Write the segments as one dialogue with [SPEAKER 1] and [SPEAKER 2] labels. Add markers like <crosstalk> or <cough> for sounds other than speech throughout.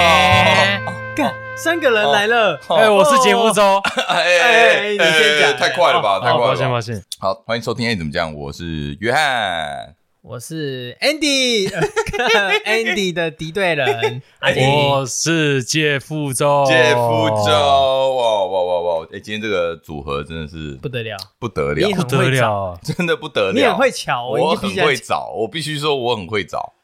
[SPEAKER 1] 哦三个人来了，
[SPEAKER 2] 哦
[SPEAKER 3] 哎，我是节目周，
[SPEAKER 2] 哎
[SPEAKER 1] 哎你先讲
[SPEAKER 2] 太快了吧，太
[SPEAKER 3] 好，
[SPEAKER 2] 快
[SPEAKER 3] 哦抱
[SPEAKER 2] 了
[SPEAKER 3] 歉
[SPEAKER 2] 吧。
[SPEAKER 3] 抱歉，
[SPEAKER 2] 好，欢迎收听。哎，怎么讲？我是约翰。
[SPEAKER 1] 我是 Andy <laughs> 呃 Andy 的敌对人，
[SPEAKER 2] 哎
[SPEAKER 1] 阿迪
[SPEAKER 3] 我是借腹周，
[SPEAKER 2] 借夫周，哇哇哇哇！哎，今天这个组合真的是
[SPEAKER 1] 不得了，
[SPEAKER 2] 不得了
[SPEAKER 1] 你，
[SPEAKER 3] 不得了，
[SPEAKER 2] 真的不得了。
[SPEAKER 1] 你很会巧，
[SPEAKER 2] 我
[SPEAKER 1] 已经
[SPEAKER 2] 很
[SPEAKER 1] 比较
[SPEAKER 2] 会找，我必须说我很会找。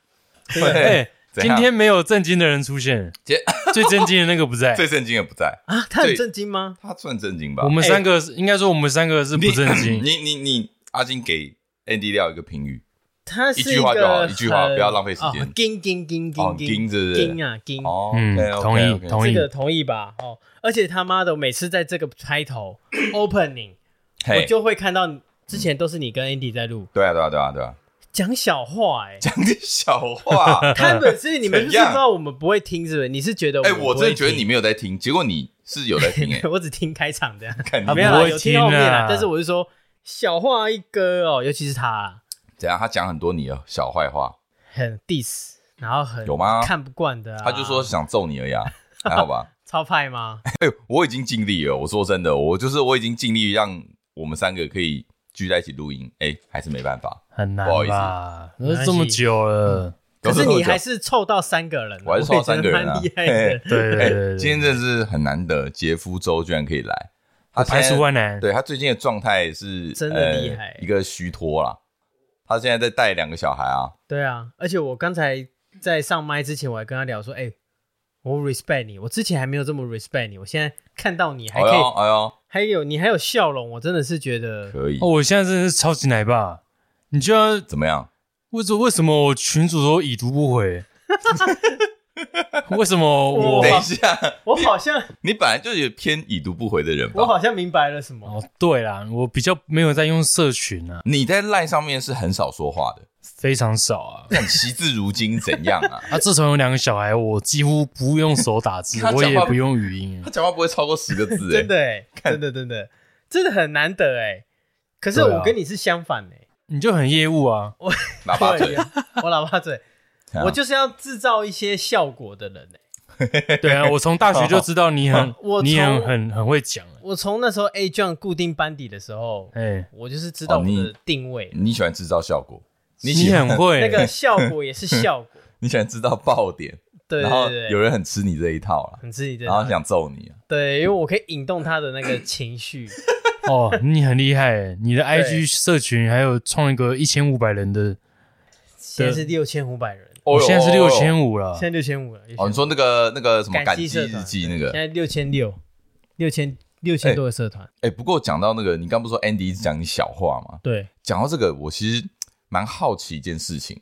[SPEAKER 3] 哎，
[SPEAKER 2] 怎
[SPEAKER 3] 今
[SPEAKER 2] 样
[SPEAKER 3] 天没有震惊的人出
[SPEAKER 2] <laughs>
[SPEAKER 3] 现
[SPEAKER 2] 今，
[SPEAKER 3] 最震惊的那个不
[SPEAKER 2] <laughs>
[SPEAKER 3] 在，
[SPEAKER 2] 最震惊的不在，
[SPEAKER 1] 啊，他很
[SPEAKER 2] 对
[SPEAKER 1] 震惊吗？
[SPEAKER 2] 他算震惊吧
[SPEAKER 3] 我？们三个是应该说我们三个是不震
[SPEAKER 2] 你 <laughs>
[SPEAKER 3] 惊，
[SPEAKER 2] 你你你阿金给 Andy 廖一个评语
[SPEAKER 1] 他是
[SPEAKER 2] 一句话就好
[SPEAKER 1] 个
[SPEAKER 2] 一句话
[SPEAKER 1] 很
[SPEAKER 2] 不要浪费时间
[SPEAKER 1] 哦金金金
[SPEAKER 2] 哦
[SPEAKER 1] 金，
[SPEAKER 2] 金
[SPEAKER 1] 金
[SPEAKER 2] 是不是
[SPEAKER 1] 金啊金，
[SPEAKER 2] 哦，
[SPEAKER 3] 嗯
[SPEAKER 2] OK，OK，OK
[SPEAKER 3] 同意同意
[SPEAKER 1] 这个同意吧？哦，而且他妈的，每次在这个开头 <coughs> opening，
[SPEAKER 2] 嘿
[SPEAKER 1] 我就会看到你之前都是你跟 Andy 在录
[SPEAKER 2] 对啊对啊对啊对啊，
[SPEAKER 1] 讲小话，哎，
[SPEAKER 2] 讲点小
[SPEAKER 1] <laughs>
[SPEAKER 2] 话。 <laughs>
[SPEAKER 1] 他们是你们是不
[SPEAKER 2] 怎
[SPEAKER 1] 是
[SPEAKER 2] 样
[SPEAKER 1] 知道我们不会听，是不是？你是觉得
[SPEAKER 2] 哎，
[SPEAKER 1] 们
[SPEAKER 2] 我
[SPEAKER 1] 不
[SPEAKER 2] 真
[SPEAKER 1] 会
[SPEAKER 2] 的觉得
[SPEAKER 1] 听，
[SPEAKER 2] 你没有在听，结果你是有在听哎
[SPEAKER 1] <laughs> 我只听开场的，
[SPEAKER 2] 看
[SPEAKER 1] 没
[SPEAKER 2] <laughs> 你
[SPEAKER 1] 有啦，
[SPEAKER 3] 不会
[SPEAKER 1] 有听到后面
[SPEAKER 3] 听
[SPEAKER 1] 啦
[SPEAKER 3] 啊。
[SPEAKER 1] 但是我是说，小话一哥哦，尤其是他啊，
[SPEAKER 2] 怎样，他讲很多你的小坏话，
[SPEAKER 1] 很 diss，然后很
[SPEAKER 2] 有吗
[SPEAKER 1] 看不惯的啊，
[SPEAKER 2] 他就说想揍你而已啊，还好吧？ <laughs>
[SPEAKER 1] 超派吗？
[SPEAKER 2] 哎，我已经尽力了，我说真的，我就是我已经尽力让我们三个可以聚在一起录音，哎，还是没办法。
[SPEAKER 3] 很难
[SPEAKER 2] 不好意思
[SPEAKER 3] 吧？
[SPEAKER 1] 没
[SPEAKER 3] 都
[SPEAKER 1] 关系
[SPEAKER 3] 这么久了，
[SPEAKER 1] 可
[SPEAKER 2] 有
[SPEAKER 1] 是
[SPEAKER 2] 时候
[SPEAKER 1] 你
[SPEAKER 2] 就
[SPEAKER 1] 还是凑到三个人了，
[SPEAKER 2] 我还是凑到三个人啊
[SPEAKER 1] 我也觉得蛮厉
[SPEAKER 2] <laughs>
[SPEAKER 1] 害的。
[SPEAKER 3] 对对
[SPEAKER 2] 哎、
[SPEAKER 3] 对对，
[SPEAKER 2] 今天真的是很难得，杰夫周居然可以来，他
[SPEAKER 3] 排
[SPEAKER 2] 现
[SPEAKER 3] 除
[SPEAKER 2] 在
[SPEAKER 3] 啊万难，
[SPEAKER 2] 对他最近的状态是
[SPEAKER 1] 啊真的厉害
[SPEAKER 2] 呃一个虚脱啦。他现在在带两个小孩啊，
[SPEAKER 1] 对啊，而且我刚才在上麦之前，我还跟他聊说，哎，我 respect 你，我之前还没有这么 respect 你，我现在看到你还
[SPEAKER 2] 哎
[SPEAKER 1] 可以
[SPEAKER 2] 呦，哎呦，
[SPEAKER 1] 还有你还有笑容，我真的是觉得
[SPEAKER 2] 可以，
[SPEAKER 3] 哦，我现在真的是超级奶爸，你就要
[SPEAKER 2] 怎么样？
[SPEAKER 3] 为什为什么我群主都已读不回？ <laughs> 为什么我
[SPEAKER 1] 哇
[SPEAKER 2] 等一下，
[SPEAKER 1] 我好像
[SPEAKER 2] 你本来就有偏已读不回的人吧？
[SPEAKER 1] 我好像明白了什么。
[SPEAKER 3] 哦，对啦，我比较没有在用社群啊，
[SPEAKER 2] 你在赖上面是很少说话的，
[SPEAKER 3] 非常少啊。？
[SPEAKER 2] 但惜字如金怎样啊
[SPEAKER 1] <laughs>
[SPEAKER 3] 啊，自从有两个小孩，我几乎不用手打字
[SPEAKER 2] 他，讲话
[SPEAKER 3] 我也不用语音啊
[SPEAKER 2] 他。讲话不会超过十个字、哎，
[SPEAKER 1] 真
[SPEAKER 2] <laughs>
[SPEAKER 1] 的哎、真的真的真的很难得哎、可是
[SPEAKER 3] 对
[SPEAKER 1] 我
[SPEAKER 3] 啊
[SPEAKER 1] 跟你是相反哎、
[SPEAKER 3] 你就很业务啊，
[SPEAKER 2] 喇叭嘴，
[SPEAKER 1] <laughs>
[SPEAKER 2] 啊
[SPEAKER 1] 我喇叭
[SPEAKER 2] <laughs>
[SPEAKER 1] 嘴，
[SPEAKER 2] 怎样
[SPEAKER 1] 我就是要制造一些效果的人哎、，
[SPEAKER 3] 对啊，我从大学就知道你很
[SPEAKER 1] 我从
[SPEAKER 3] 你很很很会讲啊，
[SPEAKER 1] 我从那时候 A 卷固定班底的时候，
[SPEAKER 3] 哎，
[SPEAKER 1] 我就是知道
[SPEAKER 2] 哦
[SPEAKER 1] 我
[SPEAKER 2] 你
[SPEAKER 1] 的定位，
[SPEAKER 2] 你喜欢制造效果，你
[SPEAKER 3] 你
[SPEAKER 2] 喜欢
[SPEAKER 3] 很会
[SPEAKER 2] <laughs>
[SPEAKER 1] <laughs> 那个效果也是效果，
[SPEAKER 2] 你喜欢制造爆点，<laughs>
[SPEAKER 1] 对
[SPEAKER 2] 然后
[SPEAKER 1] 对对
[SPEAKER 2] 有
[SPEAKER 1] 对，
[SPEAKER 2] 人很吃你这一套啦，
[SPEAKER 1] 很自己的
[SPEAKER 2] 然，后想揍你啊。
[SPEAKER 1] 对，因为我可以引动他的那个
[SPEAKER 2] <coughs>
[SPEAKER 1] 情绪，
[SPEAKER 3] <laughs> 哦，你很厉害欸，你的
[SPEAKER 1] 对
[SPEAKER 3] IG 社群还有创一个一千五百人的，
[SPEAKER 1] 现在是六千五百人，
[SPEAKER 2] 哦
[SPEAKER 3] 我现在是六
[SPEAKER 2] 五。
[SPEAKER 3] 千五了
[SPEAKER 1] 现，在六千五了，6500
[SPEAKER 2] 哦，你说那个那个什么
[SPEAKER 1] 感
[SPEAKER 2] 激
[SPEAKER 1] 社
[SPEAKER 2] 日
[SPEAKER 1] 团
[SPEAKER 2] 记那
[SPEAKER 1] 对
[SPEAKER 2] 个
[SPEAKER 1] 现？在六千六，六千六千多个社团，
[SPEAKER 2] 哎、不过讲到那个，你刚不是说 Andy 一直讲你小话吗？
[SPEAKER 1] 对，
[SPEAKER 2] 讲到这个，我其实蛮好奇一件事情，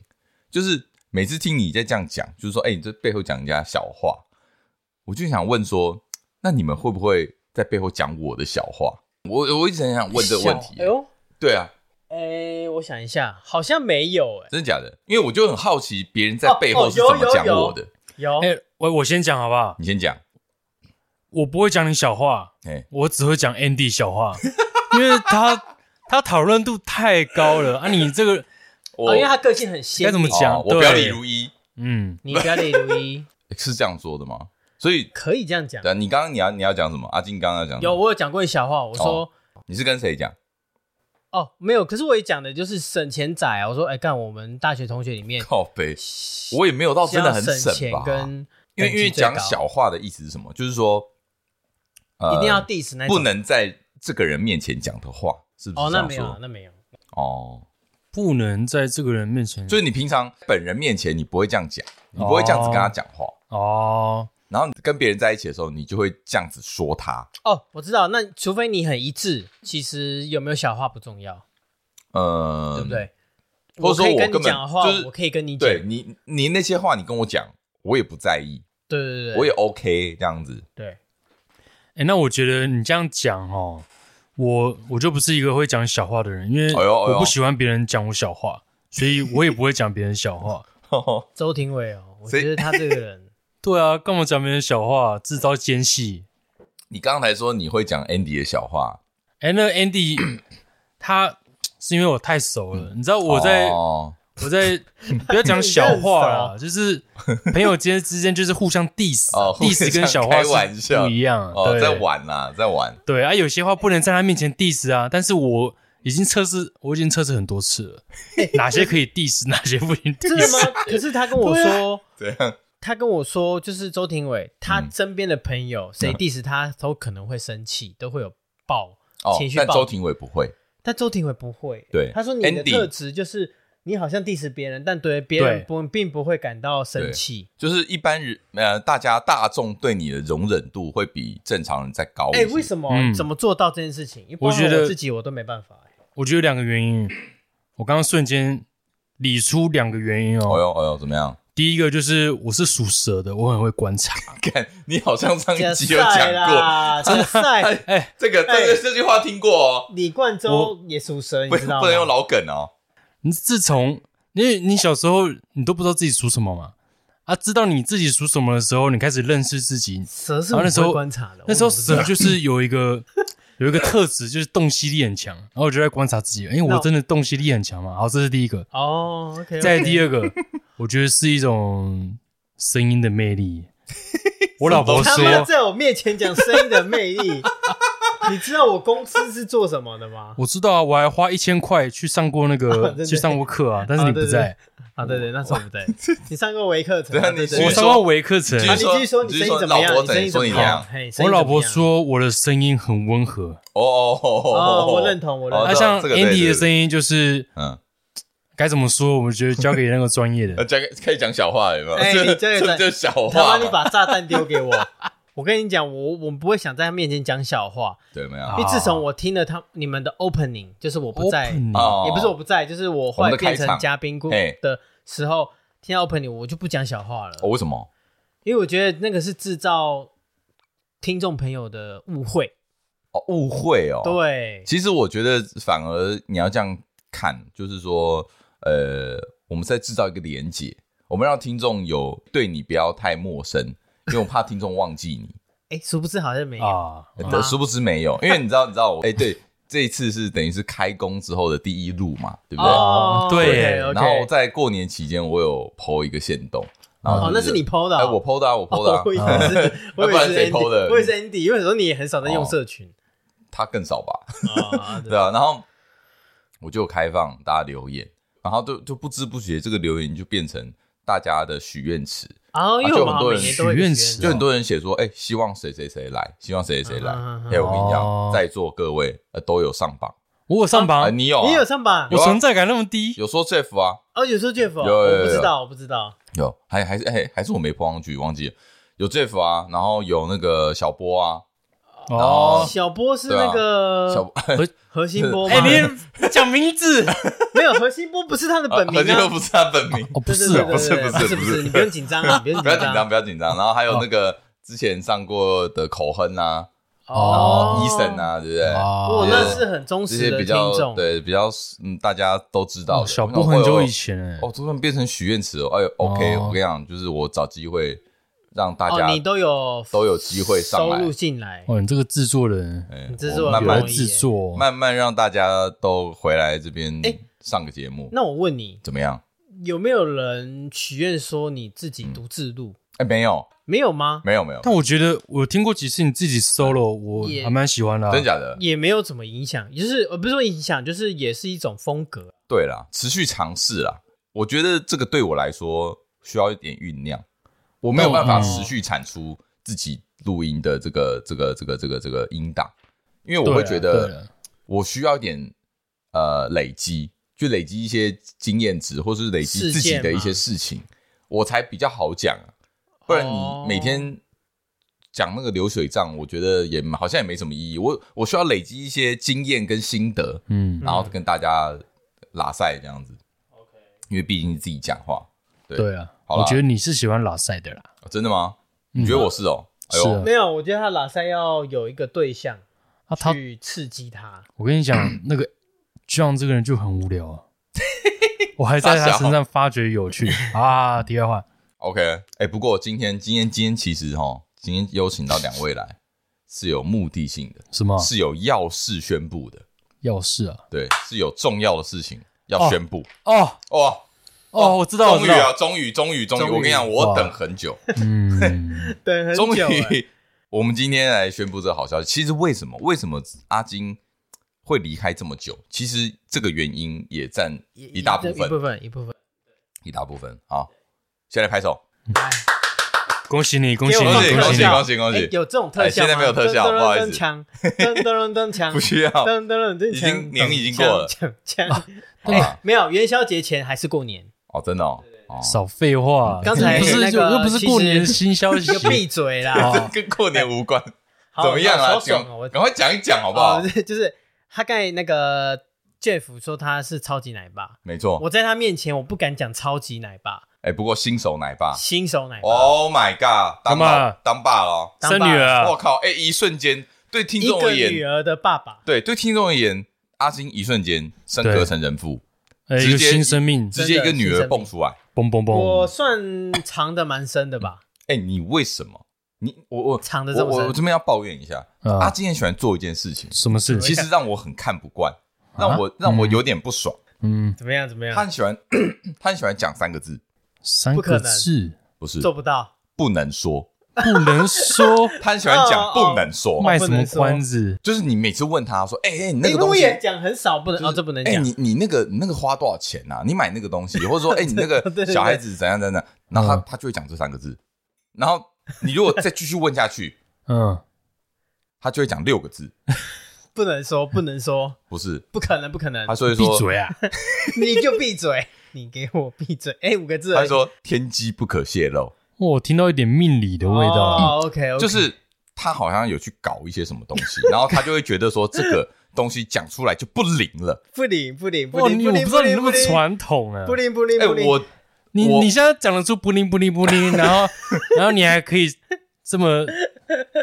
[SPEAKER 2] 就是每次听你在这样讲，就是说，哎、你这背后讲人家小话，我就想问说，那你们会不会在背后讲我的小话？我我一直很想问这个问题
[SPEAKER 1] 小哎。呦。
[SPEAKER 2] 对啊，
[SPEAKER 1] 哎、我想一下，好像没有哎、
[SPEAKER 2] 真的假的？因为我就很好奇别人在背后是
[SPEAKER 1] 哦哦
[SPEAKER 2] 怎么讲
[SPEAKER 1] 有有有
[SPEAKER 2] 我的。
[SPEAKER 1] 有、
[SPEAKER 3] 哎，我我先讲好不好？
[SPEAKER 2] 你先讲，
[SPEAKER 3] 我不会讲你小话，
[SPEAKER 2] 哎、
[SPEAKER 3] 我只会讲 Andy 小话， <laughs> 因为他他讨论度太高了啊！你这个
[SPEAKER 2] 我、
[SPEAKER 1] 哦，因为他个性很鲜
[SPEAKER 3] 该怎么
[SPEAKER 1] 明
[SPEAKER 3] 讲
[SPEAKER 2] 哦我表里
[SPEAKER 3] 对
[SPEAKER 2] 如一，
[SPEAKER 3] 嗯，
[SPEAKER 1] 你表里如一，
[SPEAKER 2] 是这样说的吗？所以
[SPEAKER 1] 可以这样讲
[SPEAKER 2] 对。啊，你刚刚你要你要讲什么？阿金刚刚要讲什么
[SPEAKER 1] 有，我有讲过一小话，我说
[SPEAKER 2] 你是跟谁讲？
[SPEAKER 1] 哦没有，可是我也讲的就是省钱仔啊。我说哎，干、我们大学同学里面，
[SPEAKER 2] 靠背，我也没有到真的很
[SPEAKER 1] 像省
[SPEAKER 2] 吧
[SPEAKER 1] 钱，跟
[SPEAKER 2] 因为因为
[SPEAKER 1] 等级最
[SPEAKER 2] 讲
[SPEAKER 1] 高
[SPEAKER 2] 小话的意思是什么？就是说，呃
[SPEAKER 1] 一定要 diss 那种
[SPEAKER 2] 不能在这个人面前讲的话，是不
[SPEAKER 1] 哦
[SPEAKER 2] 是，这
[SPEAKER 1] 那
[SPEAKER 2] 样
[SPEAKER 1] 没有啊
[SPEAKER 2] 说？，
[SPEAKER 1] 那没有，
[SPEAKER 2] 哦，
[SPEAKER 3] 不能在这个人面前
[SPEAKER 2] 就是你平常本人面前你
[SPEAKER 1] 哦
[SPEAKER 2] 不会这样讲，你不会这样子跟他讲话，
[SPEAKER 3] 哦，
[SPEAKER 2] 然后你跟别人在一起的时候，你就会这样子说他。
[SPEAKER 1] 哦，我知道。那除非你很一致，其实有没有小话不重要，
[SPEAKER 2] 呃，
[SPEAKER 1] 对不？对？
[SPEAKER 2] 嗯或者说
[SPEAKER 1] 可以
[SPEAKER 2] 我
[SPEAKER 1] 跟你
[SPEAKER 2] 根本
[SPEAKER 1] 讲的话，
[SPEAKER 2] 就是
[SPEAKER 1] 我可以跟你讲，
[SPEAKER 2] 对你你那些话你跟我讲，我也不在意，
[SPEAKER 1] 对对对，
[SPEAKER 2] 我也 OK 这样子。 <laughs>
[SPEAKER 1] 对，
[SPEAKER 3] 哎，那我觉得你这样讲哦，我我就不是一个会讲小话的人，因为
[SPEAKER 2] 哎呦哎呦
[SPEAKER 3] 我不喜欢别人讲我小话，所以我也不会讲别人
[SPEAKER 2] <laughs>
[SPEAKER 3] 小话。
[SPEAKER 1] 周庭伟哦，我
[SPEAKER 2] 所以
[SPEAKER 1] 觉得他这个
[SPEAKER 3] <laughs>
[SPEAKER 1] 人。
[SPEAKER 3] 对啊，干嘛讲别人小话，制造间隙？
[SPEAKER 2] 你刚才说你会讲 Andy 的小话， <clears throat>
[SPEAKER 3] 哎，那 Andy 他是因为我太熟了，你知道我在
[SPEAKER 2] 嗯哦
[SPEAKER 3] 我在不要讲小
[SPEAKER 2] <laughs>
[SPEAKER 3] 话啦，就是朋友间之间就是互相 diss，diss、
[SPEAKER 2] 哦互相
[SPEAKER 3] 跟小
[SPEAKER 2] 开
[SPEAKER 3] 话
[SPEAKER 2] 玩
[SPEAKER 3] 是
[SPEAKER 2] 笑
[SPEAKER 3] 不一样。啊
[SPEAKER 2] 哦，
[SPEAKER 3] 对
[SPEAKER 2] 在玩啦，在玩。
[SPEAKER 3] 对啊，有些话不能在他面前 diss 啊，但是我已经测试，我已经测试很多次
[SPEAKER 1] <laughs>
[SPEAKER 3] 了，哪些可以 diss，哪 <laughs> 些不行
[SPEAKER 1] 真的
[SPEAKER 3] diss。
[SPEAKER 1] 吗？可是他跟我
[SPEAKER 3] 啊
[SPEAKER 1] 说，
[SPEAKER 2] 这样
[SPEAKER 1] 他跟我说，就是周庭伟他
[SPEAKER 2] 嗯
[SPEAKER 1] 身边的朋友谁 diss 他都可能会生气，都会有爆
[SPEAKER 2] 哦
[SPEAKER 1] 情，绪
[SPEAKER 2] 但
[SPEAKER 1] 暴
[SPEAKER 2] 周庭伟不会，
[SPEAKER 1] 但周庭伟不会。
[SPEAKER 2] 对
[SPEAKER 1] 他说你的
[SPEAKER 2] Andy
[SPEAKER 1] 特质就是你好像 diss 别人，但对别人
[SPEAKER 3] 对
[SPEAKER 1] 不并不会感到生气。
[SPEAKER 2] 就是一般人呃，大家大众对你的容忍度会比正常人再高一
[SPEAKER 1] 哎、
[SPEAKER 2] 些。
[SPEAKER 1] 为什么、
[SPEAKER 3] 嗯
[SPEAKER 1] 怎么做到这件事情？因为
[SPEAKER 3] 我
[SPEAKER 1] 包括
[SPEAKER 3] 觉得
[SPEAKER 1] 自己我都没办法、哎
[SPEAKER 3] 我觉得有两个原因，我刚刚瞬间理出两个原因
[SPEAKER 2] 哦
[SPEAKER 3] 哦。
[SPEAKER 2] 呦哦呦，怎么样？ <laughs>
[SPEAKER 3] 第一个就是我是属蛇的，我很会观察。 <laughs>
[SPEAKER 2] 看你好像上一集有
[SPEAKER 1] 赛
[SPEAKER 2] 讲过 <laughs> 哎
[SPEAKER 1] 啦，这赛
[SPEAKER 2] 这个，这个
[SPEAKER 1] 哎
[SPEAKER 2] 这句话听过哦，
[SPEAKER 1] 李冠周也属蛇，你
[SPEAKER 2] 不
[SPEAKER 1] 知道吗？
[SPEAKER 2] 不能用老梗哦。
[SPEAKER 3] 你自从因为你小时候你都不知道自己属什么嘛，啊，知道你自己属什么的时候，你开始认识自己。
[SPEAKER 1] 蛇是我
[SPEAKER 3] 然后那时候
[SPEAKER 1] 会观察的，
[SPEAKER 3] 那时候
[SPEAKER 1] 我怎么
[SPEAKER 3] 蛇就是有一个有一个特质，就是洞悉力很强。然后我就在观察自己，因为
[SPEAKER 1] 那
[SPEAKER 3] 我真的洞悉力很强嘛。好，这是第一个。
[SPEAKER 1] 知道哦，OK， <laughs>
[SPEAKER 3] 再第
[SPEAKER 1] 二，
[SPEAKER 3] 二个， <laughs> 我觉得是一种声音的魅力。我老婆
[SPEAKER 1] 他妈
[SPEAKER 3] 说，
[SPEAKER 1] 在我面前讲声音的魅
[SPEAKER 3] <laughs>
[SPEAKER 1] 力，你知道我公司是做什么的吗？
[SPEAKER 3] 我知道啊，我还花一千块去上过那
[SPEAKER 1] 啊
[SPEAKER 3] 个
[SPEAKER 1] 真的
[SPEAKER 3] 去上过课啊，但是你不
[SPEAKER 1] 对对
[SPEAKER 3] 在，
[SPEAKER 1] 啊，对对，那时候不对，你上过微课程，
[SPEAKER 2] 对啊
[SPEAKER 1] 啊
[SPEAKER 2] 你
[SPEAKER 1] 对对
[SPEAKER 2] 继续
[SPEAKER 3] 我
[SPEAKER 1] 对
[SPEAKER 3] 上过维克城
[SPEAKER 2] 继
[SPEAKER 1] 啊，
[SPEAKER 2] 续
[SPEAKER 1] 你
[SPEAKER 2] 说
[SPEAKER 1] 继续说，
[SPEAKER 2] 你继
[SPEAKER 1] 你
[SPEAKER 2] 续说
[SPEAKER 1] 声音怎么样？
[SPEAKER 2] 老婆
[SPEAKER 1] 你
[SPEAKER 2] 怎
[SPEAKER 1] 声音怎么
[SPEAKER 2] 说你怎
[SPEAKER 1] 样
[SPEAKER 2] 样？
[SPEAKER 1] 嘿声
[SPEAKER 3] 我
[SPEAKER 1] 音怎么样
[SPEAKER 3] 老婆说我的声音很温和，
[SPEAKER 2] 哦哦哦
[SPEAKER 1] 哦我认同我认同
[SPEAKER 2] 哦
[SPEAKER 3] 那
[SPEAKER 2] 这
[SPEAKER 3] 像
[SPEAKER 2] 这个对对
[SPEAKER 3] Andy 的
[SPEAKER 2] 对
[SPEAKER 3] 声音就是
[SPEAKER 2] 嗯，
[SPEAKER 3] 该怎么说？我觉得交给那个专业
[SPEAKER 2] <laughs> 呃，
[SPEAKER 3] 的。
[SPEAKER 2] 讲可以讲小话有没有？
[SPEAKER 1] 哎
[SPEAKER 2] <laughs>
[SPEAKER 1] 你
[SPEAKER 2] 哦
[SPEAKER 1] 这个
[SPEAKER 2] 这
[SPEAKER 1] 在
[SPEAKER 2] 就小
[SPEAKER 1] 他
[SPEAKER 2] 话
[SPEAKER 1] 妈
[SPEAKER 2] 嘛，
[SPEAKER 1] 你把炸弹丢给我！我跟你讲，我我不会想在他面前讲小话，
[SPEAKER 2] 对没有？
[SPEAKER 1] 因为自从我听了他你们的 opening，就是我不在，
[SPEAKER 3] Open
[SPEAKER 2] 哦，
[SPEAKER 1] 也不是我不在，就是我后
[SPEAKER 2] 我们
[SPEAKER 1] 来
[SPEAKER 2] 的
[SPEAKER 1] 变
[SPEAKER 2] 开
[SPEAKER 1] 成
[SPEAKER 2] 场
[SPEAKER 1] 嘉宾故
[SPEAKER 2] 嘿
[SPEAKER 1] 的时候，听到 opening 我就不讲小话了，
[SPEAKER 2] 哦，为什么？
[SPEAKER 1] 因为我觉得那个是制造听众朋友的误会。
[SPEAKER 2] 哦，误会哦。，
[SPEAKER 1] 对，
[SPEAKER 2] 其实我觉得反而你要这样看，就是说，呃，我们在制造一个连结，我们让听众有对你不要太陌生，因为我怕听众忘记你。
[SPEAKER 1] 哎，殊不知 <laughs> 好像没有。
[SPEAKER 3] 啊，
[SPEAKER 2] 呃殊不知没有，因为你知道，你知道我，哎、对，这一次是等于是开工之后的第一路嘛，对不对？
[SPEAKER 1] 哦，
[SPEAKER 3] 对
[SPEAKER 1] 对，
[SPEAKER 2] 然后在过年期间，我有 PO 一个限动，然后
[SPEAKER 1] 哦，
[SPEAKER 2] 就
[SPEAKER 1] 那是你 PO 的
[SPEAKER 2] 哎、
[SPEAKER 1] 哦，
[SPEAKER 2] 我 PO 的啊，我 PO 的、啊
[SPEAKER 1] 哦，我以为是，我以
[SPEAKER 2] 不
[SPEAKER 1] 为
[SPEAKER 2] 然
[SPEAKER 1] 是
[SPEAKER 2] 谁
[SPEAKER 1] Andy，
[SPEAKER 2] PO 的
[SPEAKER 1] 我以为是 Andy，因为有时候你也很少在用
[SPEAKER 2] 哦 <laughs>
[SPEAKER 1] 社群
[SPEAKER 2] 他更少吧？
[SPEAKER 1] 啊，对
[SPEAKER 2] 对啊，然后我就有开放大家留言，然后就就不知不觉这个留言就变成大家的许愿池，
[SPEAKER 1] 啊，因为我们好像每年都会有
[SPEAKER 3] 许愿池啊
[SPEAKER 2] 就很多人写说，哎、希望谁谁谁来，希望谁谁谁来。哎、
[SPEAKER 1] 嗯嗯嗯
[SPEAKER 2] 我跟你讲，
[SPEAKER 3] 哦
[SPEAKER 2] 在座各位呃都有上榜，
[SPEAKER 3] 我有上
[SPEAKER 2] 啊、
[SPEAKER 3] 榜，
[SPEAKER 2] 你有、啊，
[SPEAKER 1] 你有上榜
[SPEAKER 3] 我
[SPEAKER 2] 有啊
[SPEAKER 3] 存在感那么低，
[SPEAKER 2] 有说 Jeff 啊，
[SPEAKER 1] 哦，有时候 Jeff，哦
[SPEAKER 2] 有有有
[SPEAKER 1] 我不知道，我不知道，
[SPEAKER 2] 有，还还是哎、还是我没碰上去，忘记了。有 Jeff 啊，然后有那个小波啊，
[SPEAKER 3] 哦，
[SPEAKER 1] 小波是那个
[SPEAKER 2] 小波
[SPEAKER 1] 何心波吗
[SPEAKER 3] 哎，？你讲名字
[SPEAKER 1] 没有，何心波不是他的本
[SPEAKER 2] <laughs>
[SPEAKER 1] 名
[SPEAKER 2] 何金波
[SPEAKER 1] 啊。
[SPEAKER 2] 呃不是他本名，
[SPEAKER 3] 哦，不
[SPEAKER 1] 对
[SPEAKER 3] 是
[SPEAKER 1] 对对对对
[SPEAKER 3] 哦，
[SPEAKER 2] 不是
[SPEAKER 1] 不
[SPEAKER 2] 不是
[SPEAKER 1] 不
[SPEAKER 2] 不是
[SPEAKER 1] 你不用紧张啊，你不哦用
[SPEAKER 2] 不要紧张，
[SPEAKER 1] 张
[SPEAKER 2] 不要紧张。然后还有那个之前上过的口哼啊，
[SPEAKER 1] 哦
[SPEAKER 2] 医生，啊，对不对？
[SPEAKER 1] 我
[SPEAKER 3] 哦
[SPEAKER 1] 那是很忠
[SPEAKER 2] 这
[SPEAKER 1] 实
[SPEAKER 2] 些
[SPEAKER 1] 的
[SPEAKER 2] 比
[SPEAKER 1] 听
[SPEAKER 2] 较
[SPEAKER 1] 众，
[SPEAKER 2] 对比较嗯，大家都知道的。
[SPEAKER 3] 哦小
[SPEAKER 2] 波
[SPEAKER 3] 波很久以前哎，
[SPEAKER 2] 哦，突然变成许愿池哦。哎呦，OK，
[SPEAKER 3] 哦
[SPEAKER 2] 我跟你讲，就是我找机会让大
[SPEAKER 1] 哦，
[SPEAKER 2] 家
[SPEAKER 1] 你都有
[SPEAKER 2] 都有机会上
[SPEAKER 1] 收
[SPEAKER 2] 来
[SPEAKER 1] 入，进来，
[SPEAKER 3] 哦，你这个制作人
[SPEAKER 2] 哎
[SPEAKER 1] 你这
[SPEAKER 2] 我
[SPEAKER 1] 是我
[SPEAKER 2] 慢
[SPEAKER 1] 不
[SPEAKER 2] 慢
[SPEAKER 1] 容易
[SPEAKER 3] 制作，哦
[SPEAKER 2] 慢慢让大家都回来这边
[SPEAKER 1] 哎
[SPEAKER 2] 上个节目，
[SPEAKER 1] 那我问你，
[SPEAKER 2] 怎么样？
[SPEAKER 1] 有没有人许愿说你自己独自录？
[SPEAKER 3] 嗯
[SPEAKER 2] 哎，没有，
[SPEAKER 1] 没有吗？
[SPEAKER 2] 没有，没有，
[SPEAKER 3] 但我觉得我听过几次你自己 solo，我
[SPEAKER 1] 也
[SPEAKER 3] 还蛮喜欢的啊，
[SPEAKER 2] 真假的？
[SPEAKER 1] 也没有怎么影响，就是呃，不是说影响，就是也是一种风格。
[SPEAKER 2] 对啦，持续尝试啦。我觉得这个对我来说需要一点酝酿，我没有办法持续产出自己录音的这个这个这个这个这个音档，因为
[SPEAKER 3] 对
[SPEAKER 2] 我
[SPEAKER 3] 啊
[SPEAKER 2] 会觉
[SPEAKER 3] 对
[SPEAKER 2] 得
[SPEAKER 3] 啊
[SPEAKER 2] 我需要一点呃累积，就累积一些经验值，或是累积
[SPEAKER 1] 事
[SPEAKER 2] 自己
[SPEAKER 1] 件
[SPEAKER 2] 的一
[SPEAKER 1] 嘛
[SPEAKER 2] 些事情，我才比较好讲啊。不然
[SPEAKER 1] 哦
[SPEAKER 2] 你每天讲那个流水账，我觉得也好像也没什么意义。我我需要累积一些经验跟心得，
[SPEAKER 3] 嗯，
[SPEAKER 2] 然后跟大家拉赛这样子。因为毕竟是自己讲话，
[SPEAKER 3] 对啊，
[SPEAKER 2] 好啦
[SPEAKER 3] 我觉得你是喜欢拉塞的啦，
[SPEAKER 2] 哦真的吗？你觉得我是哦？哎
[SPEAKER 3] 嗯是
[SPEAKER 2] 呦
[SPEAKER 3] 啊，
[SPEAKER 1] 没有，我觉得他拉塞要有一个对象
[SPEAKER 3] 啊，他
[SPEAKER 1] 去刺激他。 <laughs>
[SPEAKER 3] 我跟你讲，那个 John 这个人就很无
[SPEAKER 2] <laughs>
[SPEAKER 3] 聊啊，我还在
[SPEAKER 2] 傻
[SPEAKER 3] 他
[SPEAKER 2] 小
[SPEAKER 3] 身上发掘有
[SPEAKER 2] <laughs>
[SPEAKER 3] 趣啊。题外话，
[SPEAKER 2] OK，哎，不过今天今天今天其实哈，今天邀请到两位来是有目的性的，
[SPEAKER 3] 什么
[SPEAKER 2] 是有要事宣布的，
[SPEAKER 3] 要事啊？
[SPEAKER 2] 对，是有重要的事情要宣布
[SPEAKER 3] 哦，
[SPEAKER 2] 哇。
[SPEAKER 3] 哦，我知道，我
[SPEAKER 2] 终
[SPEAKER 3] 知
[SPEAKER 2] 于啊，
[SPEAKER 3] 道，
[SPEAKER 2] 终于，终于，终于！
[SPEAKER 1] 终于
[SPEAKER 2] 我跟你讲，我
[SPEAKER 3] 哇
[SPEAKER 2] 等很久， <laughs>
[SPEAKER 3] 嗯，
[SPEAKER 1] 等很
[SPEAKER 2] 终
[SPEAKER 1] 久欸、
[SPEAKER 2] 于，我们今天来宣布这个好消息。其实为什么？为什么阿金会离开这么久？其实这个原因也占一大部
[SPEAKER 1] 一部
[SPEAKER 2] 分，
[SPEAKER 1] 分，一部分。
[SPEAKER 2] 一大部分啊！现在拍手，
[SPEAKER 1] 哎
[SPEAKER 3] 恭喜你，恭喜
[SPEAKER 1] 给
[SPEAKER 3] 你，
[SPEAKER 1] 我放
[SPEAKER 2] 喜
[SPEAKER 1] 特
[SPEAKER 3] 恭喜你
[SPEAKER 2] 效！
[SPEAKER 1] 效
[SPEAKER 2] 恭喜恭喜
[SPEAKER 1] 哎有这种特效
[SPEAKER 2] 哎现
[SPEAKER 1] 吗？
[SPEAKER 2] 在没有特效
[SPEAKER 1] 噔噔噔
[SPEAKER 2] 不好意思
[SPEAKER 1] 噔锵噔噔
[SPEAKER 2] <laughs>
[SPEAKER 1] 噔噔锵，
[SPEAKER 2] 不需要
[SPEAKER 1] 噔噔噔噔锵，
[SPEAKER 2] 已经年已经过了
[SPEAKER 1] 锵锵
[SPEAKER 3] 啊
[SPEAKER 1] 锵
[SPEAKER 2] 好吧
[SPEAKER 1] 哎，没有元宵节前还是过年，
[SPEAKER 2] 哦，真的哦，哦
[SPEAKER 3] 少废话，
[SPEAKER 1] 刚才
[SPEAKER 3] 不是
[SPEAKER 1] 那
[SPEAKER 3] 就
[SPEAKER 1] 个
[SPEAKER 3] 又不是过年
[SPEAKER 1] 其实
[SPEAKER 3] 新消息
[SPEAKER 1] <laughs> 你，就闭嘴啦！
[SPEAKER 3] 哦
[SPEAKER 2] 跟过年无关，
[SPEAKER 1] 好
[SPEAKER 2] 怎么样啊？
[SPEAKER 1] 好爽
[SPEAKER 2] 讲
[SPEAKER 1] 哦，我，
[SPEAKER 2] 赶快讲一讲好不好
[SPEAKER 1] 哦？ <laughs> 就是他刚才那个 Jeff 说他是超级奶爸，
[SPEAKER 2] 没错，
[SPEAKER 1] 我在他面前我不敢讲超级奶爸，
[SPEAKER 2] 哎，不过新手奶爸
[SPEAKER 1] 新手奶爸，
[SPEAKER 2] ，Oh my god，当
[SPEAKER 3] 干嘛
[SPEAKER 2] 爸当爸了
[SPEAKER 1] 当
[SPEAKER 3] 啊生
[SPEAKER 1] 爸
[SPEAKER 3] 女儿
[SPEAKER 2] 哦，我
[SPEAKER 3] 啊，
[SPEAKER 2] 靠！哎，一瞬间，对听
[SPEAKER 1] 一
[SPEAKER 2] 众而
[SPEAKER 1] 个女
[SPEAKER 2] 言，
[SPEAKER 1] 儿的爸爸，
[SPEAKER 2] 对对听众而言，阿金一瞬间升格
[SPEAKER 3] 对
[SPEAKER 2] 成人父，
[SPEAKER 3] 哎，
[SPEAKER 2] 直
[SPEAKER 3] 有
[SPEAKER 2] 接
[SPEAKER 3] 新生命，
[SPEAKER 2] 直接一个女儿
[SPEAKER 1] 新生命
[SPEAKER 2] 蹦出来。
[SPEAKER 3] 嘣嘣
[SPEAKER 1] 我
[SPEAKER 3] 嘣，
[SPEAKER 1] 算藏的蛮深的吧，
[SPEAKER 2] 哎、你为什么？你我我
[SPEAKER 1] 藏得这
[SPEAKER 2] 我
[SPEAKER 1] 么
[SPEAKER 2] 我
[SPEAKER 1] 深
[SPEAKER 2] 我这边要抱怨一下，
[SPEAKER 3] 啊
[SPEAKER 2] 阿金很喜欢做一件事情，
[SPEAKER 3] 什么事？
[SPEAKER 2] 其实让我很看不惯，
[SPEAKER 3] 啊
[SPEAKER 2] 让我让我有点不爽。
[SPEAKER 3] 嗯，
[SPEAKER 1] 怎么样怎么样
[SPEAKER 2] 他？很喜欢他很喜欢讲三个字，
[SPEAKER 3] 三
[SPEAKER 1] 不可
[SPEAKER 3] 个
[SPEAKER 1] 能
[SPEAKER 3] 字
[SPEAKER 2] 不是
[SPEAKER 1] 做不到，
[SPEAKER 2] 不能说，
[SPEAKER 3] 不能说，
[SPEAKER 2] 他很喜欢
[SPEAKER 1] 哦
[SPEAKER 2] 讲
[SPEAKER 1] 哦
[SPEAKER 2] 不能说，
[SPEAKER 3] 卖什么关子？
[SPEAKER 2] 就是你每次问他说，哎、哎、你那个
[SPEAKER 1] 你如
[SPEAKER 2] 东
[SPEAKER 1] 果
[SPEAKER 2] 西。
[SPEAKER 1] 也讲很少，不 <laughs> 能哦，这不能
[SPEAKER 2] 哎、
[SPEAKER 1] 讲。
[SPEAKER 2] 你你那个你那个花多少钱呐、啊？你买那个东西，或者说，哎、你那
[SPEAKER 1] <laughs> 对对
[SPEAKER 2] 个
[SPEAKER 1] 对
[SPEAKER 2] 小孩子怎样怎样怎样，然后他
[SPEAKER 3] 嗯
[SPEAKER 2] 他就会讲这三个字，然后你如果再继续问下去，
[SPEAKER 3] 嗯，
[SPEAKER 2] 他就会讲六个字，
[SPEAKER 1] 不能说，不能说，
[SPEAKER 2] 不是？
[SPEAKER 1] 不可能，不可能
[SPEAKER 2] 他！所以
[SPEAKER 3] 闭
[SPEAKER 2] 说，
[SPEAKER 3] 嘴啊！
[SPEAKER 1] 你就闭嘴，你给我闭嘴！哎，五个字而
[SPEAKER 2] 他
[SPEAKER 1] 已，
[SPEAKER 2] 说天机不可泄露，
[SPEAKER 3] 我听到一点命理的味道，
[SPEAKER 1] 哦，OK，
[SPEAKER 2] 啊就是他好像有去搞一些什么东西，然后他就会觉得说这个东西讲出来就不灵
[SPEAKER 1] <laughs>
[SPEAKER 2] 了。
[SPEAKER 1] 不灵不灵不
[SPEAKER 3] 哇，
[SPEAKER 1] 灵，
[SPEAKER 3] 你
[SPEAKER 1] 不
[SPEAKER 3] 我
[SPEAKER 1] 灵
[SPEAKER 3] 不知道你那
[SPEAKER 1] 不
[SPEAKER 3] 么
[SPEAKER 1] 灵
[SPEAKER 3] 传统啊
[SPEAKER 1] 不！灵不灵
[SPEAKER 2] 哎、
[SPEAKER 1] 不灵，
[SPEAKER 2] 我
[SPEAKER 3] 你
[SPEAKER 2] 我
[SPEAKER 3] 你现在讲得出不灵不灵不灵，然后然后你还可以这么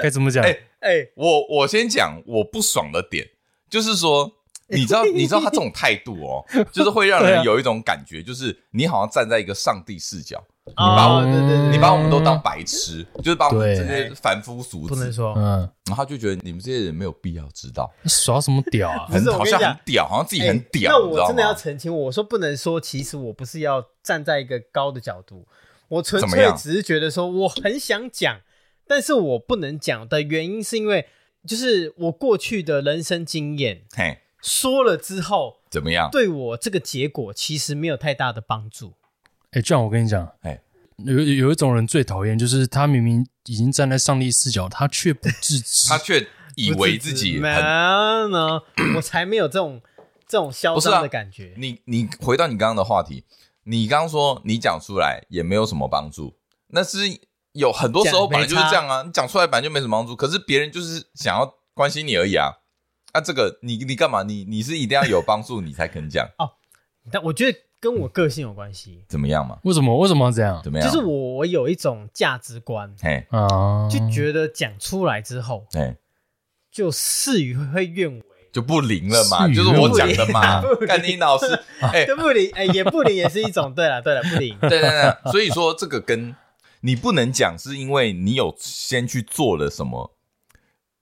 [SPEAKER 3] 该怎么讲？
[SPEAKER 2] 哎
[SPEAKER 1] 哎，
[SPEAKER 2] 我我先讲我不爽的点，就是
[SPEAKER 1] <laughs>
[SPEAKER 2] 说。你知道，你知道他这种态度哦，就是会让
[SPEAKER 3] 对
[SPEAKER 2] 人
[SPEAKER 3] 啊
[SPEAKER 2] 有一种感觉，就是你好像站在一个上帝视角，把
[SPEAKER 1] 哦，
[SPEAKER 2] 我
[SPEAKER 1] 对对对，
[SPEAKER 2] 你把我们都
[SPEAKER 1] 嗯
[SPEAKER 2] 当白痴，就是把我们这
[SPEAKER 3] 对
[SPEAKER 2] 些凡夫俗
[SPEAKER 1] 不
[SPEAKER 2] 子
[SPEAKER 1] 能，说，
[SPEAKER 3] 嗯，
[SPEAKER 2] 然后他就觉得你们这些人没有必要知道，
[SPEAKER 3] 耍什么屌啊
[SPEAKER 1] 不？是
[SPEAKER 2] 很
[SPEAKER 1] 我
[SPEAKER 2] 好
[SPEAKER 1] 跟你
[SPEAKER 2] 像
[SPEAKER 1] 讲
[SPEAKER 2] 很屌，好像自己
[SPEAKER 1] 哎
[SPEAKER 2] 很屌，
[SPEAKER 1] 那
[SPEAKER 2] 你知道
[SPEAKER 1] 我真的
[SPEAKER 2] 吗
[SPEAKER 1] 要澄清，我说不能说，其实我不是要站在一个高的角度，我纯
[SPEAKER 2] 怎么
[SPEAKER 1] 粹
[SPEAKER 2] 样
[SPEAKER 1] 只是觉得说我很想讲，但是我不能讲的原因是因为，就是我过去的人生经验
[SPEAKER 2] 嘿，
[SPEAKER 1] 说了之后，
[SPEAKER 2] 怎么样？
[SPEAKER 1] 对我这个结果其实没有太大的帮助。
[SPEAKER 3] 哎，这样我跟你讲，
[SPEAKER 2] 哎
[SPEAKER 3] 哎，有有一种人最讨厌，就是他明明已经站在上帝视角，他却不自知
[SPEAKER 2] 他。却以为自己
[SPEAKER 1] 没
[SPEAKER 2] 很。
[SPEAKER 1] 呢， <coughs> 我才没有这种这种嚣
[SPEAKER 2] 不是啊
[SPEAKER 1] 张的感觉。
[SPEAKER 2] 你你回到你刚刚的话题，你刚刚说你讲出来也没有什么帮助，那是有很多时候
[SPEAKER 1] 讲
[SPEAKER 2] 本来就是
[SPEAKER 1] 没差
[SPEAKER 2] 这样啊，你讲出来本来就没什么帮助，可是别人就是想要关心你而已啊。啊，这个你你干嘛？你你是一定要有帮助你才肯讲，
[SPEAKER 1] 但我觉得跟我个性有关系，
[SPEAKER 2] 怎么样嘛？
[SPEAKER 3] 为什么为什么要这样
[SPEAKER 2] 怎么样？
[SPEAKER 1] 就是我我有一种价值观，
[SPEAKER 2] 嘿
[SPEAKER 3] 啊？
[SPEAKER 1] 就觉得讲出来之后。
[SPEAKER 2] 嘿。
[SPEAKER 1] 就事与会愿违，
[SPEAKER 2] 就不灵了嘛，
[SPEAKER 3] 是
[SPEAKER 2] 就是我讲的嘛
[SPEAKER 1] 不。
[SPEAKER 2] <laughs>
[SPEAKER 1] 灵
[SPEAKER 2] 干你
[SPEAKER 1] <laughs>
[SPEAKER 2] 老师，哎，
[SPEAKER 1] 对不灵，哎，也不灵也是
[SPEAKER 2] <laughs>
[SPEAKER 1] 一种。对了，对了，不灵，
[SPEAKER 2] 对对对，所以说这个跟你不能讲，是因为你有先去做了什么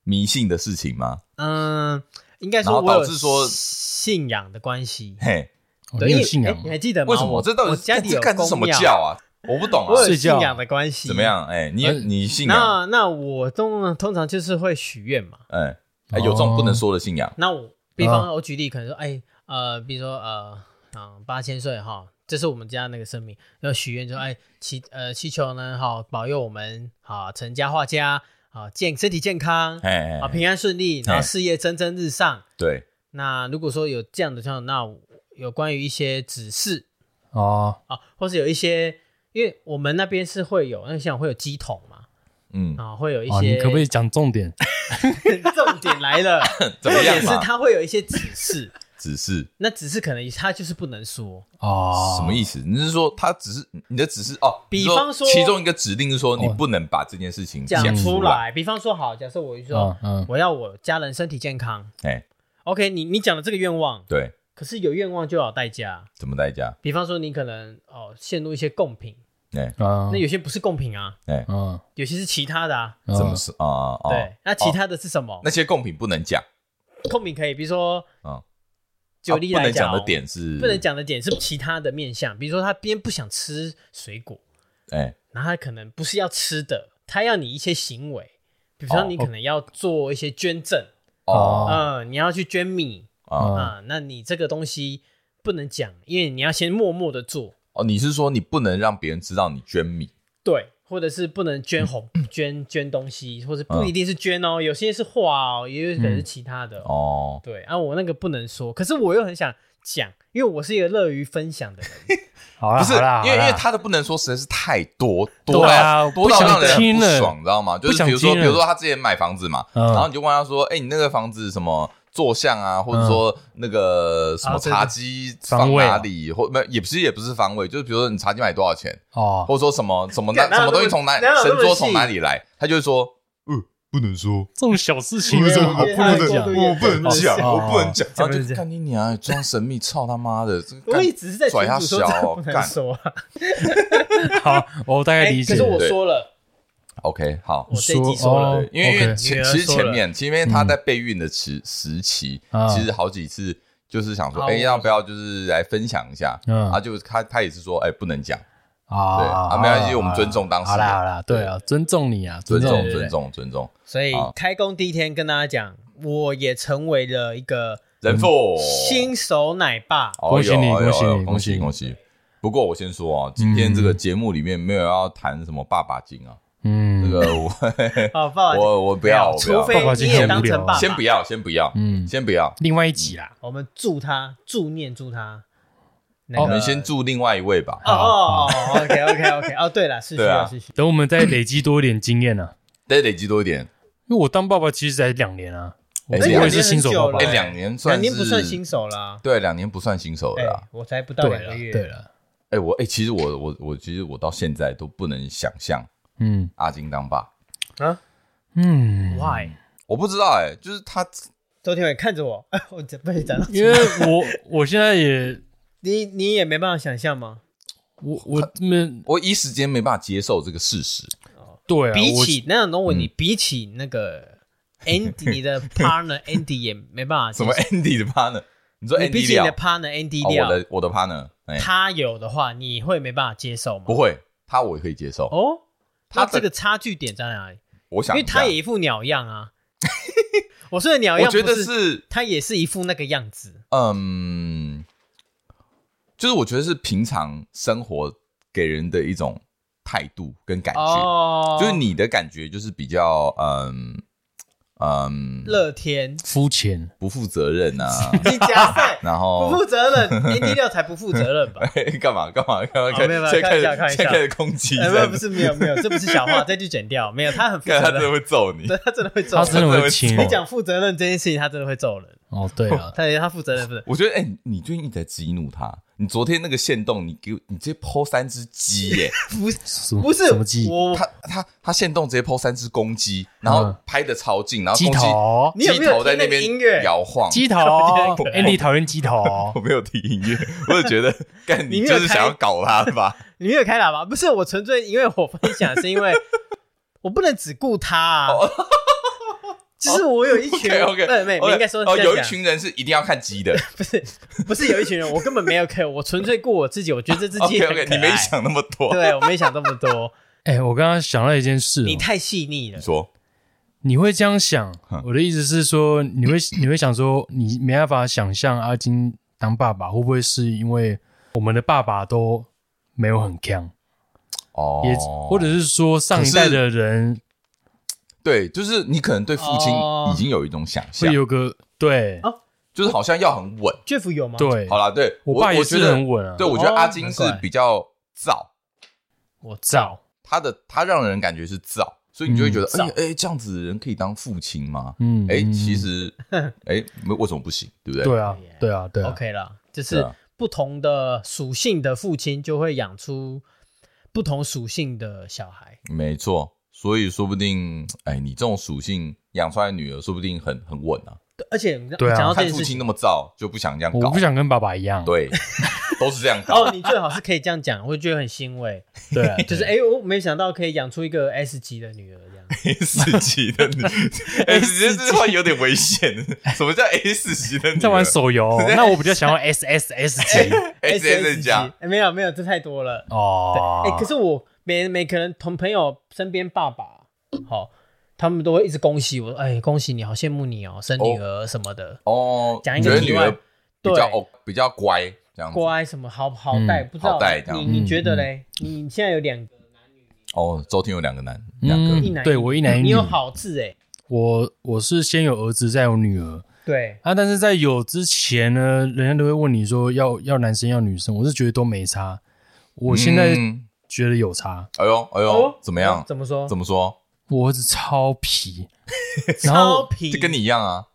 [SPEAKER 2] 迷信的事情吗？
[SPEAKER 1] 嗯，应该
[SPEAKER 2] 然
[SPEAKER 1] 说
[SPEAKER 2] 后
[SPEAKER 1] 我
[SPEAKER 2] 导
[SPEAKER 1] 有
[SPEAKER 2] 致说
[SPEAKER 1] 信仰的关系。
[SPEAKER 2] 嘿，
[SPEAKER 3] 哦
[SPEAKER 1] 对，
[SPEAKER 3] 你
[SPEAKER 1] 因为
[SPEAKER 3] 有信仰
[SPEAKER 1] 哎你还记得吗？
[SPEAKER 2] 为什么？
[SPEAKER 1] 我
[SPEAKER 2] 这到
[SPEAKER 1] 我
[SPEAKER 2] 底
[SPEAKER 1] 家
[SPEAKER 2] 这
[SPEAKER 1] 里有
[SPEAKER 2] 干是什么
[SPEAKER 1] 公庙
[SPEAKER 2] 教？啊？我不懂啊
[SPEAKER 1] 我，有
[SPEAKER 3] 睡觉
[SPEAKER 1] 信仰的关系，
[SPEAKER 2] 怎么？样？哎，你
[SPEAKER 3] 呃
[SPEAKER 2] 你信仰，
[SPEAKER 1] 那那我通通常就是会许愿嘛。
[SPEAKER 2] 哎，哎有这种不
[SPEAKER 3] 哦
[SPEAKER 2] 能说的信仰，
[SPEAKER 1] 那我比方我举例，可能说，哎，呃，比如说呃，嗯，八千岁哈，这是我们家那个声明，要许愿就哎祈呃祈求呢，好保佑我们好成家化家，好健身体健康，
[SPEAKER 2] 哎，
[SPEAKER 1] 啊，
[SPEAKER 2] 哎
[SPEAKER 1] 平安顺利，然后事业蒸蒸日上。
[SPEAKER 2] 对，
[SPEAKER 1] 那如果说有这样的情况，那我有关于一些指示
[SPEAKER 3] 哦，
[SPEAKER 1] 啊，或是有一些，因为我们那边是会有，那像会有鸡桶嘛，
[SPEAKER 2] 嗯，
[SPEAKER 1] 啊，会有一
[SPEAKER 3] 啊，
[SPEAKER 1] 些。
[SPEAKER 3] 你可不可以讲重点？
[SPEAKER 1] <laughs> 重点来了，
[SPEAKER 2] 怎
[SPEAKER 1] 重
[SPEAKER 2] 么样
[SPEAKER 1] 点是
[SPEAKER 2] 嘛？
[SPEAKER 1] 它会有一些指示，
[SPEAKER 2] 只是
[SPEAKER 1] 那指示可能它就是不能说，
[SPEAKER 2] 嗯
[SPEAKER 3] 哦，
[SPEAKER 2] 什么意思？你是说他只是你的只是哦？
[SPEAKER 1] 比
[SPEAKER 2] 你是说
[SPEAKER 1] 方说
[SPEAKER 2] 其中一个指令是说
[SPEAKER 3] 哦
[SPEAKER 2] 你不能把这件事情
[SPEAKER 1] 讲
[SPEAKER 2] 出
[SPEAKER 1] 出
[SPEAKER 2] 来，
[SPEAKER 1] 来。比方说，好，假设我就说
[SPEAKER 3] 嗯，嗯，
[SPEAKER 1] 我要我家人身体健康
[SPEAKER 2] 哎，
[SPEAKER 1] ，OK，你你讲了这个愿望，
[SPEAKER 2] 对，
[SPEAKER 1] 可是有愿望就要有代价。
[SPEAKER 2] 怎么代价？
[SPEAKER 1] 比方说，你可能哦陷入一些贡品，
[SPEAKER 2] 嗯
[SPEAKER 3] 啊，
[SPEAKER 1] 那有些不是贡品啊，
[SPEAKER 2] 哎，
[SPEAKER 3] 嗯，
[SPEAKER 1] 有些是其他的啊。
[SPEAKER 2] 怎么是啊？啊
[SPEAKER 1] 对，那其他的是什么
[SPEAKER 2] 那？些贡品不能讲
[SPEAKER 1] 贡品可以，比如说
[SPEAKER 2] 啊
[SPEAKER 1] 举例
[SPEAKER 2] 啊不
[SPEAKER 1] 来
[SPEAKER 2] 能
[SPEAKER 1] 讲
[SPEAKER 2] 讲
[SPEAKER 1] 哦
[SPEAKER 2] 的，点是
[SPEAKER 1] 不能，讲的点是其他的面相，比如说他今天不想吃水果，
[SPEAKER 2] 哎，
[SPEAKER 1] 然后他可能不是要吃的，他要你一些行为，比如说
[SPEAKER 2] 哦
[SPEAKER 1] 你可能要做一些捐赠，
[SPEAKER 2] 哦
[SPEAKER 3] 哦
[SPEAKER 1] 嗯，你要去捐米
[SPEAKER 2] 啊
[SPEAKER 3] 嗯
[SPEAKER 1] 啊，那你这个东西不能讲，因为你要先默默的做，
[SPEAKER 2] 哦，你是说你不能让别人知道你捐米
[SPEAKER 1] 对，或者是不能捐红、捐捐东西，或者不
[SPEAKER 2] 嗯
[SPEAKER 1] 一定是捐哦，有些是画哦，也有可能是其他的。
[SPEAKER 2] 哦？
[SPEAKER 1] 对啊，我那个不能说，可是我又很想讲，因为我是一个乐于分
[SPEAKER 2] <laughs>
[SPEAKER 1] 享的人。
[SPEAKER 3] 好啦，
[SPEAKER 2] 不是，
[SPEAKER 3] 好啦，
[SPEAKER 2] 因为因
[SPEAKER 3] 好啦
[SPEAKER 2] 为他的不能说实在是太多多
[SPEAKER 3] 对啊
[SPEAKER 2] 到多
[SPEAKER 3] 不
[SPEAKER 2] 到
[SPEAKER 3] 想
[SPEAKER 2] 让人很
[SPEAKER 3] 听
[SPEAKER 2] 不
[SPEAKER 3] 了
[SPEAKER 2] 爽，你知道吗？就
[SPEAKER 3] 不
[SPEAKER 2] 是
[SPEAKER 3] 想
[SPEAKER 2] 比如说，
[SPEAKER 3] 听
[SPEAKER 2] 比
[SPEAKER 3] 了
[SPEAKER 2] 如说他之前买房子嘛，
[SPEAKER 3] 嗯
[SPEAKER 2] 然后你就问他说：“哎，你那个房子什么？”坐像啊，或者说那个什么
[SPEAKER 1] 啊这
[SPEAKER 2] 茶几
[SPEAKER 3] 方
[SPEAKER 2] 放
[SPEAKER 3] 嗯位
[SPEAKER 2] 哪
[SPEAKER 3] 啊
[SPEAKER 2] 里，或没有也不是也不是方位，就是比如说你茶几买多少钱，
[SPEAKER 3] 哦，
[SPEAKER 2] 或者说什么什么那
[SPEAKER 1] 干哪
[SPEAKER 2] 什
[SPEAKER 1] 有
[SPEAKER 2] 么东西从哪
[SPEAKER 1] 那么哪有那
[SPEAKER 2] 神
[SPEAKER 1] 么
[SPEAKER 2] 桌从
[SPEAKER 1] 细
[SPEAKER 2] 哪里来，他就会说，嗯，不能说，
[SPEAKER 3] 这种小事情
[SPEAKER 1] 不
[SPEAKER 3] 有
[SPEAKER 1] 是
[SPEAKER 3] 什么
[SPEAKER 1] 我
[SPEAKER 3] 好
[SPEAKER 1] 不
[SPEAKER 3] 不
[SPEAKER 1] 能
[SPEAKER 3] 能
[SPEAKER 1] 讲
[SPEAKER 3] 讲？
[SPEAKER 2] 我不能讲，
[SPEAKER 3] 哦
[SPEAKER 2] 我不能讲，然
[SPEAKER 1] 讲
[SPEAKER 2] 后就看你娘装神秘，操他妈的，这个
[SPEAKER 1] 我
[SPEAKER 2] 干
[SPEAKER 1] 一直是在群
[SPEAKER 2] 拽他
[SPEAKER 1] 主说这
[SPEAKER 2] 小
[SPEAKER 1] 不能
[SPEAKER 2] 干
[SPEAKER 1] <laughs> 说啊，
[SPEAKER 3] 好，我大概
[SPEAKER 1] 哎
[SPEAKER 3] 理解
[SPEAKER 1] 可是。我
[SPEAKER 2] 对
[SPEAKER 1] 说了，
[SPEAKER 2] ，OK，好
[SPEAKER 1] 我，这一集说
[SPEAKER 3] 说
[SPEAKER 1] 了
[SPEAKER 3] 哦，
[SPEAKER 2] 对，因为因
[SPEAKER 3] OK 嗯
[SPEAKER 2] 为前
[SPEAKER 1] 女儿
[SPEAKER 2] 其实
[SPEAKER 1] 说
[SPEAKER 2] 前
[SPEAKER 1] 了
[SPEAKER 2] 面前面他在备孕的时时期
[SPEAKER 3] 啊，
[SPEAKER 2] 其实好几次就是想说，
[SPEAKER 1] 啊
[SPEAKER 2] 哎，
[SPEAKER 1] 我
[SPEAKER 2] 要不要就是来分享一下？
[SPEAKER 3] 嗯
[SPEAKER 2] 啊，就他他也是说，哎，不能讲，
[SPEAKER 3] 啊
[SPEAKER 2] 对啊没关系我们尊重当事
[SPEAKER 3] 好
[SPEAKER 2] 人
[SPEAKER 3] 啦好啦，对啊，尊重你啊，
[SPEAKER 2] 尊重
[SPEAKER 1] 对对
[SPEAKER 2] 尊重尊重，
[SPEAKER 1] 所以
[SPEAKER 2] 好
[SPEAKER 1] 开工第一天跟大家讲，我也成为了一个
[SPEAKER 2] 人父
[SPEAKER 1] 新手奶爸。
[SPEAKER 2] 哦
[SPEAKER 3] 嗯恭喜
[SPEAKER 2] 呦
[SPEAKER 3] 你
[SPEAKER 2] 哦呦
[SPEAKER 3] 恭喜
[SPEAKER 2] 哦呦
[SPEAKER 3] 你嗯
[SPEAKER 2] 恭喜
[SPEAKER 3] 恭
[SPEAKER 2] 恭喜！不过我先说哦，今天这个节目里面没有要谈什么爸爸经啊，这
[SPEAKER 3] 嗯，
[SPEAKER 2] 个我
[SPEAKER 1] 哦，爸爸，
[SPEAKER 2] 哎我我不要，我不
[SPEAKER 1] 除
[SPEAKER 2] 要，
[SPEAKER 1] 非
[SPEAKER 3] 爸爸
[SPEAKER 1] 你
[SPEAKER 3] 今
[SPEAKER 1] 也
[SPEAKER 3] 天
[SPEAKER 1] 当
[SPEAKER 3] 无聊
[SPEAKER 1] 成爸爸，
[SPEAKER 2] 先不要，先不要，
[SPEAKER 3] 嗯
[SPEAKER 2] 先不要。
[SPEAKER 3] 另外一集
[SPEAKER 2] 嗯
[SPEAKER 3] 啦，
[SPEAKER 1] 我们祝他，祝念祝他。那
[SPEAKER 3] 嗯
[SPEAKER 2] 我
[SPEAKER 1] 个
[SPEAKER 2] 们哦先祝另外一位吧。
[SPEAKER 1] 哦哦哦
[SPEAKER 2] <laughs>
[SPEAKER 1] ，OK OK OK，哦，对了，是需
[SPEAKER 2] 对啊
[SPEAKER 1] 要是需
[SPEAKER 3] 等我们再累积多一点经验啊，
[SPEAKER 2] 得累积多一点，
[SPEAKER 3] 因为我当爸爸其实才两年啊，
[SPEAKER 2] 哎
[SPEAKER 3] 我我也是新手爸
[SPEAKER 1] 哎
[SPEAKER 3] 爸
[SPEAKER 2] 哎，，两年
[SPEAKER 1] 要，
[SPEAKER 2] 算
[SPEAKER 1] 两年不算
[SPEAKER 2] 是
[SPEAKER 1] 新手啦。
[SPEAKER 2] 对，啊两年不算新手了啦。
[SPEAKER 1] 哎，我才不到
[SPEAKER 3] 对
[SPEAKER 1] 两
[SPEAKER 3] 了
[SPEAKER 1] 个月，
[SPEAKER 3] 对啊了，
[SPEAKER 2] 哎，我哎，其实我我我其实我到现在都不能想象
[SPEAKER 3] 嗯
[SPEAKER 2] 阿金当爸，
[SPEAKER 1] 啊
[SPEAKER 3] 嗯，
[SPEAKER 1] ，Why？
[SPEAKER 2] 我不知道哎，就是他
[SPEAKER 1] 周天伟看着我， <laughs> 我怎么讲到 <laughs>
[SPEAKER 2] 嗯
[SPEAKER 3] 因为我我现在也
[SPEAKER 1] 你，你也没办法想象吗？
[SPEAKER 3] 我我们
[SPEAKER 2] 我一时间没办法接受这个事实。
[SPEAKER 3] 对啊，
[SPEAKER 1] 比
[SPEAKER 3] 我
[SPEAKER 1] 起那种东
[SPEAKER 2] 嗯
[SPEAKER 1] 西，你比起那个
[SPEAKER 2] <laughs>
[SPEAKER 1] Andy，你的 partner Andy 也没办法
[SPEAKER 2] 什
[SPEAKER 1] 接受
[SPEAKER 2] 么 <laughs> Andy 的 partner？你说
[SPEAKER 1] 你
[SPEAKER 2] Andy
[SPEAKER 1] 比起你
[SPEAKER 2] 料
[SPEAKER 1] 的 partner Andy
[SPEAKER 2] 哦，我
[SPEAKER 1] 掉，
[SPEAKER 2] 的我的 partner，哎，
[SPEAKER 1] 他有的话，你会没办法接受吗？
[SPEAKER 2] 不会，他我也可以接受。
[SPEAKER 1] 哦，
[SPEAKER 2] 他
[SPEAKER 1] 他
[SPEAKER 2] 的
[SPEAKER 1] 这个差距点在哪里？
[SPEAKER 2] 我
[SPEAKER 1] 因
[SPEAKER 2] 想一
[SPEAKER 1] 为
[SPEAKER 2] 下，
[SPEAKER 1] 他也一副鸟
[SPEAKER 2] <laughs>
[SPEAKER 1] 样啊。我说的鸟
[SPEAKER 2] 我
[SPEAKER 1] 样，
[SPEAKER 2] 觉得
[SPEAKER 1] 是
[SPEAKER 2] 是
[SPEAKER 1] 他也是一副那个样子。
[SPEAKER 2] 嗯，就是我觉得是平常生活给人的一种态度跟感觉，
[SPEAKER 1] 哦，
[SPEAKER 2] 就是你的感觉就是比较嗯嗯
[SPEAKER 1] 乐天，
[SPEAKER 3] 肤浅，
[SPEAKER 2] 不负责任啊，
[SPEAKER 1] 你
[SPEAKER 2] <laughs>
[SPEAKER 1] 假赛
[SPEAKER 2] 然
[SPEAKER 1] 不
[SPEAKER 2] 后
[SPEAKER 1] 负责任，Andy 料才不负责
[SPEAKER 2] <laughs>
[SPEAKER 1] 任吧？
[SPEAKER 2] 干嘛干嘛干嘛，
[SPEAKER 1] 哦没有没有
[SPEAKER 2] 现在开
[SPEAKER 1] 开玩笑开玩
[SPEAKER 2] 始
[SPEAKER 1] 笑
[SPEAKER 2] 现在开始攻击
[SPEAKER 1] 哎，
[SPEAKER 2] 人，
[SPEAKER 1] 不，不是，没有，没有，这不是小话，这句剪掉。没有，他很
[SPEAKER 2] <laughs>
[SPEAKER 1] 负
[SPEAKER 2] 干他
[SPEAKER 1] 责
[SPEAKER 2] 真的
[SPEAKER 1] 任，
[SPEAKER 2] 会揍你。
[SPEAKER 1] 对他真的会揍
[SPEAKER 3] 他真
[SPEAKER 1] 人。
[SPEAKER 3] 的
[SPEAKER 1] <laughs>
[SPEAKER 3] 会亲
[SPEAKER 2] 他真的会
[SPEAKER 1] 你讲负责任这件事情，他真的会揍人。
[SPEAKER 3] 哦，
[SPEAKER 1] <laughs>
[SPEAKER 3] 对啊，
[SPEAKER 1] 他他负责任不是？
[SPEAKER 2] 我觉得，哎、你最近一直在激怒他。你昨天那个线动，你给我，你直接剖三只鸡
[SPEAKER 1] <laughs>
[SPEAKER 2] 耶、
[SPEAKER 1] 不是，
[SPEAKER 3] 什么
[SPEAKER 1] 不是
[SPEAKER 3] 什么鸡
[SPEAKER 1] 我
[SPEAKER 2] 他他他限动直接抛三只公鸡，然后
[SPEAKER 3] 嗯
[SPEAKER 2] 拍的超近，然后
[SPEAKER 3] 鸡
[SPEAKER 2] 啊公鸡
[SPEAKER 3] 头
[SPEAKER 1] 你有
[SPEAKER 2] 鸡
[SPEAKER 1] 没有
[SPEAKER 2] 头在
[SPEAKER 1] 听那
[SPEAKER 2] 那
[SPEAKER 1] 个
[SPEAKER 2] 边
[SPEAKER 1] 音乐
[SPEAKER 2] 摇晃。
[SPEAKER 3] 鸡头
[SPEAKER 1] 我觉得很可爱
[SPEAKER 3] ，Andy 讨厌
[SPEAKER 2] <laughs>
[SPEAKER 3] 鸡头
[SPEAKER 2] 我，没有听音乐，我就觉
[SPEAKER 1] <laughs>
[SPEAKER 2] 得干
[SPEAKER 1] 你
[SPEAKER 2] 你
[SPEAKER 1] 没有
[SPEAKER 2] 就是想要
[SPEAKER 1] 开
[SPEAKER 2] 搞他吧？
[SPEAKER 1] 你没有开喇叭，不是我纯粹因为我分享，
[SPEAKER 2] <laughs>
[SPEAKER 1] 是因为我不能只顾他啊。就是我有一群
[SPEAKER 2] 哦 OK，
[SPEAKER 1] <laughs> 对没，
[SPEAKER 2] 哦
[SPEAKER 1] 你应该说
[SPEAKER 2] 哦，
[SPEAKER 1] 这样
[SPEAKER 2] 有一
[SPEAKER 1] 讲
[SPEAKER 2] 群人是一定要看鸡的。
[SPEAKER 1] 不 <laughs> 是不是有一群人，我根本没有 care，我纯粹顾我自己，我觉得自
[SPEAKER 2] <laughs> OK
[SPEAKER 1] 己很
[SPEAKER 2] OK，
[SPEAKER 1] 可
[SPEAKER 2] 你没
[SPEAKER 1] 爱。
[SPEAKER 2] 想那么多。
[SPEAKER 1] 对，我没想这么
[SPEAKER 2] <laughs>
[SPEAKER 1] 多，
[SPEAKER 3] 哎，我刚刚想到一件事哦，
[SPEAKER 1] 你太细腻了
[SPEAKER 2] 你。说
[SPEAKER 3] 你会这样想
[SPEAKER 2] 哼？
[SPEAKER 3] 我的意思是说，你会你会想说，你没办法想象阿金当爸爸会不会是因为我们的爸爸都没有很强，
[SPEAKER 2] 哦
[SPEAKER 3] 也或者是说上一代
[SPEAKER 2] 可
[SPEAKER 3] 的人
[SPEAKER 2] 对，就是你可能对父亲
[SPEAKER 1] 哦
[SPEAKER 2] 已经有一种想象
[SPEAKER 3] 会，有个对
[SPEAKER 1] 哦
[SPEAKER 2] 就是好像要很稳。
[SPEAKER 1] Jeff 有吗？，
[SPEAKER 3] 对
[SPEAKER 2] 好，啦，对
[SPEAKER 3] 我爸也
[SPEAKER 2] 觉
[SPEAKER 3] 觉得
[SPEAKER 2] 得
[SPEAKER 3] 很稳啊，
[SPEAKER 2] 对，我觉得
[SPEAKER 1] 哦
[SPEAKER 2] 阿金
[SPEAKER 1] 难
[SPEAKER 2] 是
[SPEAKER 1] 怪
[SPEAKER 2] 比较燥，
[SPEAKER 1] 我
[SPEAKER 3] 造
[SPEAKER 2] 他的他让人感觉是燥，所以你就会觉得，哎
[SPEAKER 1] 嗯
[SPEAKER 2] 哎、这样子的人可以当父亲吗？
[SPEAKER 3] 嗯
[SPEAKER 2] 哎、
[SPEAKER 3] 嗯
[SPEAKER 2] 其实， <laughs> 哎、没为什么不行？对不对？
[SPEAKER 3] 对啊
[SPEAKER 1] 对耶
[SPEAKER 3] 对啊对啊
[SPEAKER 1] OK 啦，就
[SPEAKER 2] 对
[SPEAKER 1] 是
[SPEAKER 2] 啊
[SPEAKER 1] 不同的属性的父亲就会养出不同属性的小孩。
[SPEAKER 2] 没错。所以说不定，哎，你这种属性养出来的女儿，说不定很很稳啊。
[SPEAKER 1] 对而且你知道
[SPEAKER 3] 对啊
[SPEAKER 1] 讲到这
[SPEAKER 2] 看
[SPEAKER 1] 件
[SPEAKER 2] 父
[SPEAKER 1] 事
[SPEAKER 2] 亲
[SPEAKER 1] 情
[SPEAKER 2] 那，么燥，就不想这样搞。
[SPEAKER 3] 我不想跟爸爸一样，
[SPEAKER 2] 对，都是这样搞。
[SPEAKER 1] 哦，你最好是可以这样讲，我会觉得很欣慰。
[SPEAKER 3] 对啊，
[SPEAKER 1] 就是哎、诶我没想到可以养出一个 S 级的女儿这样。
[SPEAKER 2] S 级的女， <laughs> 哎，这这话有点危
[SPEAKER 3] <laughs>
[SPEAKER 2] 险。什么叫 S 级的女儿？
[SPEAKER 3] 你在玩手游，那我比较想要 S S S 级
[SPEAKER 2] S S 加
[SPEAKER 1] 级，哎没有没有，这太多了。对，
[SPEAKER 3] 哦
[SPEAKER 1] 哎、。可是我每每可能同朋友身边爸爸，好、他们都会一直恭喜我，哎、恭喜你好，羡慕你哦，生女儿什么的，
[SPEAKER 2] 哦，
[SPEAKER 1] 讲一
[SPEAKER 2] 觉
[SPEAKER 1] 个
[SPEAKER 2] 得
[SPEAKER 1] 题
[SPEAKER 2] 女
[SPEAKER 1] 外
[SPEAKER 2] 儿比较
[SPEAKER 1] 对
[SPEAKER 2] 哦比较乖这样子。
[SPEAKER 1] 乖什么好好带，不
[SPEAKER 2] 嗯
[SPEAKER 1] 知
[SPEAKER 2] 好
[SPEAKER 1] 道
[SPEAKER 2] 带这样
[SPEAKER 1] 你你
[SPEAKER 3] 嗯
[SPEAKER 1] 觉得
[SPEAKER 3] 嗯
[SPEAKER 1] 嘞？你现在有两个，
[SPEAKER 2] 哦，周天有两个男，两个
[SPEAKER 1] 一
[SPEAKER 3] 嗯，
[SPEAKER 1] 男
[SPEAKER 3] 对
[SPEAKER 1] 一
[SPEAKER 3] 我一男一
[SPEAKER 1] 你
[SPEAKER 3] 女，
[SPEAKER 1] 有好字哎、
[SPEAKER 3] 我我是先有儿子，再有女儿
[SPEAKER 1] 对，
[SPEAKER 3] 啊。但是在有之前呢，人家都会问你说要要男生要女生，我是觉得都没差。我现在
[SPEAKER 2] 嗯
[SPEAKER 3] 觉得有差，
[SPEAKER 2] 哎呦哎呦，怎么样？
[SPEAKER 1] 哦怎么说？
[SPEAKER 2] 怎
[SPEAKER 1] 么
[SPEAKER 2] 么说？
[SPEAKER 3] 我儿子超皮，然
[SPEAKER 1] 超
[SPEAKER 3] 后
[SPEAKER 1] 皮？
[SPEAKER 2] 就跟你一样啊，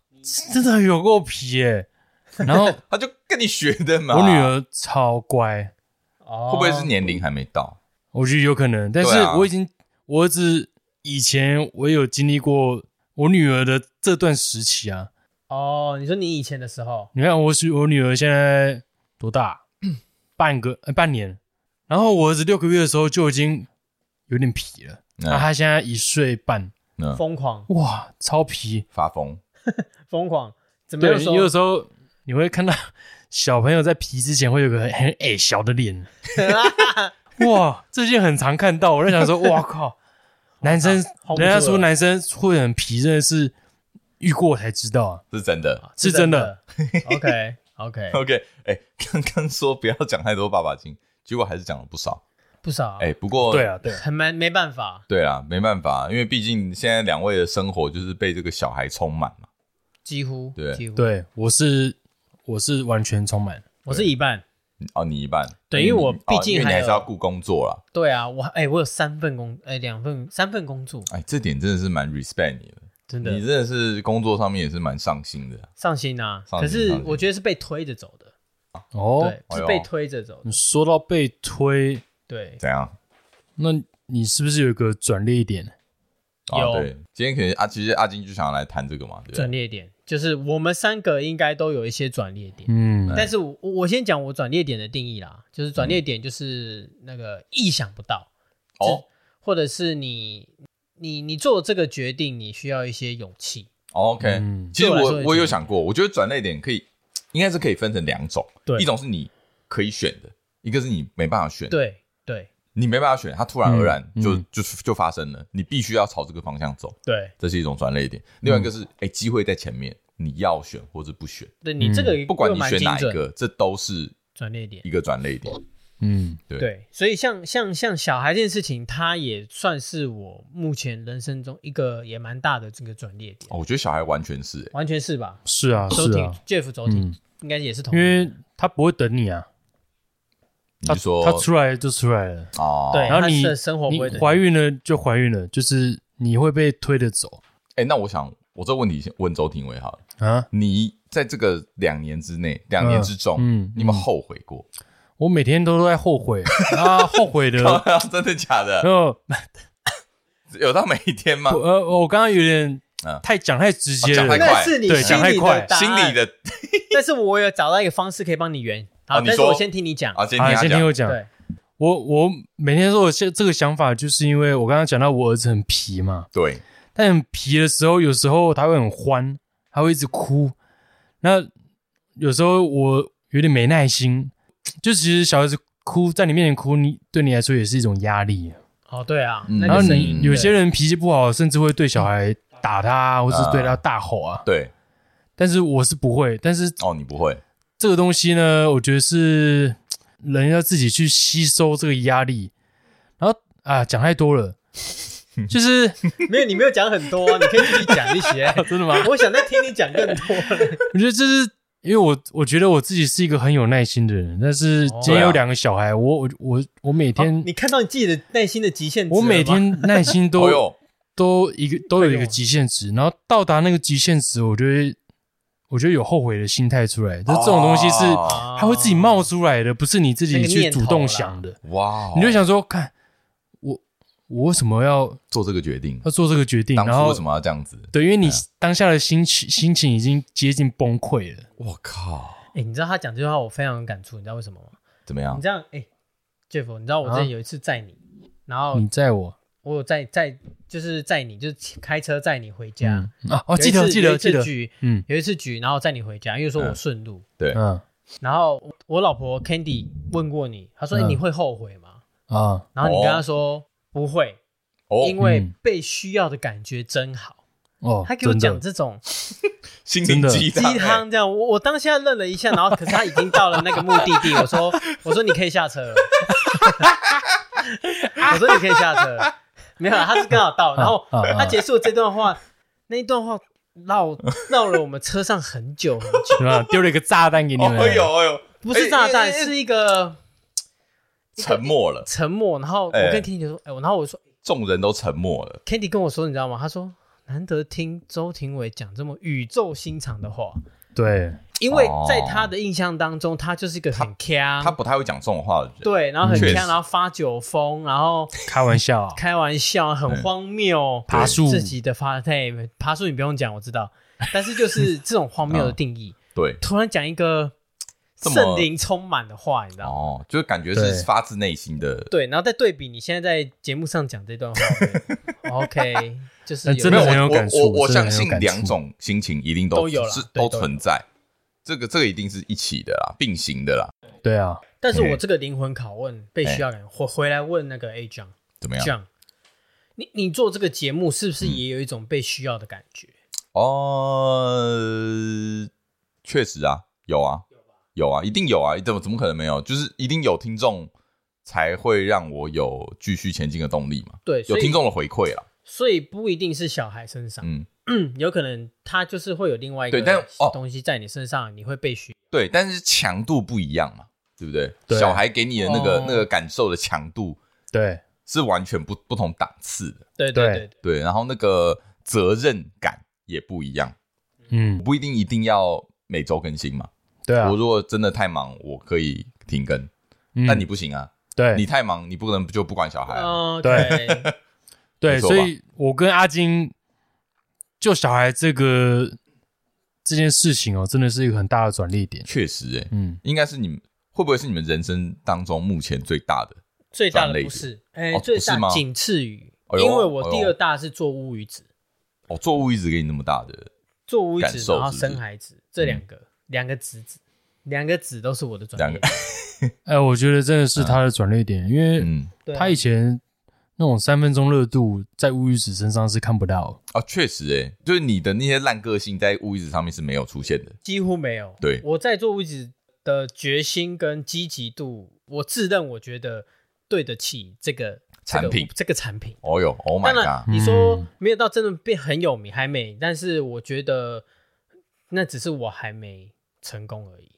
[SPEAKER 3] 真的有够皮耶、然后
[SPEAKER 2] 他就跟你学的嘛。
[SPEAKER 3] 我女儿超乖，
[SPEAKER 1] 哦，
[SPEAKER 2] 会不会是年龄还没到？
[SPEAKER 3] 我觉得有可能，但是
[SPEAKER 2] 对啊
[SPEAKER 3] 我已经我儿子以前我也有经历过我女儿的这段时期啊。
[SPEAKER 1] 哦，你说你以前的时候，
[SPEAKER 3] 你看我是我女儿现在多大？半个、呃、半年，然后我儿子六个月的时候就已经有点皮了，那、
[SPEAKER 2] 嗯
[SPEAKER 1] 啊
[SPEAKER 3] 他现在一岁半，
[SPEAKER 2] 嗯，
[SPEAKER 1] 疯狂
[SPEAKER 3] 哇，超皮。
[SPEAKER 2] 发疯，
[SPEAKER 1] 疯狂，怎么
[SPEAKER 3] 对，
[SPEAKER 1] 样
[SPEAKER 3] 有
[SPEAKER 1] <laughs> 说？
[SPEAKER 3] 的时候你会看到小朋友在皮之前会有个很很矮小的脸，哇，这些很常看到。我在想说，
[SPEAKER 1] <laughs>
[SPEAKER 3] 哇靠，男生
[SPEAKER 1] 好
[SPEAKER 3] 人家
[SPEAKER 1] 好不住
[SPEAKER 3] 说
[SPEAKER 1] 了
[SPEAKER 3] 男生会很皮，真的是遇过才知道啊。
[SPEAKER 2] 是真的。
[SPEAKER 3] 是真的。
[SPEAKER 1] <laughs> OK
[SPEAKER 2] <laughs>
[SPEAKER 1] OK，
[SPEAKER 2] OK，哎，刚刚说不要讲太多爸爸经，结果还是讲了不少。
[SPEAKER 1] 不少，
[SPEAKER 2] 哎，不过
[SPEAKER 3] 对啊，对啊，
[SPEAKER 1] 很没没办法，
[SPEAKER 2] 对啊，没办法，因为毕竟现在两位的生活就是被这个小孩充满嘛。
[SPEAKER 1] 几乎
[SPEAKER 2] 对
[SPEAKER 1] 几乎，
[SPEAKER 3] 对，我是我是完全充满。
[SPEAKER 1] 我是一半。
[SPEAKER 2] 哦，你一半，
[SPEAKER 1] 对因为我
[SPEAKER 2] 你
[SPEAKER 1] 毕
[SPEAKER 2] 哦因
[SPEAKER 1] 竟
[SPEAKER 2] 为你
[SPEAKER 1] 还有
[SPEAKER 2] 还是要顾工作啦。
[SPEAKER 1] 对啊，我哎、我有三份工，哎、两份三份工作，
[SPEAKER 2] 哎，这点真的是蛮 respect 你的，
[SPEAKER 1] 真
[SPEAKER 2] 你真
[SPEAKER 1] 的
[SPEAKER 2] 的是工作上面也是蛮上心的。
[SPEAKER 1] 上心啊。
[SPEAKER 2] 上心
[SPEAKER 1] 可是
[SPEAKER 2] 上心
[SPEAKER 1] 我觉得是被推着走的，
[SPEAKER 3] 哦，
[SPEAKER 1] 对，
[SPEAKER 2] 哎
[SPEAKER 1] 是
[SPEAKER 2] 呦
[SPEAKER 1] 被推着走的
[SPEAKER 3] 你，说到被推，
[SPEAKER 1] 对，
[SPEAKER 2] 怎样？
[SPEAKER 3] 那你是不是有一个转捩点？
[SPEAKER 2] 啊，
[SPEAKER 1] 有
[SPEAKER 2] 对，今天可能啊，其实阿金就想要来谈这个嘛，对不
[SPEAKER 1] 转
[SPEAKER 2] 对？
[SPEAKER 1] 捩点就是我们三个应该都有一些转捩点。
[SPEAKER 3] 嗯，
[SPEAKER 1] 但是我我先讲我转捩点的定义啦，就是
[SPEAKER 2] 嗯
[SPEAKER 1] 转捩点就是那个意想不到，
[SPEAKER 2] 哦
[SPEAKER 1] 或者是你你你做这个决定，你需要一些勇气。
[SPEAKER 2] ，OK，
[SPEAKER 3] 嗯
[SPEAKER 2] 其实
[SPEAKER 1] 对我来
[SPEAKER 2] 我
[SPEAKER 1] 说也
[SPEAKER 2] 我
[SPEAKER 1] 是
[SPEAKER 2] 有想过，我觉得转类点可以，应该是可以分成两种，
[SPEAKER 1] 对
[SPEAKER 2] 一种是你可以选的，一个是你没办法选，，
[SPEAKER 1] 对对
[SPEAKER 2] 你没办法选，它突然而然
[SPEAKER 3] 嗯
[SPEAKER 2] 就
[SPEAKER 3] 嗯
[SPEAKER 2] 就就发生了，你必须要朝这个方向走，
[SPEAKER 1] 对，
[SPEAKER 2] 这是一种转类点。另外一个
[SPEAKER 3] 嗯
[SPEAKER 2] 是，哎，机会在前面，你要选或者不选，
[SPEAKER 1] 对你这个
[SPEAKER 2] 嗯不管
[SPEAKER 1] 又
[SPEAKER 2] 你
[SPEAKER 1] 蛮
[SPEAKER 2] 选
[SPEAKER 1] 精
[SPEAKER 2] 哪一
[SPEAKER 1] 准
[SPEAKER 2] 个，这都是
[SPEAKER 1] 转捩点
[SPEAKER 2] 一。个转类点。
[SPEAKER 3] 嗯，
[SPEAKER 2] 对
[SPEAKER 1] 对，所以像像像小孩这件事情，它也算是我目前人生中一个也蛮大的这个转捩点，
[SPEAKER 2] 哦，我觉得小孩完全是，哎
[SPEAKER 1] 完全是吧？
[SPEAKER 3] 是啊，
[SPEAKER 1] 周
[SPEAKER 3] 是
[SPEAKER 1] 挺、
[SPEAKER 3] 啊，
[SPEAKER 1] Jeff 周挺、
[SPEAKER 3] 嗯，
[SPEAKER 1] 应该也是同
[SPEAKER 3] 因
[SPEAKER 1] 意，
[SPEAKER 3] 为他不会等你啊，
[SPEAKER 2] 你
[SPEAKER 3] 他
[SPEAKER 2] 是说
[SPEAKER 3] 他出来就出来了，
[SPEAKER 2] 哦，
[SPEAKER 1] 对，
[SPEAKER 3] 然后
[SPEAKER 1] 哎他
[SPEAKER 3] 你
[SPEAKER 1] 的生活不
[SPEAKER 3] 你
[SPEAKER 1] 会等
[SPEAKER 3] 怀孕了就怀孕了，就是你会被推着走
[SPEAKER 2] 哎，那我想我这个问题先问周庭伟好了。
[SPEAKER 3] 啊。
[SPEAKER 2] 你在这个两年之内，两年之中，
[SPEAKER 3] 嗯嗯
[SPEAKER 2] 你有没有后悔过？
[SPEAKER 3] 我每天都在后悔啊，后悔的。
[SPEAKER 2] <laughs> 真的假的？
[SPEAKER 3] 然后
[SPEAKER 2] 有到每一天吗？
[SPEAKER 3] 呃，我刚刚有点
[SPEAKER 2] 嗯
[SPEAKER 3] 太讲太直
[SPEAKER 2] 哦
[SPEAKER 3] 接
[SPEAKER 2] 讲太
[SPEAKER 3] 了啊
[SPEAKER 2] 快，
[SPEAKER 1] 那是你
[SPEAKER 3] 对
[SPEAKER 1] 心
[SPEAKER 3] 讲太
[SPEAKER 1] 里的
[SPEAKER 3] 快
[SPEAKER 1] 答
[SPEAKER 2] 心
[SPEAKER 1] 案
[SPEAKER 2] 里，的
[SPEAKER 1] 但是我有找到一个方式可以帮你圆。好，
[SPEAKER 2] 哦你
[SPEAKER 1] 但是我
[SPEAKER 2] 说
[SPEAKER 1] 先听你讲。
[SPEAKER 2] 啊，今
[SPEAKER 3] 啊，
[SPEAKER 2] 天
[SPEAKER 3] 先听我讲。
[SPEAKER 1] 对
[SPEAKER 3] 我我每天都有这这个想法，就是因为我刚刚讲到我儿子很皮嘛，
[SPEAKER 2] 对，
[SPEAKER 3] 但很皮的时候，有时候他会很欢，他会一直哭。那有时候我有点没耐心，就其实小孩子哭在你面前哭，你对你来说也是一种压力。
[SPEAKER 1] 哦，对啊，
[SPEAKER 2] 嗯
[SPEAKER 1] 那
[SPEAKER 3] 然后
[SPEAKER 1] 个声
[SPEAKER 3] 你
[SPEAKER 1] 音，
[SPEAKER 3] 有些人脾气不好，甚至会对小孩打他啊，或是
[SPEAKER 2] 啊
[SPEAKER 3] 对他大吼啊。
[SPEAKER 2] 对，
[SPEAKER 3] 但是我是不会，但是
[SPEAKER 2] 哦，你不会，
[SPEAKER 3] 这个东西呢，我觉得是人要自己去吸收这个压力。然后啊，讲太多了，就是
[SPEAKER 1] 没有你没有讲很多啊，你可以自己讲一
[SPEAKER 3] <laughs>
[SPEAKER 1] 些。
[SPEAKER 3] 真的吗？
[SPEAKER 1] 我想再听你讲更多。
[SPEAKER 3] 我觉得这是因为我我觉得我自己是一个很有耐心的人，但是今天有两个小孩，我我我我每天、
[SPEAKER 1] 啊哦你看到你自己的内心的极限值了
[SPEAKER 3] 我
[SPEAKER 1] 吗？
[SPEAKER 3] 每天耐心都、
[SPEAKER 2] <laughs> 哦哟，
[SPEAKER 3] 都一个都有一个极限值，然后到达那个极限值，我觉得我觉得有后悔的心态出来，就是这种东西是、
[SPEAKER 2] 哦
[SPEAKER 3] 它会自己冒出来的，不是你自己去主动想的。
[SPEAKER 2] 哇哦，
[SPEAKER 3] 你就想说，看我我为什么要
[SPEAKER 2] 做这个决定，
[SPEAKER 3] 要做这个决定？
[SPEAKER 2] 当
[SPEAKER 3] 呃然
[SPEAKER 2] 初为
[SPEAKER 3] 后
[SPEAKER 2] 什么要这啊样子？
[SPEAKER 3] 对，因为你当下的心情心情已经接近崩溃了。
[SPEAKER 2] 我靠，
[SPEAKER 1] 哎、你知道他讲这句话我非常有感触，你知道为什么吗？
[SPEAKER 2] 怎么
[SPEAKER 3] 哦
[SPEAKER 1] 你
[SPEAKER 2] 样？
[SPEAKER 3] 啊嗯
[SPEAKER 1] 这样，哎、j e f f 你知道我之前有一次载你，然后
[SPEAKER 3] 你在我
[SPEAKER 1] 我有载载就是载你，就是开车载你回家。
[SPEAKER 3] 啊，
[SPEAKER 1] 有
[SPEAKER 3] 哦，
[SPEAKER 1] 一
[SPEAKER 3] 记得
[SPEAKER 1] 次
[SPEAKER 3] 记
[SPEAKER 1] 有
[SPEAKER 3] 得
[SPEAKER 1] 一次
[SPEAKER 3] 记得，
[SPEAKER 1] 举
[SPEAKER 3] 嗯
[SPEAKER 1] 有一次举，然后载你回家，因为说我
[SPEAKER 2] 嗯
[SPEAKER 1] 顺路。
[SPEAKER 2] 对
[SPEAKER 3] 嗯
[SPEAKER 1] 然后我我老婆 Candy 问过你，她说：“哎、
[SPEAKER 3] 嗯
[SPEAKER 1] 你会后悔吗
[SPEAKER 3] 啊，？”
[SPEAKER 1] 然后你跟她
[SPEAKER 2] 哦
[SPEAKER 1] 说：“不会，
[SPEAKER 2] 哦，
[SPEAKER 1] 因为
[SPEAKER 3] 嗯
[SPEAKER 1] 被需要的感觉真好。
[SPEAKER 3] 哦，
[SPEAKER 1] 她给我
[SPEAKER 3] 真的
[SPEAKER 1] 讲这种
[SPEAKER 2] 心
[SPEAKER 3] 真
[SPEAKER 2] 灵
[SPEAKER 3] 的
[SPEAKER 2] 鸡
[SPEAKER 1] 鸡
[SPEAKER 2] 汤，欸
[SPEAKER 1] 汤这样，我我当下愣了一下，然后可是她已经到了那个目的地，我说：“我说你可以下车了。”我说：“你可以下车了。”没有啦，她是刚好到，然后
[SPEAKER 3] 啊啊啊
[SPEAKER 1] 她结束这段话，那一段话绕绕了我们车上很久很久。
[SPEAKER 3] 对吧？丢了一个炸弹给
[SPEAKER 2] <laughs>
[SPEAKER 3] 你
[SPEAKER 2] 哎
[SPEAKER 3] 们，
[SPEAKER 2] 哦呦哎呦，
[SPEAKER 1] 不是炸
[SPEAKER 2] 哎
[SPEAKER 1] 弹，
[SPEAKER 2] 哎哎
[SPEAKER 1] 是一个
[SPEAKER 2] 沉默
[SPEAKER 1] <laughs>
[SPEAKER 2] 了，
[SPEAKER 1] 沉默。然后我
[SPEAKER 2] 哎
[SPEAKER 1] 跟 Candy 说，哎、我然后我说
[SPEAKER 2] 众人都沉默了，
[SPEAKER 1] ，Candy 跟我说，你知道吗？他说难得听周庭伟讲这么语重心长的话，
[SPEAKER 3] 对，
[SPEAKER 1] 因为
[SPEAKER 2] 哦
[SPEAKER 1] 在他的印象当中，他就是一个很
[SPEAKER 2] 他
[SPEAKER 1] can，
[SPEAKER 2] 不太会讲这种话的人，
[SPEAKER 1] 对，然后很
[SPEAKER 2] 确实
[SPEAKER 1] can，然后发酒疯，然后
[SPEAKER 3] 开玩笑
[SPEAKER 2] <laughs>
[SPEAKER 3] 啊，
[SPEAKER 1] 开玩笑，很荒谬，
[SPEAKER 3] 爬树
[SPEAKER 1] 自己的发对爬树你不用讲，我知道，但是就是这种荒谬的定义，
[SPEAKER 2] 对，
[SPEAKER 1] 突然讲一个
[SPEAKER 2] 这么
[SPEAKER 1] 圣灵充满的话，你知道吗？
[SPEAKER 2] 哦，就是感觉
[SPEAKER 3] 对
[SPEAKER 2] 是发自内心的，
[SPEAKER 1] 对，然后再对比你现在在节目上讲这段话，OK，就是
[SPEAKER 3] 那
[SPEAKER 1] 有
[SPEAKER 3] 真
[SPEAKER 2] 没
[SPEAKER 3] 的
[SPEAKER 2] 有
[SPEAKER 3] 很有
[SPEAKER 2] 我
[SPEAKER 3] 感触
[SPEAKER 2] 我我我
[SPEAKER 3] 真的很
[SPEAKER 2] 相
[SPEAKER 3] 有
[SPEAKER 2] 信
[SPEAKER 3] 感触
[SPEAKER 2] 两种心情一定
[SPEAKER 1] 都
[SPEAKER 2] 都
[SPEAKER 1] 有啦
[SPEAKER 2] 是
[SPEAKER 1] 对
[SPEAKER 2] 都
[SPEAKER 1] 都有
[SPEAKER 2] 存在，这个这个一定是一起的啦，并行的啦，
[SPEAKER 3] 对啊，
[SPEAKER 1] 但是我这个灵魂拷问被需要感，我回来问那个 A 酱
[SPEAKER 2] 怎么样？
[SPEAKER 1] 酱，你你做这个节目是不是也有一种被需要的感觉？
[SPEAKER 2] 哦，确实啊，有啊，有啊，一定有啊，怎么怎么可能没有？就是一定有听众才会让我有继续前进的动力嘛，
[SPEAKER 1] 对，所
[SPEAKER 2] 有
[SPEAKER 1] 以
[SPEAKER 2] 听众的回馈啦，
[SPEAKER 1] 所以不一定是小孩身上，
[SPEAKER 2] 嗯，
[SPEAKER 1] 嗯，有可能他就是会有另外一个
[SPEAKER 2] 对但哦
[SPEAKER 1] 东西在你身上，你会被需
[SPEAKER 2] 对，但是强度不一样嘛，对不对？
[SPEAKER 3] 对
[SPEAKER 2] 小孩给你的那个、
[SPEAKER 1] 哦
[SPEAKER 2] 那个感受的强度
[SPEAKER 3] 对，
[SPEAKER 2] 是完全不不同档次的，
[SPEAKER 1] 对对
[SPEAKER 3] 对
[SPEAKER 1] 对对，
[SPEAKER 2] 对，然后那个责任感也不一样，
[SPEAKER 3] 嗯，
[SPEAKER 2] 不一定一定要每周更新嘛。
[SPEAKER 3] 对啊
[SPEAKER 2] 我，如果真的太忙，我可以停更，但
[SPEAKER 3] 嗯
[SPEAKER 2] 你不行啊，
[SPEAKER 3] 对
[SPEAKER 2] 你太忙，你不可能就不管小孩、啊。
[SPEAKER 1] 嗯，
[SPEAKER 3] 对
[SPEAKER 1] 对，
[SPEAKER 3] 对，
[SPEAKER 2] 没错
[SPEAKER 3] 所
[SPEAKER 2] 吧
[SPEAKER 3] 以我跟阿金就小孩这个这件事情哦，真的是一个很大的转捩点。
[SPEAKER 2] 确实、欸，哎，
[SPEAKER 3] 嗯，
[SPEAKER 2] 应该是你们会不会是你们人生当中目前最大的？
[SPEAKER 1] 最大的
[SPEAKER 2] 转类
[SPEAKER 1] 不是，哎，
[SPEAKER 2] 哦
[SPEAKER 1] 最
[SPEAKER 2] 不是
[SPEAKER 1] 大
[SPEAKER 2] 吗
[SPEAKER 1] 仅次于，
[SPEAKER 2] 哎呦
[SPEAKER 1] 因为我
[SPEAKER 2] 哎呦
[SPEAKER 1] 第二大是做乌鱼子。
[SPEAKER 2] 哦，作物一直给你那么大的，
[SPEAKER 1] 做屋
[SPEAKER 2] 感
[SPEAKER 1] 子，
[SPEAKER 2] 受
[SPEAKER 1] 然后
[SPEAKER 2] 是不是嗯
[SPEAKER 1] 生孩子，这两个两个子子，两个子都是我的专业
[SPEAKER 2] 两个。
[SPEAKER 3] 哎，我觉得真的是他的转捩点，因为
[SPEAKER 2] 嗯，
[SPEAKER 1] 对啊
[SPEAKER 3] 他以前那种三分钟热度在乌鱼子身上是看不到的。
[SPEAKER 2] 啊，确实、欸，哎，就是你的那些烂个性在物一直上面是没有出现的。
[SPEAKER 1] 几乎没有。
[SPEAKER 2] 对
[SPEAKER 1] 我在做屋子的决心跟积极度，我自认我觉得对得起这个
[SPEAKER 2] 产品
[SPEAKER 1] 这个这个产品。
[SPEAKER 2] 哦哟，Oh
[SPEAKER 1] 当
[SPEAKER 2] my
[SPEAKER 1] 然，
[SPEAKER 2] god！
[SPEAKER 1] 你说
[SPEAKER 3] 嗯
[SPEAKER 1] 没有到真的变很有名，还没，但是我觉得那只是我还没成功而已。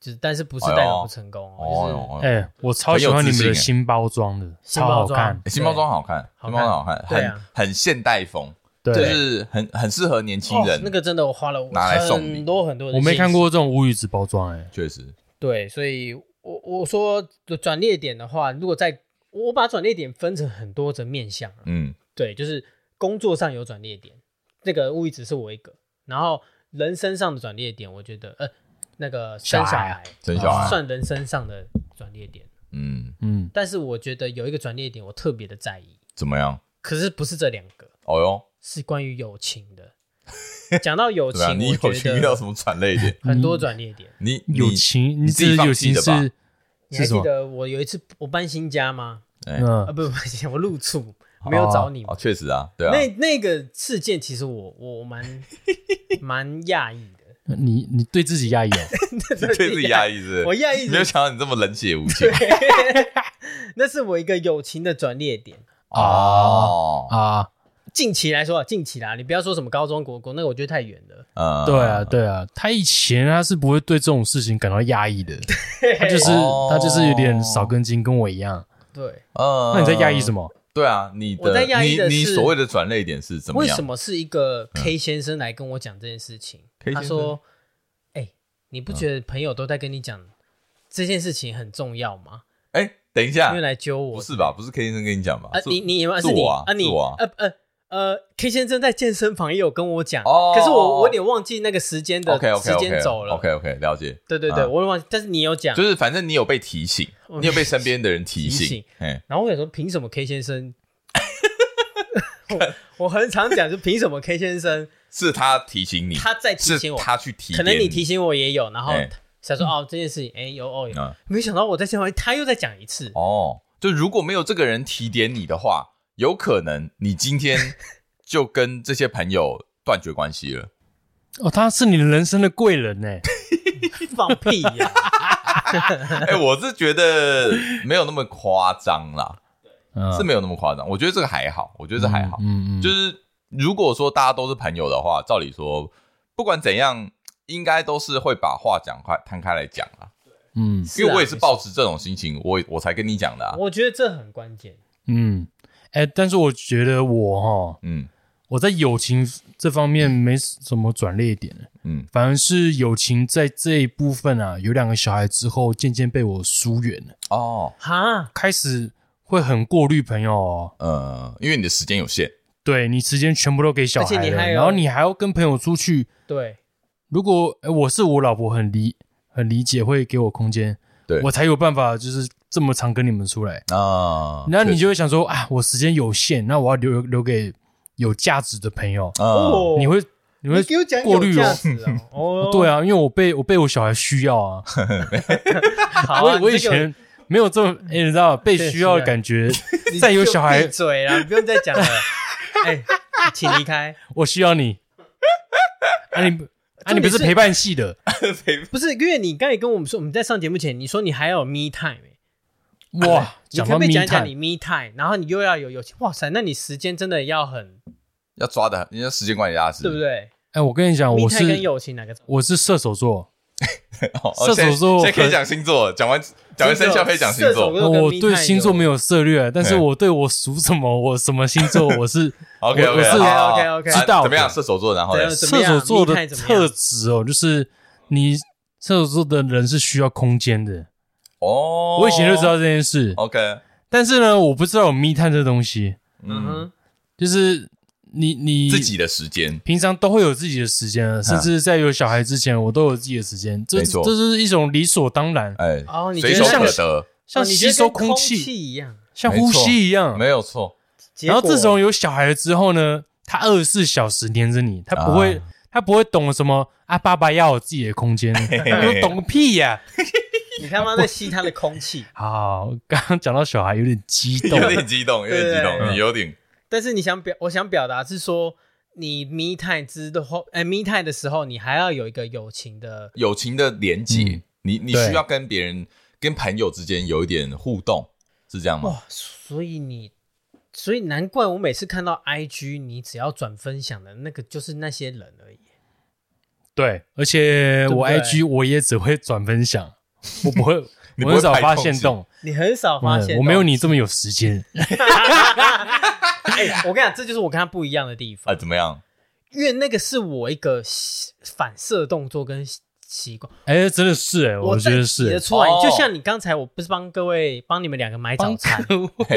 [SPEAKER 1] 就是，但是不是
[SPEAKER 2] 哎呦
[SPEAKER 1] 代表不成功
[SPEAKER 2] 哦哟
[SPEAKER 1] 哦，
[SPEAKER 2] 哦哟，
[SPEAKER 3] 哎，我超喜欢你
[SPEAKER 2] 很有
[SPEAKER 3] 们的
[SPEAKER 2] 自信哎
[SPEAKER 3] 新包装的，
[SPEAKER 1] 新
[SPEAKER 3] 超好
[SPEAKER 1] 包装哦
[SPEAKER 3] 看。
[SPEAKER 2] 欸新包装好看，
[SPEAKER 1] 好看
[SPEAKER 2] 新包装好看，
[SPEAKER 1] 对
[SPEAKER 2] 很、
[SPEAKER 1] 啊
[SPEAKER 2] 很现代风，
[SPEAKER 3] 对，
[SPEAKER 2] 就是很很适合年轻
[SPEAKER 1] 就是
[SPEAKER 2] 人。
[SPEAKER 1] 哦那个真的我花了
[SPEAKER 2] 拿来送礼
[SPEAKER 1] 很多很多的
[SPEAKER 3] 我
[SPEAKER 1] 心思，
[SPEAKER 3] 没看过这种乌鱼子包装，哎，
[SPEAKER 2] 确实，
[SPEAKER 1] 对，所以我我说的转捩点的话，如果在我把转捩点分成很多的面向啊，
[SPEAKER 2] 嗯，
[SPEAKER 1] 对，就是工作上有转捩点，那个物一直是我一个，然后人生上的转捩点，我觉得呃那个生
[SPEAKER 3] 小
[SPEAKER 1] 小
[SPEAKER 3] 孩啊
[SPEAKER 1] 孩
[SPEAKER 2] 生小孩，
[SPEAKER 1] 算人生上的转捩点，
[SPEAKER 2] 嗯，
[SPEAKER 3] 嗯，
[SPEAKER 1] 但是我觉得有一个转捩点我特别的在意，
[SPEAKER 2] 怎么样？
[SPEAKER 1] 可是不是这两个，
[SPEAKER 2] 哦哟，
[SPEAKER 1] 是关于友情的。讲到友
[SPEAKER 2] <laughs> 怎
[SPEAKER 1] 情
[SPEAKER 2] 么样？，啊你
[SPEAKER 1] 我
[SPEAKER 2] 有嗯
[SPEAKER 1] 觉
[SPEAKER 2] 遇到
[SPEAKER 1] 得
[SPEAKER 2] 什么传泪点？
[SPEAKER 1] 很多转捩点。
[SPEAKER 2] 你你
[SPEAKER 3] 友情，你
[SPEAKER 2] 你自己
[SPEAKER 3] 指的
[SPEAKER 2] 放
[SPEAKER 3] 友
[SPEAKER 2] 弃
[SPEAKER 3] 情
[SPEAKER 2] 的吧？
[SPEAKER 3] 是
[SPEAKER 1] 你还
[SPEAKER 3] 是
[SPEAKER 1] 记
[SPEAKER 3] 什么
[SPEAKER 1] 得我有一次我搬新家吗？
[SPEAKER 2] 哎、
[SPEAKER 1] 啊，
[SPEAKER 3] 嗯
[SPEAKER 1] <laughs> 不不不，我入住没有找你们
[SPEAKER 2] 哦，确实啊，对啊，
[SPEAKER 1] 那那个事件，其实我我我蛮 <laughs> 蛮讶异的，
[SPEAKER 3] 你你对自己压抑哦，
[SPEAKER 1] <laughs>
[SPEAKER 2] 这是压抑是不
[SPEAKER 1] 我
[SPEAKER 2] 是，
[SPEAKER 1] 讶异
[SPEAKER 2] 没有
[SPEAKER 1] 的，
[SPEAKER 2] 想到你这么冷血无情
[SPEAKER 1] 那是我一个友情的转捩点。
[SPEAKER 2] <laughs> 哦，
[SPEAKER 3] 啊，
[SPEAKER 1] 近期来说啊，近期啦，你不要说什么高中国国，那个我觉得太远了。
[SPEAKER 2] 嗯
[SPEAKER 3] 对啊，对啊，他以前他是不会对这种事情感到压抑的，他就是
[SPEAKER 2] 哦
[SPEAKER 3] 他就是有点少根筋，跟我一样。
[SPEAKER 1] 对，
[SPEAKER 2] 嗯
[SPEAKER 3] 那你在压抑什
[SPEAKER 2] 么？
[SPEAKER 3] 么？
[SPEAKER 2] 对啊，你
[SPEAKER 1] 我在
[SPEAKER 2] 的
[SPEAKER 1] 压抑
[SPEAKER 2] 你
[SPEAKER 1] 的
[SPEAKER 2] 你
[SPEAKER 1] 是
[SPEAKER 2] 所谓的转泪点是怎么
[SPEAKER 1] 为
[SPEAKER 2] 样？嗯
[SPEAKER 1] 什么是一个 K 先生来跟我讲这件事情？
[SPEAKER 2] K
[SPEAKER 1] 他
[SPEAKER 2] 先生
[SPEAKER 1] 说：“哎、你不觉得朋友都在跟你讲这件事情很重要吗？
[SPEAKER 2] 哎，等一下
[SPEAKER 1] 因为，来揪我
[SPEAKER 2] 不是吧？不是 K 先生跟你讲吧
[SPEAKER 1] 啊？，
[SPEAKER 2] 是
[SPEAKER 1] 你你吗？
[SPEAKER 2] 是
[SPEAKER 1] 是你
[SPEAKER 2] 我啊
[SPEAKER 1] 你
[SPEAKER 2] 是我啊
[SPEAKER 1] 呃呃呃，K 先生在健身房也有跟我讲，
[SPEAKER 2] 哦
[SPEAKER 1] 可是我我有点忘记那个时间的
[SPEAKER 2] OK OK
[SPEAKER 1] 时
[SPEAKER 2] OK
[SPEAKER 1] 间走了。
[SPEAKER 2] OK OK 了解，
[SPEAKER 1] 对对对，
[SPEAKER 2] 嗯
[SPEAKER 1] 我有忘记，但是你有讲，
[SPEAKER 2] 就是反正你有被提醒，
[SPEAKER 1] 我
[SPEAKER 2] 你有被身边的人提
[SPEAKER 1] 提
[SPEAKER 2] 醒
[SPEAKER 1] 醒，
[SPEAKER 2] 哎， <laughs>
[SPEAKER 1] 然后我想说，凭什么 K 先生我很常讲，就凭什么 K 先生
[SPEAKER 2] 是他提醒你，
[SPEAKER 1] 他在提
[SPEAKER 2] 是
[SPEAKER 1] 醒我，
[SPEAKER 2] 他去提点，
[SPEAKER 1] 可能你提醒我也有，然后
[SPEAKER 2] 哎
[SPEAKER 1] 想说哦这件事情，哎有哦有，
[SPEAKER 2] 嗯
[SPEAKER 1] 没想到我在电话他又再讲一次，
[SPEAKER 2] 哦，就如果没有这个人提点你的话，有可能你今
[SPEAKER 1] <laughs>
[SPEAKER 2] 天就跟这些朋友断绝关系了。嗯
[SPEAKER 3] 哦，他是你人生的贵人呢。
[SPEAKER 1] 放屁呀！
[SPEAKER 2] 哎、我是觉得没有那么夸张啦，
[SPEAKER 3] 嗯
[SPEAKER 2] 是没有那么夸张。我觉得这个还好，我觉得这还好。
[SPEAKER 3] 嗯嗯，
[SPEAKER 2] 就是如果说大家都是朋友的话，照理说不管怎样，应该都是会把话讲开摊开来讲啦。
[SPEAKER 3] 嗯
[SPEAKER 2] <laughs> 因为我也是
[SPEAKER 1] 啊
[SPEAKER 2] 抱持这种心情，我我才跟你讲的、啊。
[SPEAKER 1] 我觉得这很关键。
[SPEAKER 3] 嗯，哎，但是我觉得我哈，
[SPEAKER 2] 嗯
[SPEAKER 3] 我在友情这方面没什么转捩点，
[SPEAKER 2] 嗯，
[SPEAKER 3] 反而是友情在这一部分啊，有两个小孩之后，渐渐被我疏远了，
[SPEAKER 2] 哦，
[SPEAKER 1] 哈，
[SPEAKER 3] 开始会很过滤朋友哦。
[SPEAKER 2] 呃，因为你的时间有限，
[SPEAKER 3] 对你时间全部都给小
[SPEAKER 1] 而
[SPEAKER 3] 孩
[SPEAKER 1] 且你
[SPEAKER 3] 了，
[SPEAKER 1] 还有
[SPEAKER 3] 然后你还要跟朋友出去。
[SPEAKER 1] 对，
[SPEAKER 3] 如果、呃我是我老婆很理很理解，会给我空间，
[SPEAKER 2] 对
[SPEAKER 3] 我才有办法就是这么常跟你们出来。
[SPEAKER 2] 啊，
[SPEAKER 3] 那你
[SPEAKER 2] 确
[SPEAKER 3] 就会想说啊，我时间有限，那我要留留给有价值的朋友。
[SPEAKER 2] 啊，
[SPEAKER 1] 哦
[SPEAKER 3] 你会你会
[SPEAKER 1] 你给我讲
[SPEAKER 3] 过
[SPEAKER 1] 有
[SPEAKER 3] 滤
[SPEAKER 1] 价
[SPEAKER 3] 哦。
[SPEAKER 1] 值
[SPEAKER 3] <laughs>
[SPEAKER 1] 哦，哦
[SPEAKER 3] 对，啊，因为我被我被我小孩需要啊，
[SPEAKER 1] 好
[SPEAKER 3] 我
[SPEAKER 1] 啊，
[SPEAKER 3] 我以
[SPEAKER 1] 你这个
[SPEAKER 3] 前没有这么，哎、你知道被
[SPEAKER 1] 对
[SPEAKER 3] 需要
[SPEAKER 1] 是
[SPEAKER 3] 的
[SPEAKER 1] 啊
[SPEAKER 3] 感觉
[SPEAKER 1] 你，
[SPEAKER 3] <laughs> 再有
[SPEAKER 1] 就
[SPEAKER 3] 小孩
[SPEAKER 1] 闭，嘴
[SPEAKER 3] <laughs>
[SPEAKER 1] 啦，你不用再讲了。哎，请离开。
[SPEAKER 3] 我需要你。啊你啊
[SPEAKER 1] 重
[SPEAKER 3] 你不
[SPEAKER 1] 点
[SPEAKER 3] 是
[SPEAKER 1] 是
[SPEAKER 3] 陪伴系
[SPEAKER 1] <laughs>
[SPEAKER 3] 的，
[SPEAKER 1] 不是，因为你刚才跟我们说，我们在上节目前，你说你还要有 me time，欸
[SPEAKER 3] 哇，
[SPEAKER 1] 你可
[SPEAKER 3] 到
[SPEAKER 1] 不可以
[SPEAKER 3] me
[SPEAKER 1] 讲一讲
[SPEAKER 3] time
[SPEAKER 1] 你 me time，然后你又要有友情，哇塞，那你时间真的要很，
[SPEAKER 2] 要抓的，人家时间管理大师，
[SPEAKER 1] 对不？对
[SPEAKER 3] 哎、我跟你讲，
[SPEAKER 1] ？me
[SPEAKER 3] 我
[SPEAKER 1] time 跟
[SPEAKER 3] 是
[SPEAKER 1] 友情哪个重要？
[SPEAKER 3] 我是射手座，
[SPEAKER 2] 哦
[SPEAKER 3] 射手
[SPEAKER 2] 现在
[SPEAKER 3] 座
[SPEAKER 2] 现在可以
[SPEAKER 3] 很
[SPEAKER 2] 讲星座了，讲完讲完生肖可以讲星
[SPEAKER 1] 射
[SPEAKER 2] 座
[SPEAKER 1] 手座跟
[SPEAKER 3] 啊我
[SPEAKER 1] me
[SPEAKER 3] 哦对
[SPEAKER 1] time
[SPEAKER 3] 星座没有
[SPEAKER 1] 哎
[SPEAKER 3] 策略，但是
[SPEAKER 2] 嗯
[SPEAKER 3] 我对我属什么，我什么
[SPEAKER 1] <laughs>
[SPEAKER 3] 星座，我是
[SPEAKER 2] ，OK
[SPEAKER 3] 我我
[SPEAKER 2] OK
[SPEAKER 3] 是
[SPEAKER 1] OK，OK，OK
[SPEAKER 3] 知道的
[SPEAKER 2] 啊怎么样？射手座，然后呢
[SPEAKER 1] 怎？样
[SPEAKER 3] 射手座
[SPEAKER 1] 怎么
[SPEAKER 3] 的
[SPEAKER 1] 样？me time 怎么
[SPEAKER 3] 特
[SPEAKER 1] 样
[SPEAKER 3] 质哦，就是你射手座的人是需要空间的。
[SPEAKER 2] 哦，
[SPEAKER 3] 我以前就知道这件事，
[SPEAKER 2] ，OK，
[SPEAKER 3] 但是呢，我不知道有密探这东西，
[SPEAKER 1] 嗯
[SPEAKER 2] 嗯，
[SPEAKER 1] 哼，
[SPEAKER 3] 就是你你
[SPEAKER 2] 自己的时间，
[SPEAKER 3] 平常都会有自己的时间了，啊甚至在有小孩之前，我都有自己的时间，这
[SPEAKER 2] 没
[SPEAKER 3] 这
[SPEAKER 2] 错
[SPEAKER 3] 就是一种理所当然，
[SPEAKER 2] 哎，
[SPEAKER 1] 哦你觉
[SPEAKER 2] 随
[SPEAKER 1] 得
[SPEAKER 2] 手
[SPEAKER 3] 像
[SPEAKER 2] 可得，
[SPEAKER 3] 像
[SPEAKER 1] 哦你觉
[SPEAKER 3] 吸
[SPEAKER 1] 得
[SPEAKER 3] 收
[SPEAKER 1] 跟空
[SPEAKER 3] 气，
[SPEAKER 1] 一样。
[SPEAKER 3] 像呼
[SPEAKER 1] 嗯
[SPEAKER 3] 吸一样。
[SPEAKER 2] 没有错，
[SPEAKER 1] 结
[SPEAKER 3] 然后
[SPEAKER 1] 果
[SPEAKER 3] 自从有小孩了之后呢，他二十四小时黏着你，他不会，
[SPEAKER 2] 啊
[SPEAKER 3] 他不会懂什么啊，爸爸要有自己的
[SPEAKER 2] <laughs>
[SPEAKER 3] 空间，他说懂个屁呀、
[SPEAKER 1] 你他妈在吸他的空气，
[SPEAKER 3] 好，刚刚讲到小孩有点激动，
[SPEAKER 2] 有点激动，有点激
[SPEAKER 1] 对嗯
[SPEAKER 2] 动，你有点
[SPEAKER 1] 但是你想表，我想表达是说，你 me time 之后，哎，me time 的时候，你还要有一个友情的，
[SPEAKER 2] 友情的连
[SPEAKER 3] 嗯
[SPEAKER 2] 接，你你
[SPEAKER 3] 对
[SPEAKER 2] 需要跟别人、跟朋友之间有一点互动，是这样吗？
[SPEAKER 1] 哇，哦所以你，所以难怪我每次看到 IG，你只要转分享的那个就是那些人而已。
[SPEAKER 3] 对，而且我
[SPEAKER 1] 对不对
[SPEAKER 3] IG 我也只会转分享，
[SPEAKER 2] <laughs>
[SPEAKER 3] 我不会，
[SPEAKER 2] 你不
[SPEAKER 3] 我
[SPEAKER 2] 会
[SPEAKER 3] 很少
[SPEAKER 2] 拍
[SPEAKER 3] 发
[SPEAKER 2] 空
[SPEAKER 3] 现
[SPEAKER 2] 气
[SPEAKER 3] 动，
[SPEAKER 1] 你很少发现、
[SPEAKER 3] 嗯我没有。你这么有时间。
[SPEAKER 1] 哎、我跟你讲，这就是我跟他不一样的地
[SPEAKER 2] 啊、
[SPEAKER 3] 呃
[SPEAKER 1] 方，
[SPEAKER 2] 怎么
[SPEAKER 1] <laughs>
[SPEAKER 2] 样？
[SPEAKER 1] 因为那个是我一个习反射动作跟习习惯，
[SPEAKER 3] 哎，真的是哎，我觉
[SPEAKER 1] 在
[SPEAKER 3] 得
[SPEAKER 1] 挤得
[SPEAKER 3] 是
[SPEAKER 1] 出来。
[SPEAKER 2] 哦
[SPEAKER 1] 就像你刚才，我不是帮各位帮你们两个买早餐，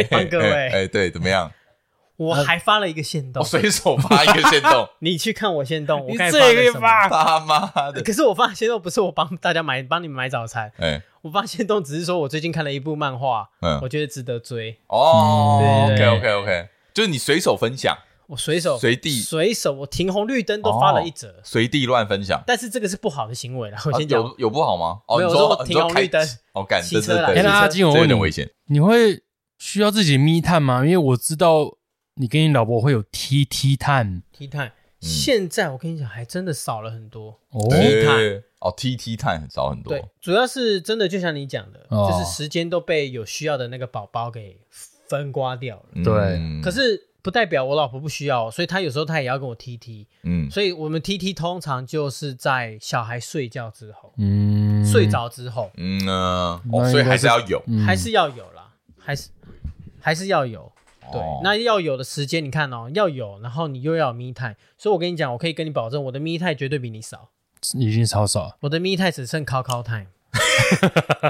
[SPEAKER 1] 帮各
[SPEAKER 2] 哎、
[SPEAKER 1] 位，
[SPEAKER 2] 对，怎么样？
[SPEAKER 1] <laughs> 我还发了一个线
[SPEAKER 3] <laughs>
[SPEAKER 2] 我
[SPEAKER 1] 动，
[SPEAKER 2] 随手发一个线动，
[SPEAKER 1] 你去看我线动，我
[SPEAKER 3] 你
[SPEAKER 1] 该
[SPEAKER 3] 这
[SPEAKER 1] 发
[SPEAKER 3] 也可以
[SPEAKER 1] 了什么？
[SPEAKER 3] 发
[SPEAKER 2] 他妈的！
[SPEAKER 1] 可是我发现动不是我帮大家买，帮你们买早餐。
[SPEAKER 2] 哎、
[SPEAKER 1] 我发现动只是说我最近看了一部漫画，
[SPEAKER 2] 嗯
[SPEAKER 1] 我觉得值得追。
[SPEAKER 2] 哦、
[SPEAKER 1] 嗯
[SPEAKER 2] o
[SPEAKER 1] 对
[SPEAKER 2] k OK OK，就是你随手分享，
[SPEAKER 1] 我随手
[SPEAKER 2] 随地
[SPEAKER 1] 随手我停红绿灯都发
[SPEAKER 3] 哦
[SPEAKER 1] 了一折，
[SPEAKER 2] 随地乱分享，
[SPEAKER 1] 但是这个是不好的行为了。我
[SPEAKER 2] 啊
[SPEAKER 1] 先讲，
[SPEAKER 2] 有有不好吗？哦，
[SPEAKER 1] 没有
[SPEAKER 2] 你
[SPEAKER 1] 我
[SPEAKER 2] 说
[SPEAKER 1] 说
[SPEAKER 2] 你
[SPEAKER 1] 停
[SPEAKER 2] 说
[SPEAKER 1] 红
[SPEAKER 2] 开
[SPEAKER 1] 绿灯
[SPEAKER 2] 哦，干，
[SPEAKER 1] 骑
[SPEAKER 2] 这
[SPEAKER 1] 车
[SPEAKER 2] 这
[SPEAKER 1] 啦哦
[SPEAKER 3] 哎，
[SPEAKER 2] 对，
[SPEAKER 3] 那
[SPEAKER 1] 啦
[SPEAKER 3] 阿金，我
[SPEAKER 2] 这有
[SPEAKER 3] 问你
[SPEAKER 2] 点，危险。
[SPEAKER 3] 你会需要自己密探吗？因为我知道你跟你老婆会有 T T 探
[SPEAKER 1] T time，现
[SPEAKER 2] 嗯
[SPEAKER 1] 在我跟你讲，还真的少了很多。
[SPEAKER 3] 哦，
[SPEAKER 1] 踢碳
[SPEAKER 2] 哎哦，T T 碳很少很多
[SPEAKER 1] 对，主要是真的，就像你讲的，
[SPEAKER 3] 哦
[SPEAKER 1] 就是时间都被有需要的那个宝宝给分刮掉了。
[SPEAKER 2] 嗯
[SPEAKER 3] 对
[SPEAKER 1] 可是不代表我老婆不需要哦，所以她有时候她也要跟我 T T，
[SPEAKER 2] 嗯，
[SPEAKER 1] 所以我们 T T 通常就是在小孩睡觉之后，
[SPEAKER 3] 嗯，
[SPEAKER 1] 睡着之后，
[SPEAKER 2] 嗯呃
[SPEAKER 3] 那应该
[SPEAKER 2] 哦，所以还是
[SPEAKER 3] 是
[SPEAKER 2] 要有，
[SPEAKER 3] 嗯
[SPEAKER 1] 还是要有啦，还是还是要有。对，
[SPEAKER 2] 哦
[SPEAKER 1] 那要有的时间，你看哦，要有，然后你又要有 me time，所以我跟你讲，我可以跟你保证，我的 me time 绝对比你少，
[SPEAKER 3] 已经超少了。
[SPEAKER 1] 我的 me time 只剩 call call time，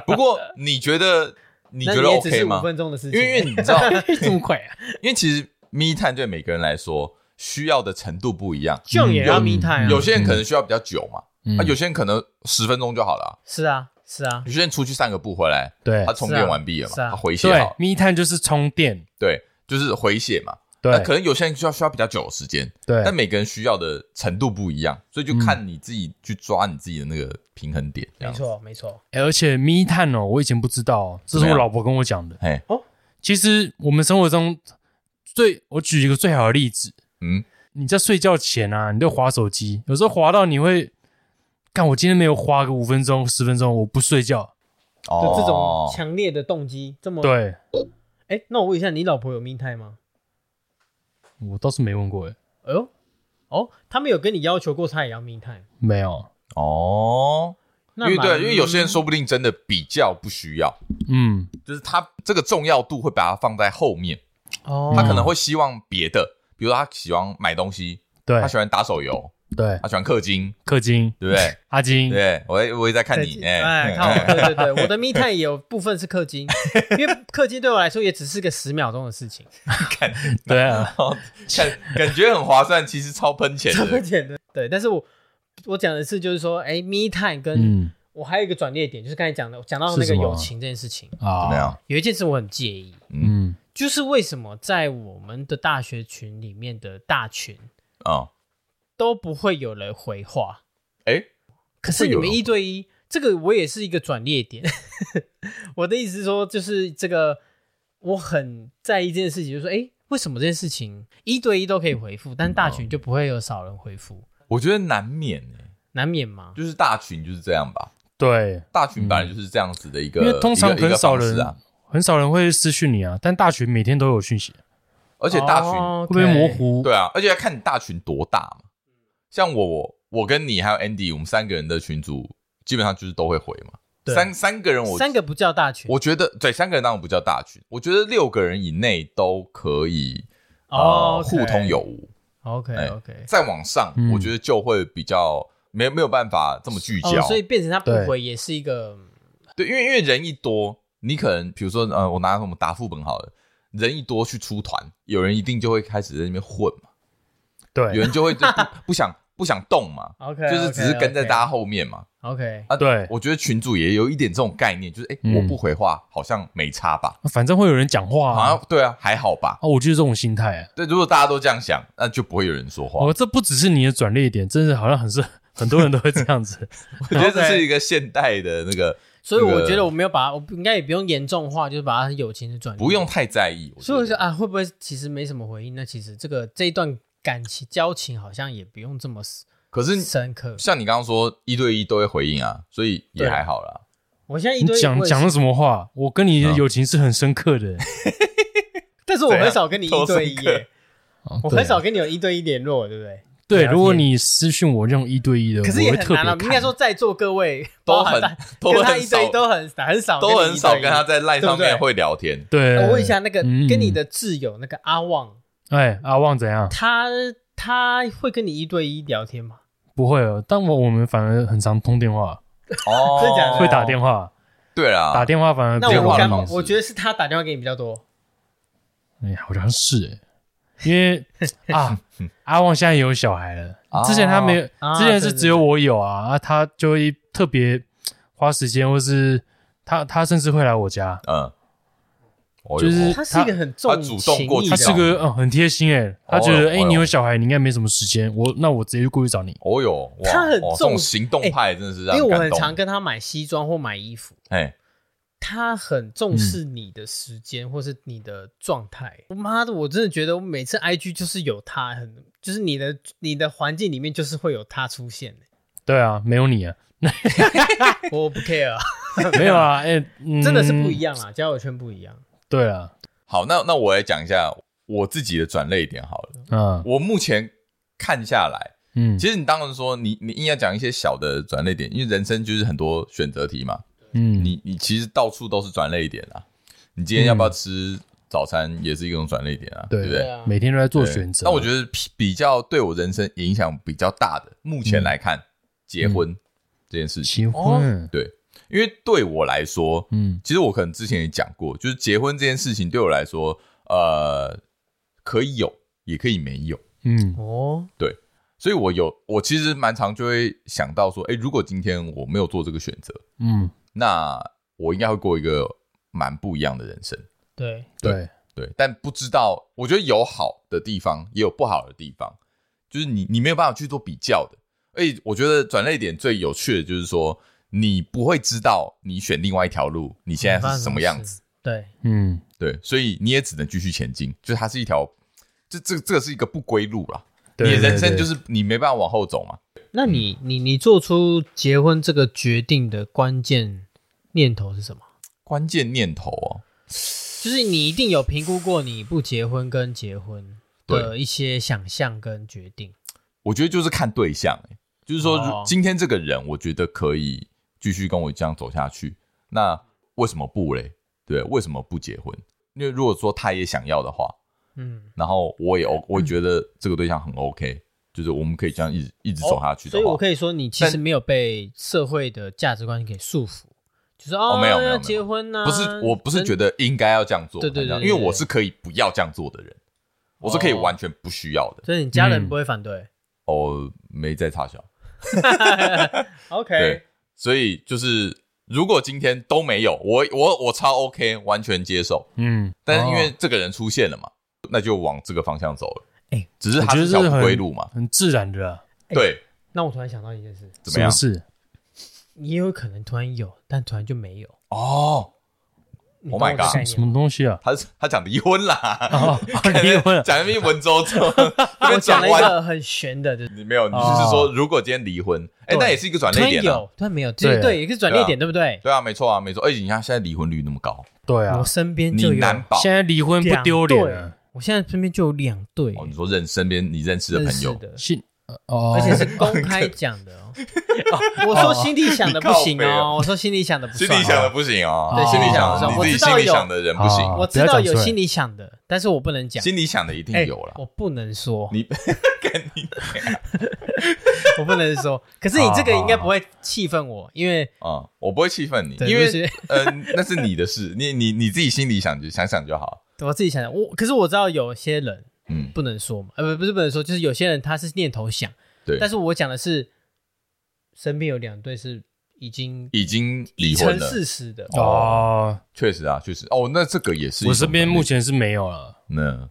[SPEAKER 2] 不过你觉得你
[SPEAKER 1] 那
[SPEAKER 2] 觉得
[SPEAKER 1] 也只
[SPEAKER 2] OK
[SPEAKER 1] 是五
[SPEAKER 2] 吗？
[SPEAKER 1] 分钟的事
[SPEAKER 2] 因
[SPEAKER 1] 情，
[SPEAKER 2] 为因为你知道，
[SPEAKER 1] <laughs> 这么快啊，
[SPEAKER 2] 因为其实 me time 对每个人来说需要的程度不一样，嗯
[SPEAKER 1] 这样也要 me time 啊，
[SPEAKER 2] 有些人可能需要比较久嘛，
[SPEAKER 3] 嗯
[SPEAKER 2] 啊，有些人可能十分钟就好了啊，
[SPEAKER 1] 是啊是啊，
[SPEAKER 2] 有些人出去散个步回来，
[SPEAKER 3] 对
[SPEAKER 2] 他充电完毕了嘛，
[SPEAKER 1] 是啊
[SPEAKER 2] 他回血
[SPEAKER 3] 对
[SPEAKER 2] 好， <laughs>
[SPEAKER 3] 密探就是充电，
[SPEAKER 2] 对，就是回血嘛。那
[SPEAKER 3] 对
[SPEAKER 2] 可能有些人需要需要比较久的时间，
[SPEAKER 3] 对，
[SPEAKER 2] 但每个人需要的程度不一样，所以
[SPEAKER 1] 嗯
[SPEAKER 2] 就看你自己去抓你自己的那个平衡点。这
[SPEAKER 1] 没
[SPEAKER 2] 样，
[SPEAKER 1] 错没错，
[SPEAKER 3] 欸而且密探哦，我以前不知道哦，这是
[SPEAKER 2] 怎么样
[SPEAKER 3] 我老婆跟我讲的。
[SPEAKER 2] 嘿，
[SPEAKER 3] 其实我们生活中最，我举一个最好的例子，
[SPEAKER 2] 嗯，
[SPEAKER 3] 你在睡觉前啊，你在划手机，有时候划到你会，看我今天没有划个五分钟、十分钟，我不睡觉。
[SPEAKER 1] 就这种
[SPEAKER 2] 哦，
[SPEAKER 1] 强烈的动机，这
[SPEAKER 2] 嗯
[SPEAKER 1] 么，
[SPEAKER 3] 对
[SPEAKER 1] 哎，那我问一下，你老婆有密态吗？
[SPEAKER 3] 我倒是没问过，哎，
[SPEAKER 1] 哎呦，哦，他们有跟你要求过她也要密态？
[SPEAKER 3] 没有。
[SPEAKER 2] 哦，因
[SPEAKER 1] 那
[SPEAKER 2] 为对，
[SPEAKER 1] 蛮
[SPEAKER 2] 因为有些人说不定真的比较不需要，
[SPEAKER 3] 嗯，
[SPEAKER 2] 就是他这个重要度会把它放在后面，
[SPEAKER 3] 嗯
[SPEAKER 1] 哦，
[SPEAKER 2] 他可能会希望别的，比如说他喜欢买东西，
[SPEAKER 3] 对
[SPEAKER 2] 他喜欢打手游，
[SPEAKER 3] 对，
[SPEAKER 2] 他喜欢氪金，
[SPEAKER 3] 氪金，
[SPEAKER 2] 对不
[SPEAKER 3] <laughs>
[SPEAKER 2] 对？
[SPEAKER 3] 阿金，
[SPEAKER 2] 对，我也我也在看你，<laughs>
[SPEAKER 1] 哎，看我，对对对，我的密探也有部分是氪金，因为氪金对我来说也只是个十秒钟的事情，
[SPEAKER 2] <laughs>
[SPEAKER 3] 对啊，
[SPEAKER 2] 看感觉很划算，其实超喷钱
[SPEAKER 1] 这
[SPEAKER 3] <laughs>
[SPEAKER 1] 么
[SPEAKER 2] 的。
[SPEAKER 1] 简单。 <laughs> 对，但是我我讲的是，就是说，哎，密探跟
[SPEAKER 3] 嗯
[SPEAKER 1] 我还有一个转捩点，就是刚才讲的，讲到那个
[SPEAKER 3] 是
[SPEAKER 2] 啊
[SPEAKER 3] 什么
[SPEAKER 1] 友情这件事情，
[SPEAKER 3] 啊，
[SPEAKER 2] 怎么样？？
[SPEAKER 1] 有一件事我很介意，
[SPEAKER 3] 嗯，
[SPEAKER 1] 就是为什么在我们的大学群里面的大群
[SPEAKER 2] 啊，
[SPEAKER 1] 都不会有人回话，
[SPEAKER 2] 哎，
[SPEAKER 1] 可是你
[SPEAKER 2] 会
[SPEAKER 1] 们
[SPEAKER 2] 有人
[SPEAKER 1] 一对一，这个我也是一个转捩点。 <laughs> 我的意思是说，就是这个我很在意这件事情，就是说，哎，为什么这件事情一对一都可以回复，但大群就不会有少人回复，
[SPEAKER 2] 我觉得难免欸
[SPEAKER 1] 难免嘛？
[SPEAKER 2] 就是大群就是这样吧，
[SPEAKER 3] 对，
[SPEAKER 2] 大群本来就是这样子的一个，
[SPEAKER 3] 因为通常
[SPEAKER 2] 一个一
[SPEAKER 3] 很
[SPEAKER 2] 个
[SPEAKER 3] 少
[SPEAKER 2] 方式
[SPEAKER 3] 人
[SPEAKER 2] 啊，
[SPEAKER 3] 很少人会私讯你啊，但大群每天都有讯息，
[SPEAKER 2] 而且大群、
[SPEAKER 1] 哦
[SPEAKER 3] 会不会模？糊？
[SPEAKER 2] 对啊，而且要看你大群多大嘛。像我，我跟你还有 Andy，我们三个人的群组基本上就是都会回嘛。
[SPEAKER 1] 对
[SPEAKER 2] 三三个人
[SPEAKER 1] OK
[SPEAKER 2] 我
[SPEAKER 1] 三个不叫大群
[SPEAKER 2] 我觉得对三个人当然不叫大群，我觉得六个人以内都可以
[SPEAKER 1] 哦
[SPEAKER 2] 呃，互通有无。
[SPEAKER 1] OK
[SPEAKER 2] 哎
[SPEAKER 1] OK，
[SPEAKER 2] 再往上，
[SPEAKER 3] 嗯
[SPEAKER 2] 我觉得就会比较没没有办法这么聚焦，
[SPEAKER 1] 哦，所以变成他不
[SPEAKER 3] 对
[SPEAKER 1] 回也是一个
[SPEAKER 2] 对，因为因为人一多，你可能比如说呃，我拿什么打副本好了，人一多去出团，有人一定就会开始在那边混嘛，有
[SPEAKER 3] 对
[SPEAKER 2] 人就会就不 <laughs> 不想不想动嘛，
[SPEAKER 1] OK，
[SPEAKER 2] 就是只是跟在大家后面嘛。
[SPEAKER 1] OK，
[SPEAKER 2] 啊，
[SPEAKER 3] 对
[SPEAKER 2] 我觉得群主也有一点这种概念，就是哎、诶
[SPEAKER 3] 嗯
[SPEAKER 2] 我不回话好像没差吧？
[SPEAKER 3] 反正会有人讲
[SPEAKER 1] 哦
[SPEAKER 3] 话
[SPEAKER 2] 好
[SPEAKER 3] 啊，
[SPEAKER 2] 像对啊，还好吧？
[SPEAKER 3] 啊我就是这种心态啊。
[SPEAKER 2] 对，如果大家都这样想，那就不会有人说话。
[SPEAKER 3] 哦，这不只是你的转捩点，真的好像很是 <laughs> 很多人都会这样子。
[SPEAKER 2] 我觉得这是一个现代的那个，
[SPEAKER 1] 所以
[SPEAKER 2] 这个
[SPEAKER 1] 我觉得我没有把，我应该也不用严重化，就是把他友情的转移
[SPEAKER 2] 不用太在意。我觉
[SPEAKER 1] 所以我
[SPEAKER 2] 得
[SPEAKER 1] 就啊，会不会其实没什么回应？那其实这个这一段感情交情好像也不用这么
[SPEAKER 2] 可是
[SPEAKER 1] 深刻。
[SPEAKER 2] 像你刚刚说一对一都会回应啊，所以也
[SPEAKER 1] 对
[SPEAKER 2] 还好啦。
[SPEAKER 1] 我 <laughs> 现在一
[SPEAKER 3] 你
[SPEAKER 1] 堆
[SPEAKER 3] 讲
[SPEAKER 1] 我也是嗯
[SPEAKER 3] 讲了，什么话？我跟你的友情是很深刻的。
[SPEAKER 1] 但是我很少跟你
[SPEAKER 2] 怎
[SPEAKER 1] 一
[SPEAKER 2] 样
[SPEAKER 1] 对一
[SPEAKER 2] 多啊深刻
[SPEAKER 1] 耶， <laughs>
[SPEAKER 3] 哦
[SPEAKER 1] 我
[SPEAKER 3] 对
[SPEAKER 1] 很少跟你有一对一联络，对不对？
[SPEAKER 3] 对，
[SPEAKER 1] 聊天
[SPEAKER 3] 如果你私讯我这种一对一的，
[SPEAKER 1] 可是也
[SPEAKER 3] 我会
[SPEAKER 1] 很
[SPEAKER 3] 特别
[SPEAKER 1] 难啊。
[SPEAKER 3] 看。
[SPEAKER 1] 应该说，在座各位
[SPEAKER 2] 都
[SPEAKER 1] 包含
[SPEAKER 2] 很
[SPEAKER 1] 大
[SPEAKER 2] <laughs> 都
[SPEAKER 1] 跟他
[SPEAKER 2] 很
[SPEAKER 1] 一对一
[SPEAKER 2] 少
[SPEAKER 1] 都很很少
[SPEAKER 2] 都很少跟他
[SPEAKER 1] 在。
[SPEAKER 2] 在赖上
[SPEAKER 1] 对不
[SPEAKER 2] 面
[SPEAKER 1] 对
[SPEAKER 2] 会聊天。
[SPEAKER 1] <laughs>
[SPEAKER 3] 对，
[SPEAKER 1] 我问一下，，那个
[SPEAKER 3] 嗯
[SPEAKER 1] 跟你的挚友那个阿旺，
[SPEAKER 3] 哎，阿旺怎样？
[SPEAKER 1] 他他会跟你一对一聊天吗？
[SPEAKER 3] 不会哦，但我我们反而很常通电话，
[SPEAKER 2] 哦，
[SPEAKER 1] 真的假的
[SPEAKER 3] 会打电
[SPEAKER 2] 话？
[SPEAKER 3] 话，
[SPEAKER 2] 对啦，
[SPEAKER 3] 打电话反而比
[SPEAKER 1] 啊那
[SPEAKER 3] 较
[SPEAKER 1] 我
[SPEAKER 2] 电话
[SPEAKER 1] 们
[SPEAKER 3] 好
[SPEAKER 1] 该
[SPEAKER 2] 的
[SPEAKER 3] 弄
[SPEAKER 2] 方。式
[SPEAKER 1] 我觉得是他打电话给你比较多。
[SPEAKER 3] 哎，好像是哎，因为啊，阿旺现在也有小孩了，之前他没有，
[SPEAKER 1] 啊
[SPEAKER 3] 之前
[SPEAKER 1] 对
[SPEAKER 3] 是
[SPEAKER 1] 对
[SPEAKER 3] 只有我有啊，啊，他就会特别花时间，或是他他甚至会来我家，
[SPEAKER 2] 嗯，哦
[SPEAKER 3] 就
[SPEAKER 2] 哟
[SPEAKER 3] 是
[SPEAKER 1] 他是一个很重
[SPEAKER 2] 他主动过去
[SPEAKER 1] 情义
[SPEAKER 3] 他
[SPEAKER 1] 的
[SPEAKER 3] 是个嗯很贴心哎，他觉
[SPEAKER 2] 哦哟
[SPEAKER 3] 得
[SPEAKER 2] 哦
[SPEAKER 3] 哎
[SPEAKER 2] 哟
[SPEAKER 3] 你有小孩，你应该没什么时间，我那我直接就过去找你。
[SPEAKER 2] 哦哟，哇
[SPEAKER 1] 他很
[SPEAKER 2] 哦这种
[SPEAKER 1] 重哎
[SPEAKER 2] 行动派，真的是
[SPEAKER 1] 因
[SPEAKER 2] 让
[SPEAKER 1] 为
[SPEAKER 2] 人
[SPEAKER 1] 我
[SPEAKER 2] 感
[SPEAKER 1] 很
[SPEAKER 2] 动
[SPEAKER 1] 常跟他买西装或买衣服，
[SPEAKER 2] 哎，
[SPEAKER 1] 他很重视你的时间或是你的状态。我妈的，我真的觉得我每次 IG 就是有他，很就是你的你的环境里面就是会有他出现、
[SPEAKER 3] 对啊，没有你啊， <laughs>
[SPEAKER 1] 我不 care，啊、
[SPEAKER 2] <laughs>
[SPEAKER 3] 没有啊，哎，嗯
[SPEAKER 1] 真的是不一。样啊，交友圈不一样。
[SPEAKER 3] 对啊，
[SPEAKER 2] 好，那那我来讲一下我自己的转泪点好了。
[SPEAKER 3] 嗯
[SPEAKER 2] 我目前看下来，
[SPEAKER 3] 嗯
[SPEAKER 2] 其实你当然说你你硬要讲一些小的转泪点，因为人生就是很多选择题嘛，
[SPEAKER 3] 嗯，
[SPEAKER 2] 你你其实到处都是转泪点啊。你今天要不要吃早餐，也是一种转泪点啊，对
[SPEAKER 3] 嗯对
[SPEAKER 2] 不
[SPEAKER 1] 对
[SPEAKER 2] 对？
[SPEAKER 1] 啊，
[SPEAKER 3] 每天都在做
[SPEAKER 2] 对
[SPEAKER 3] 选择。
[SPEAKER 2] 那我觉
[SPEAKER 3] 得
[SPEAKER 2] 得比比较对我人生影响比较大的，目
[SPEAKER 3] 嗯
[SPEAKER 2] 前来看，结婚这件事情，
[SPEAKER 3] 结婚，
[SPEAKER 2] 对，因为对我来说，
[SPEAKER 3] 嗯
[SPEAKER 2] 其实我可能之前也讲过，就是结婚这件事情对我来说，呃，可以有，也可以没有。
[SPEAKER 3] 嗯
[SPEAKER 1] 哦，
[SPEAKER 2] 所以我有，我其实蛮常就会想到说，哎，如果今天我没有做这个选择，
[SPEAKER 3] 嗯，
[SPEAKER 2] 那我应该会过一个蛮不一样的人生。
[SPEAKER 1] 对，
[SPEAKER 3] 对，
[SPEAKER 2] 对，但不知道，我觉得有好的地方，也有不好的地方，就是你你没有办法去做比较的。而且我觉得转类点最有趣的就是说，你不会知道你选另外一条路，你现在是什么样子。？
[SPEAKER 1] 对，
[SPEAKER 3] 嗯，
[SPEAKER 2] 对，所以你也只能继续前进，就是它是一条，这这这是一个不归路啦。
[SPEAKER 3] 对
[SPEAKER 2] 你的人
[SPEAKER 3] 对
[SPEAKER 2] 生
[SPEAKER 3] 对
[SPEAKER 2] 就是你没办法往后走嘛。
[SPEAKER 1] 那你
[SPEAKER 2] 嗯
[SPEAKER 1] 你你做出结婚这个决定的关键念头是什么？
[SPEAKER 2] 关键念头哦，
[SPEAKER 1] 就是你一定有评估过你不结婚跟结婚的
[SPEAKER 2] 对
[SPEAKER 1] 一些想象跟决定。
[SPEAKER 2] 我觉得就是看对象、欸，就是说
[SPEAKER 1] 哦
[SPEAKER 2] 如今天这个人，我觉得可以继续跟我这样走下去，那为什么不嘞？对，为什么不结婚？因为如果说他也想要的话，
[SPEAKER 1] 嗯，
[SPEAKER 2] 然后我也 O，我也觉得这个对象很 OK，、就是我们可以这样一直一直走下去的
[SPEAKER 1] 哦所以
[SPEAKER 2] 话，
[SPEAKER 1] 我可以说，你其实
[SPEAKER 2] 但
[SPEAKER 1] 没有被社会的价值观给束缚，就是哦，
[SPEAKER 2] 哦没有没有没
[SPEAKER 1] 要
[SPEAKER 2] 有
[SPEAKER 1] 结婚啊呐、
[SPEAKER 2] 不是，我不是觉
[SPEAKER 1] 得
[SPEAKER 2] 得应该要这样做，
[SPEAKER 1] 嗯对对对
[SPEAKER 2] 这样
[SPEAKER 1] 对哦
[SPEAKER 2] 因为我是可以不要这样做的人，我是可以完全不需要的。
[SPEAKER 1] 所以你家人
[SPEAKER 3] 嗯
[SPEAKER 1] 不会反对。
[SPEAKER 2] 哦，没在插小，对
[SPEAKER 1] OK，，
[SPEAKER 2] 所以就是如果今天都没有，我我我超 OK，完全接受。
[SPEAKER 3] 嗯，
[SPEAKER 2] 但是因
[SPEAKER 1] 哦
[SPEAKER 2] 为这个人出现了嘛，那就往这个方向走了。
[SPEAKER 1] 哎
[SPEAKER 2] 只是
[SPEAKER 3] 我
[SPEAKER 2] 他
[SPEAKER 3] 觉得
[SPEAKER 2] 是
[SPEAKER 3] 这
[SPEAKER 2] 条
[SPEAKER 3] 是
[SPEAKER 2] 不
[SPEAKER 3] 很
[SPEAKER 2] 归路嘛，
[SPEAKER 3] 很自然的啊，
[SPEAKER 1] 哎
[SPEAKER 2] 对，
[SPEAKER 1] 那我突然想到一件事，
[SPEAKER 2] 怎
[SPEAKER 3] 什
[SPEAKER 2] 么样
[SPEAKER 3] 么？事？
[SPEAKER 1] 也有可能突然有，但突然就没有。
[SPEAKER 2] 哦，
[SPEAKER 1] 你
[SPEAKER 2] Oh
[SPEAKER 1] 懂
[SPEAKER 2] my
[SPEAKER 1] 我的
[SPEAKER 2] god
[SPEAKER 1] 概念
[SPEAKER 3] 什
[SPEAKER 1] 吗
[SPEAKER 3] 么东
[SPEAKER 2] <laughs>
[SPEAKER 3] 西啊？
[SPEAKER 2] 他是他讲离婚啦，
[SPEAKER 3] 哦，离婚了，
[SPEAKER 2] 讲那边文绉
[SPEAKER 1] <laughs>
[SPEAKER 2] 绉，那
[SPEAKER 1] 我
[SPEAKER 2] 边
[SPEAKER 1] 讲
[SPEAKER 2] 转
[SPEAKER 1] 了一
[SPEAKER 2] 弯。
[SPEAKER 1] 个很悬的，就是
[SPEAKER 2] 你没有，你就是
[SPEAKER 3] 哦
[SPEAKER 2] 说如果今天离婚，哎，
[SPEAKER 1] 对
[SPEAKER 2] 那也是一个转
[SPEAKER 1] 突
[SPEAKER 2] 捩
[SPEAKER 1] 然
[SPEAKER 2] 点啊。
[SPEAKER 1] 有，突然没有，对
[SPEAKER 3] 对
[SPEAKER 1] 对，也是转捩点，对不对？
[SPEAKER 2] 对啊，没错啊，没错。而且你看现在离婚率那么高，
[SPEAKER 3] 对啊
[SPEAKER 1] 我，身边
[SPEAKER 2] 你
[SPEAKER 1] 就有
[SPEAKER 2] 难保
[SPEAKER 3] 现在离婚不
[SPEAKER 1] 两
[SPEAKER 3] 丢脸啊
[SPEAKER 1] 对
[SPEAKER 3] 了，
[SPEAKER 1] 我现在身边就有两对
[SPEAKER 2] 啊哦。你说认身边你认识的
[SPEAKER 1] 认
[SPEAKER 2] 朋
[SPEAKER 1] 识
[SPEAKER 2] 友，
[SPEAKER 1] 的，
[SPEAKER 3] 信哦，
[SPEAKER 1] 而且是公开讲的 <laughs> 哦。我说心里想的不行
[SPEAKER 2] 你靠北啊
[SPEAKER 1] 哦，我说心里想的不
[SPEAKER 2] 心
[SPEAKER 1] 算。
[SPEAKER 2] 里想的，不行哦，
[SPEAKER 3] 对
[SPEAKER 2] 心里
[SPEAKER 3] 心里想的不
[SPEAKER 2] 想
[SPEAKER 3] 算
[SPEAKER 2] 你自己心里想的人不行，
[SPEAKER 3] 哦
[SPEAKER 1] 我
[SPEAKER 3] 不
[SPEAKER 1] 知
[SPEAKER 3] 要
[SPEAKER 1] 道
[SPEAKER 3] 讲
[SPEAKER 1] 有
[SPEAKER 3] 出来
[SPEAKER 1] 心里想的，但是我不能讲。
[SPEAKER 2] 心里想的一定
[SPEAKER 1] 哎
[SPEAKER 2] 有了。
[SPEAKER 1] 我不能说，
[SPEAKER 2] 你跟你
[SPEAKER 1] 我不能说。可是你这个应该不会气愤我，因为
[SPEAKER 2] 啊，我不会气愤你，
[SPEAKER 1] 对
[SPEAKER 2] 因
[SPEAKER 1] 不
[SPEAKER 2] 为
[SPEAKER 1] 是
[SPEAKER 2] 呃，那是你的事，你你你自己心里想就想想就好。
[SPEAKER 1] 我自己想的。我可是我知道有些人
[SPEAKER 2] 嗯，
[SPEAKER 1] 不能说嘛，呃，不不是不能说，就是有些人他是念头想，
[SPEAKER 2] 对
[SPEAKER 1] 但是我讲的是身边有两对是已经
[SPEAKER 2] 已经离婚
[SPEAKER 1] 成
[SPEAKER 2] 了，
[SPEAKER 1] 事实的，
[SPEAKER 3] 哦，
[SPEAKER 2] 确实啊，确实哦，那这个也是一种
[SPEAKER 3] 我身边
[SPEAKER 2] 能力
[SPEAKER 3] 目前是没有了。
[SPEAKER 2] 那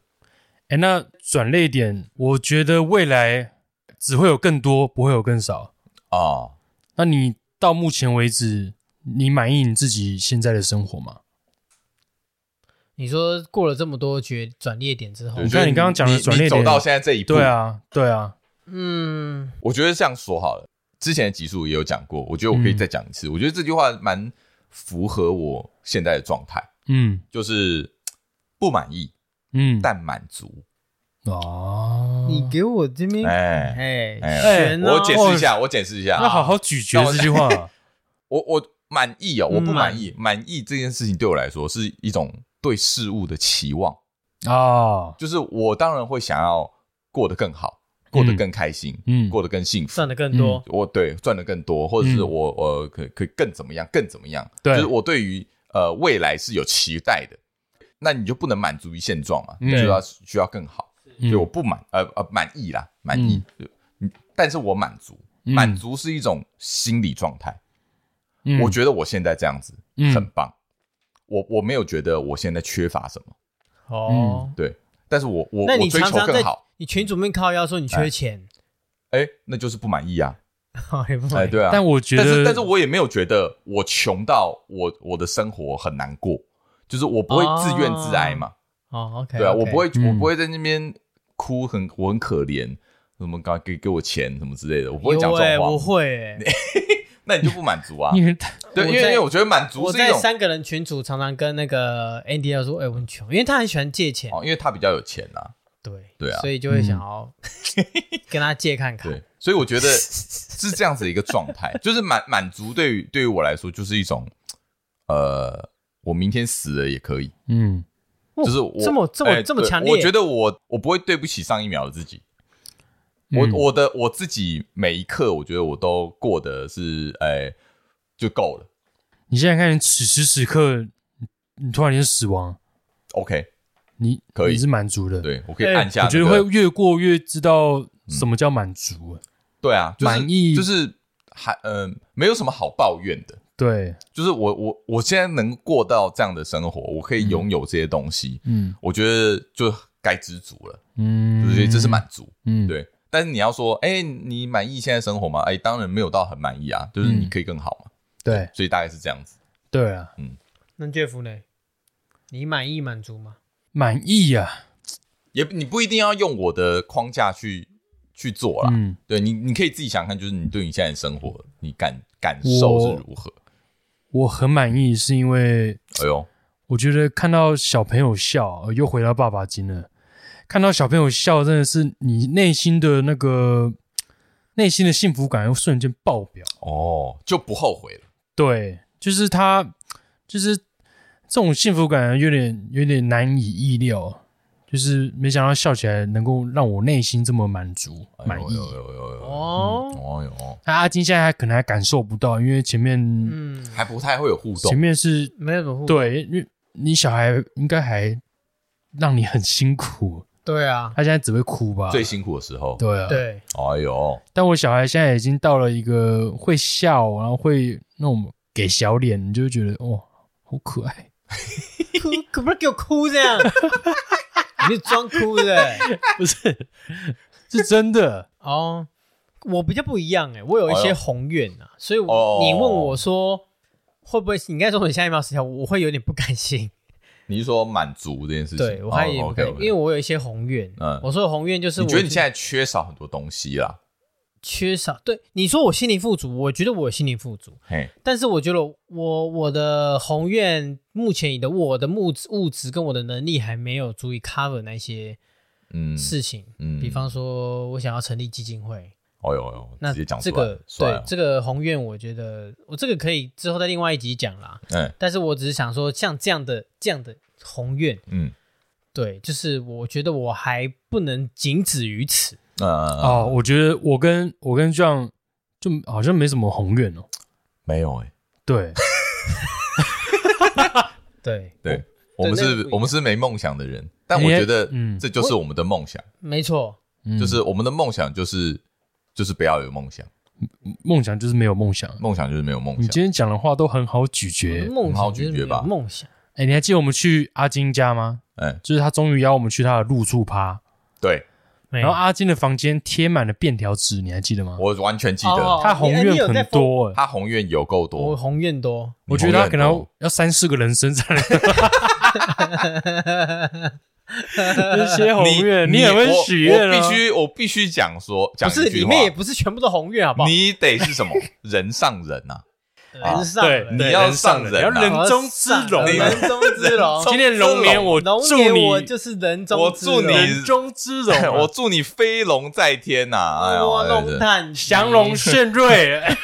[SPEAKER 3] 哎，那转类点，我觉得未来只会有更多，不会有更少。
[SPEAKER 2] 啊，
[SPEAKER 3] 那你到目前为止，你满意你自己现在的生活吗？
[SPEAKER 1] 你说过了这么多绝转捩点之后
[SPEAKER 2] 对，
[SPEAKER 3] 你
[SPEAKER 2] 就是
[SPEAKER 3] 看你刚刚讲的转捩
[SPEAKER 2] 你走
[SPEAKER 3] 点
[SPEAKER 2] 到现在这一步，
[SPEAKER 3] 对啊，对啊，
[SPEAKER 1] 嗯，
[SPEAKER 2] 我觉得这样说好了，之前的集数也有讲过，我觉得我可以
[SPEAKER 3] 嗯
[SPEAKER 2] 再讲一次。我觉得这句话蛮符合我现在的状态，
[SPEAKER 3] 嗯
[SPEAKER 2] 就是嘖不满意
[SPEAKER 3] 嗯，
[SPEAKER 2] 但满足。
[SPEAKER 3] 哦，
[SPEAKER 1] 你给我这边
[SPEAKER 2] 哎、
[SPEAKER 1] 哎
[SPEAKER 2] 哎
[SPEAKER 1] 悬啊
[SPEAKER 2] 我解释一下，我解释一下。
[SPEAKER 3] 嗯哦
[SPEAKER 2] 啊
[SPEAKER 3] 要好好咀嚼这句话。啊
[SPEAKER 2] <laughs> 我我满意哦，我不满
[SPEAKER 3] 嗯
[SPEAKER 2] 意。满意这件事情对我来说是一种对事物的期望，
[SPEAKER 3] 哦，
[SPEAKER 2] 就是我当然会想要过得更好，过得更开心，
[SPEAKER 3] 嗯
[SPEAKER 2] 过得更幸福。
[SPEAKER 1] 赚的更多，
[SPEAKER 2] 我对赚的更多，或者是
[SPEAKER 3] 嗯
[SPEAKER 2] 我、我可可以更怎么样，更怎么样？
[SPEAKER 3] 对
[SPEAKER 2] 就是我对于呃未来是有期待的，那你就不能满足于现状嘛，
[SPEAKER 3] 嗯
[SPEAKER 2] 你就要需要更好。
[SPEAKER 3] 嗯
[SPEAKER 2] 所以我不满呃呃满意啦，满意，就嗯但是我满足，
[SPEAKER 3] 嗯
[SPEAKER 2] 满足是一种心理状态。
[SPEAKER 3] 嗯
[SPEAKER 2] 我觉得我现在这样子
[SPEAKER 3] 嗯
[SPEAKER 2] 很棒，我我没有觉得我现在缺乏什么，
[SPEAKER 1] 哦。
[SPEAKER 2] 对，但是嗯我我
[SPEAKER 1] 那
[SPEAKER 2] 我
[SPEAKER 1] 你
[SPEAKER 2] 追
[SPEAKER 1] 常
[SPEAKER 2] 求
[SPEAKER 1] 常
[SPEAKER 2] 更
[SPEAKER 1] 在
[SPEAKER 2] 好，
[SPEAKER 1] 你群主面靠腰说你缺钱， <laughs> 哦
[SPEAKER 2] 哎，那就是不满意啊，
[SPEAKER 1] 也不
[SPEAKER 2] 哎，
[SPEAKER 1] 买
[SPEAKER 2] 对啊，
[SPEAKER 3] 但我觉得，
[SPEAKER 2] 但是但是我也没有觉得我穷到我我的生活很难过，就是我不会自怨自艾嘛，
[SPEAKER 1] 哦，OK，
[SPEAKER 2] 对啊，我不会、
[SPEAKER 3] 嗯
[SPEAKER 2] 我不会在那边哭很我很可怜，什么刚给给我钱什么之类的，我不会讲
[SPEAKER 1] 有
[SPEAKER 2] 这
[SPEAKER 1] 哎，
[SPEAKER 2] 种话，
[SPEAKER 1] 我会哎，
[SPEAKER 2] 那你就不满足
[SPEAKER 1] <laughs>
[SPEAKER 2] 啊，
[SPEAKER 3] <laughs> 因为
[SPEAKER 2] <laughs> 对，
[SPEAKER 1] 我
[SPEAKER 2] 因为因
[SPEAKER 1] 在
[SPEAKER 2] 为我觉得满足
[SPEAKER 1] 我
[SPEAKER 2] 是一
[SPEAKER 1] 在
[SPEAKER 2] 种
[SPEAKER 1] 三个人群组常常跟那个 Andy 要说，哎，我很穷，因为他很喜欢借钱，
[SPEAKER 2] 哦，因为他比较有钱啊，
[SPEAKER 1] 对
[SPEAKER 2] 对啊
[SPEAKER 1] 所以就会想要 <laughs> 跟他借看看
[SPEAKER 2] 对，，所以我觉得是这样子的一个状态， <laughs> 就是满满足对于对于我来说就是一种，呃，我明天死了也可以，
[SPEAKER 3] 嗯，
[SPEAKER 1] 哦
[SPEAKER 2] 就是我
[SPEAKER 1] 这么这么
[SPEAKER 2] 哎
[SPEAKER 1] 这么
[SPEAKER 2] 对
[SPEAKER 1] 强烈，
[SPEAKER 2] 我觉得我我不会对不起上一秒的自己，我、
[SPEAKER 3] 嗯
[SPEAKER 2] 我的我自己每一刻，我觉得我都过得是哎、就够了
[SPEAKER 3] 你现在看，此时此刻，你突然间死亡，
[SPEAKER 2] ，OK，
[SPEAKER 3] 你
[SPEAKER 2] 可以
[SPEAKER 3] 你是满足的。，
[SPEAKER 2] 对我可以
[SPEAKER 1] 哎
[SPEAKER 2] 按下、
[SPEAKER 3] 我
[SPEAKER 2] 那
[SPEAKER 3] 觉
[SPEAKER 2] 个嗯
[SPEAKER 3] 得会越过越知道什么叫满足。
[SPEAKER 2] 对啊，就是
[SPEAKER 3] 满意
[SPEAKER 2] 就是还嗯、呃没有什么好抱怨的，
[SPEAKER 3] 对，
[SPEAKER 2] 就是我我我现在能过到这样的生活，我可以拥有这些东西，
[SPEAKER 3] 嗯
[SPEAKER 2] 我觉得就该知足了，
[SPEAKER 3] 嗯，
[SPEAKER 2] 就是这是满足。
[SPEAKER 3] 嗯，
[SPEAKER 2] 对，但是你要说，哎、你满意现在生活吗？哎、当然没有到很满意啊，就是
[SPEAKER 3] 嗯
[SPEAKER 2] 你可以更好嘛。
[SPEAKER 3] 对
[SPEAKER 2] 所以大概是这样子。
[SPEAKER 3] 对啊，
[SPEAKER 2] 嗯
[SPEAKER 1] 那 Jeff 呢？你满意满足吗？
[SPEAKER 3] 满意啊，
[SPEAKER 2] 也你不一定要用我的框架去去做啦。
[SPEAKER 3] 嗯，
[SPEAKER 2] 对你，你可以自己想想看，就是你对你现在的生活，你感感
[SPEAKER 3] 我
[SPEAKER 2] 受是如何？
[SPEAKER 3] 我很满意，是因为
[SPEAKER 2] 哎呦，
[SPEAKER 3] 我觉得看到小朋友笑，呃又回到爸爸经了。看到小朋友笑，真的是你内心的那个内心的幸福感又瞬间爆表。
[SPEAKER 2] 哦，就不后悔了。
[SPEAKER 3] 对，就是他，就是这种幸福感有点有点难以意料，就是没想到笑起来能够让我内心这么满足
[SPEAKER 2] 哎呦
[SPEAKER 3] 满意。
[SPEAKER 2] 哎呦哎呦哎呦
[SPEAKER 1] 哦
[SPEAKER 2] 哦哟，
[SPEAKER 3] 那阿金现在还可能还感受不到，因为前面、
[SPEAKER 1] 嗯，
[SPEAKER 2] 还不太会有互动
[SPEAKER 3] 前。面是
[SPEAKER 1] 没有什么互
[SPEAKER 3] 对，因为你小孩应该还让你很辛苦，
[SPEAKER 1] 对啊，
[SPEAKER 3] 他现在只会哭吧？
[SPEAKER 2] 最辛苦的时候，
[SPEAKER 3] 对啊，。
[SPEAKER 1] 对，
[SPEAKER 2] 哎呦，
[SPEAKER 3] 但我小孩现在已经到了一个会笑，然后会那种给小脸，你就会觉得哦，好可爱。
[SPEAKER 1] 哭可不是给我哭这样， <laughs> 你是装哭的
[SPEAKER 3] <laughs> 不 <laughs> 是，是真的。
[SPEAKER 1] 哦。我比较不一样哎、我有一
[SPEAKER 2] 哎
[SPEAKER 1] 些
[SPEAKER 2] 呦
[SPEAKER 1] 宏愿啊，所以
[SPEAKER 2] 哦
[SPEAKER 1] 我你问我说会不会，你应该说我下一秒死掉，我会有点不甘心。
[SPEAKER 2] 你是说满足这件事情？
[SPEAKER 1] 对我还有
[SPEAKER 2] 哦
[SPEAKER 1] 点不
[SPEAKER 2] ，OK，
[SPEAKER 1] 甘心，因为我有一些宏愿。
[SPEAKER 2] 嗯
[SPEAKER 1] 我说的宏愿就是
[SPEAKER 2] 你
[SPEAKER 1] 我
[SPEAKER 2] 觉得你现在缺少很多东西啦。
[SPEAKER 1] 缺少对你说我心灵富足，我觉得我有心灵富足，
[SPEAKER 2] 嘿，
[SPEAKER 1] 但是我觉得我我的宏愿目前你的我的物质物质跟我的能力还没有足以 cover 那些
[SPEAKER 2] 嗯，
[SPEAKER 1] 事情，
[SPEAKER 2] 嗯
[SPEAKER 1] 比方说我想要成立基金会，
[SPEAKER 2] 哎呦哎呦，
[SPEAKER 1] 那
[SPEAKER 2] 直接讲
[SPEAKER 1] 这
[SPEAKER 2] 出来
[SPEAKER 1] 个
[SPEAKER 2] 帅
[SPEAKER 1] 对
[SPEAKER 2] 啊
[SPEAKER 1] 这个宏愿，我觉得我这个可以之后在另外一集讲啦。
[SPEAKER 2] 嗯
[SPEAKER 1] 但是我只是想说，像这样的这样的宏愿，
[SPEAKER 2] 嗯
[SPEAKER 1] 对，就是我觉得我还不能仅止于此。
[SPEAKER 2] 嗯
[SPEAKER 3] 哦，
[SPEAKER 2] 哦，
[SPEAKER 3] 我觉得我跟我跟 John 就好像没什么宏愿哦。
[SPEAKER 2] 没有哎，
[SPEAKER 3] 对，
[SPEAKER 1] 对，
[SPEAKER 2] 对我们
[SPEAKER 1] 对那
[SPEAKER 2] 是
[SPEAKER 1] 个不一哎样
[SPEAKER 2] 我们是没梦想的人，但我
[SPEAKER 3] 你也
[SPEAKER 2] 觉得
[SPEAKER 3] 嗯
[SPEAKER 2] 这就是我们的梦想，
[SPEAKER 1] 没错，
[SPEAKER 3] 嗯
[SPEAKER 2] 就是我们的梦想就是就是不要有梦想，
[SPEAKER 3] 梦想就是没有梦想。
[SPEAKER 2] 梦想就是没有梦
[SPEAKER 3] 你
[SPEAKER 2] 想。
[SPEAKER 3] 今天讲的话都很好咀
[SPEAKER 1] 我
[SPEAKER 3] 嚼
[SPEAKER 1] 的。梦
[SPEAKER 2] 很好
[SPEAKER 1] 想就是
[SPEAKER 2] 咀
[SPEAKER 1] 没
[SPEAKER 2] 嚼吧
[SPEAKER 1] 有梦想。
[SPEAKER 3] 哎，你还记得我们去阿金家吗？
[SPEAKER 2] 哎，
[SPEAKER 3] 就是他终于邀我们去他的露宿趴，
[SPEAKER 2] 对
[SPEAKER 1] 然
[SPEAKER 3] 然后阿金的房间贴满了便条纸，你还记得吗？
[SPEAKER 2] 哎我完全记
[SPEAKER 1] 哦
[SPEAKER 2] 得，
[SPEAKER 3] 他宏
[SPEAKER 1] 你
[SPEAKER 3] 愿
[SPEAKER 1] 你有在
[SPEAKER 3] 很
[SPEAKER 1] 疯
[SPEAKER 3] 多、哎，
[SPEAKER 2] 他宏愿有够
[SPEAKER 1] 我
[SPEAKER 2] 多，
[SPEAKER 1] 宏愿哦多，
[SPEAKER 2] 你
[SPEAKER 3] 我觉得他
[SPEAKER 2] 宏愿
[SPEAKER 3] 可
[SPEAKER 2] 很
[SPEAKER 3] 能
[SPEAKER 2] 多
[SPEAKER 3] 要三四个人生才能写宏愿，
[SPEAKER 2] 你
[SPEAKER 3] 很会
[SPEAKER 2] 我
[SPEAKER 3] 许愿啊！
[SPEAKER 2] 我必须我必须讲说
[SPEAKER 1] 不
[SPEAKER 2] 讲
[SPEAKER 1] 是
[SPEAKER 2] 一句
[SPEAKER 1] 里
[SPEAKER 2] 话，
[SPEAKER 1] 面也不是全部都宏愿，好不好？
[SPEAKER 2] 你得是什么人上人啊？
[SPEAKER 1] 人上
[SPEAKER 3] 对，
[SPEAKER 1] 人
[SPEAKER 2] 对
[SPEAKER 3] 对
[SPEAKER 2] 你要
[SPEAKER 3] 人上
[SPEAKER 2] 上
[SPEAKER 3] 你
[SPEAKER 2] 人
[SPEAKER 3] 要
[SPEAKER 2] 啊
[SPEAKER 3] 人中之龙
[SPEAKER 2] 你
[SPEAKER 3] 啊
[SPEAKER 1] 人！中之龙。
[SPEAKER 3] 今天龙年我
[SPEAKER 1] 龙
[SPEAKER 3] 祝
[SPEAKER 1] 年我
[SPEAKER 3] 你
[SPEAKER 1] 就是人中
[SPEAKER 2] 我
[SPEAKER 1] 之
[SPEAKER 2] 祝
[SPEAKER 1] 龙
[SPEAKER 2] 你，
[SPEAKER 3] 人中之龙 <laughs> 我
[SPEAKER 2] 我祝你飞龙在天呐、哎呦哎
[SPEAKER 1] 卧龙
[SPEAKER 2] 对
[SPEAKER 1] 探吉
[SPEAKER 3] 降龙献瑞。哎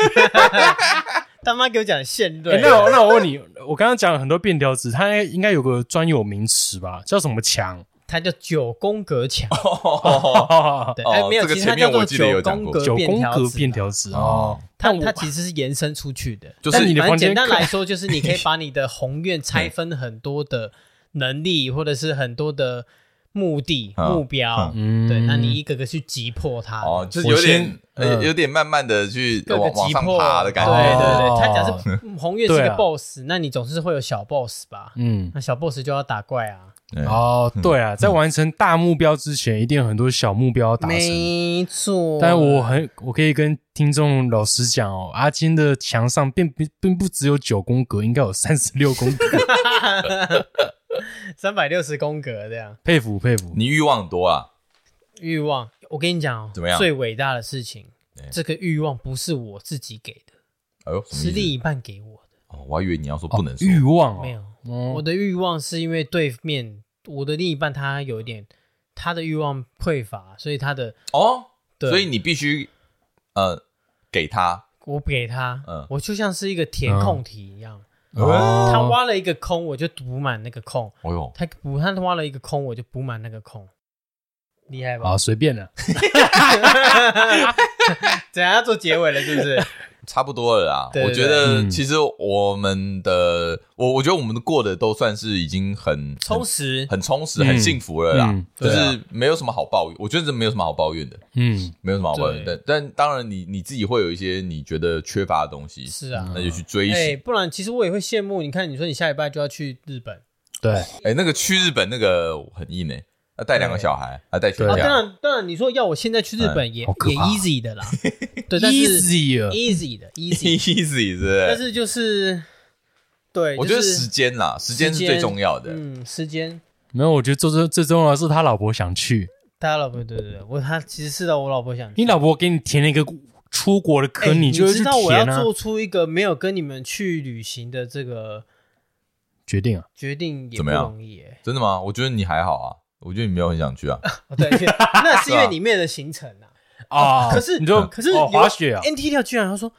[SPEAKER 1] 他妈给我讲现
[SPEAKER 3] 那
[SPEAKER 1] 对，
[SPEAKER 3] 我那我问你，我刚刚讲了很多变调子，它应该有个专有名词吧？叫什么墙？
[SPEAKER 1] 它叫九宫格墙，对，
[SPEAKER 2] 哦
[SPEAKER 1] 哎，没有，
[SPEAKER 2] 这个
[SPEAKER 1] 其实它
[SPEAKER 2] 前面
[SPEAKER 1] 叫做
[SPEAKER 2] 我记得有
[SPEAKER 1] 九
[SPEAKER 2] 讲
[SPEAKER 1] 宫
[SPEAKER 2] 过
[SPEAKER 1] 格
[SPEAKER 3] 九
[SPEAKER 1] 便
[SPEAKER 3] 宫
[SPEAKER 1] 条
[SPEAKER 3] 格
[SPEAKER 1] 纸
[SPEAKER 3] 变
[SPEAKER 1] 嘛
[SPEAKER 3] 条子
[SPEAKER 2] 哦
[SPEAKER 3] 哦。
[SPEAKER 1] 它
[SPEAKER 3] 但我
[SPEAKER 1] 它其实是延伸出去的，
[SPEAKER 2] 就是
[SPEAKER 3] 但你的
[SPEAKER 1] 反
[SPEAKER 3] 房
[SPEAKER 1] 正简
[SPEAKER 3] 间
[SPEAKER 1] 单来说，就是你
[SPEAKER 3] <laughs>
[SPEAKER 1] 可以把你的宏愿拆分很多的能力，或者是很多的目的、
[SPEAKER 2] 嗯
[SPEAKER 1] 目标，
[SPEAKER 3] 嗯
[SPEAKER 1] 对，那你一个个去击破它。
[SPEAKER 2] 哦，就是有
[SPEAKER 3] 我
[SPEAKER 2] 点
[SPEAKER 3] 先、嗯
[SPEAKER 2] 呃有点慢慢的去
[SPEAKER 1] 各个
[SPEAKER 2] 往往
[SPEAKER 1] 击
[SPEAKER 2] 上
[SPEAKER 1] 破
[SPEAKER 2] 爬的感觉，
[SPEAKER 1] 对
[SPEAKER 3] 哦
[SPEAKER 1] 对对，他假设嗯红月是
[SPEAKER 3] 对
[SPEAKER 1] 个
[SPEAKER 3] 啊
[SPEAKER 1] boss，那你总是会有小 boss 吧？
[SPEAKER 3] 嗯
[SPEAKER 1] 那小 boss 就要打怪啊，
[SPEAKER 2] 嗯
[SPEAKER 3] 哦，对啊，在完成大目标之前，一定有很多小目标要达成。
[SPEAKER 1] 没错。
[SPEAKER 3] 但我很，我可以跟听众老实讲哦，阿金的墙上并并并不只有九宫格，应该有三十六
[SPEAKER 2] <laughs>
[SPEAKER 3] 宫格。
[SPEAKER 1] <laughs> 三百六十宫格这样
[SPEAKER 3] 佩服佩服，
[SPEAKER 2] 你欲望很多啊，
[SPEAKER 1] 欲望，我跟你讲哦，
[SPEAKER 2] 怎么样
[SPEAKER 1] 最伟大的事情
[SPEAKER 2] 哎，
[SPEAKER 1] 这个欲望不是我自己给的，
[SPEAKER 2] 哎呦，什么意思
[SPEAKER 1] 是另一半给我的。
[SPEAKER 2] 哦，我还以为你要说不能说，
[SPEAKER 3] 欲望哦
[SPEAKER 1] 没有，
[SPEAKER 3] 哦
[SPEAKER 1] 我的欲望是因为对面我的另一半他有一点他的欲望匮乏，所以他的
[SPEAKER 2] 哦，
[SPEAKER 1] 对
[SPEAKER 2] 所以你必须呃给他，
[SPEAKER 1] 我给他
[SPEAKER 2] 嗯，
[SPEAKER 1] 我就像是一个填空题一样。
[SPEAKER 3] 哦
[SPEAKER 1] 他挖了一个空，我就补满那个空；
[SPEAKER 2] 哦呦，
[SPEAKER 1] 他补他挖了一个空，我就补满那个空，厉 <laughs> 害吧
[SPEAKER 3] 啊，？随便了。
[SPEAKER 1] 怎样要做结尾了是不是？
[SPEAKER 2] 差不多了啦。
[SPEAKER 1] 对
[SPEAKER 2] 我觉得
[SPEAKER 3] 对
[SPEAKER 2] 其实我们的，我我觉得我们过的都算是已经很
[SPEAKER 1] 充、实
[SPEAKER 2] 很，很充实、
[SPEAKER 3] 嗯
[SPEAKER 2] 很幸福了啦，
[SPEAKER 3] 嗯
[SPEAKER 2] 就
[SPEAKER 1] 对
[SPEAKER 2] 是
[SPEAKER 1] 啊
[SPEAKER 2] 没有什么好抱怨。我觉得这没有什么好抱怨的，
[SPEAKER 3] 嗯，
[SPEAKER 2] 没有什么好抱怨。
[SPEAKER 1] 对
[SPEAKER 2] 但但当然你，你自己会有一些你觉得缺乏的东西，
[SPEAKER 1] 是啊
[SPEAKER 2] 那就去追寻。
[SPEAKER 1] 哎、
[SPEAKER 2] 哎、
[SPEAKER 1] 不然其实我也会羡慕。你看，你说你下礼拜就要去日本，
[SPEAKER 3] 对，
[SPEAKER 2] 哎那个去日本那个很硬哎、啊带两个
[SPEAKER 1] 对
[SPEAKER 2] 小孩，啊带全
[SPEAKER 1] 啊，
[SPEAKER 3] 对
[SPEAKER 1] 当
[SPEAKER 2] 家，
[SPEAKER 1] 然，当然，你说要我现在去日本也、
[SPEAKER 3] 好可
[SPEAKER 1] 也
[SPEAKER 3] 怕
[SPEAKER 1] easy 的啦，对，但是
[SPEAKER 3] <laughs> easy
[SPEAKER 1] easy 的
[SPEAKER 2] <laughs>
[SPEAKER 1] easy，
[SPEAKER 2] easy 是不
[SPEAKER 1] 但
[SPEAKER 2] 是？
[SPEAKER 1] 是就是对，
[SPEAKER 2] 我觉得
[SPEAKER 1] 就是
[SPEAKER 2] 时间啦，时间是
[SPEAKER 1] 时
[SPEAKER 2] 最
[SPEAKER 1] 间
[SPEAKER 2] 重要的。
[SPEAKER 1] 嗯，时间，
[SPEAKER 3] 没有，我觉得最最最重要的是他老婆想去，
[SPEAKER 1] 大家老婆对对对，我他其实是的，我老婆想去
[SPEAKER 3] 你老婆给你填了一个出国的
[SPEAKER 1] 哎
[SPEAKER 3] 坑，就会
[SPEAKER 1] 知
[SPEAKER 3] 去
[SPEAKER 1] 道我要
[SPEAKER 3] 填啊，
[SPEAKER 1] 做出一个没有跟你们去旅行的这个
[SPEAKER 3] 决定啊，
[SPEAKER 1] 决定也
[SPEAKER 2] 怎
[SPEAKER 1] 不
[SPEAKER 2] 么样
[SPEAKER 1] 容易哎、
[SPEAKER 2] 真的吗？我觉得你还好啊，我觉得你没有很想去啊。
[SPEAKER 1] 哦，对，因为那是
[SPEAKER 2] <laughs>
[SPEAKER 1] 因
[SPEAKER 2] 是
[SPEAKER 1] 为
[SPEAKER 2] 吧
[SPEAKER 1] 里面的行程啊。
[SPEAKER 3] 啊，
[SPEAKER 1] 可是
[SPEAKER 3] 你说
[SPEAKER 1] 可是
[SPEAKER 3] 哦
[SPEAKER 1] 有
[SPEAKER 3] 滑雪啊，
[SPEAKER 1] NT 跳居然他说，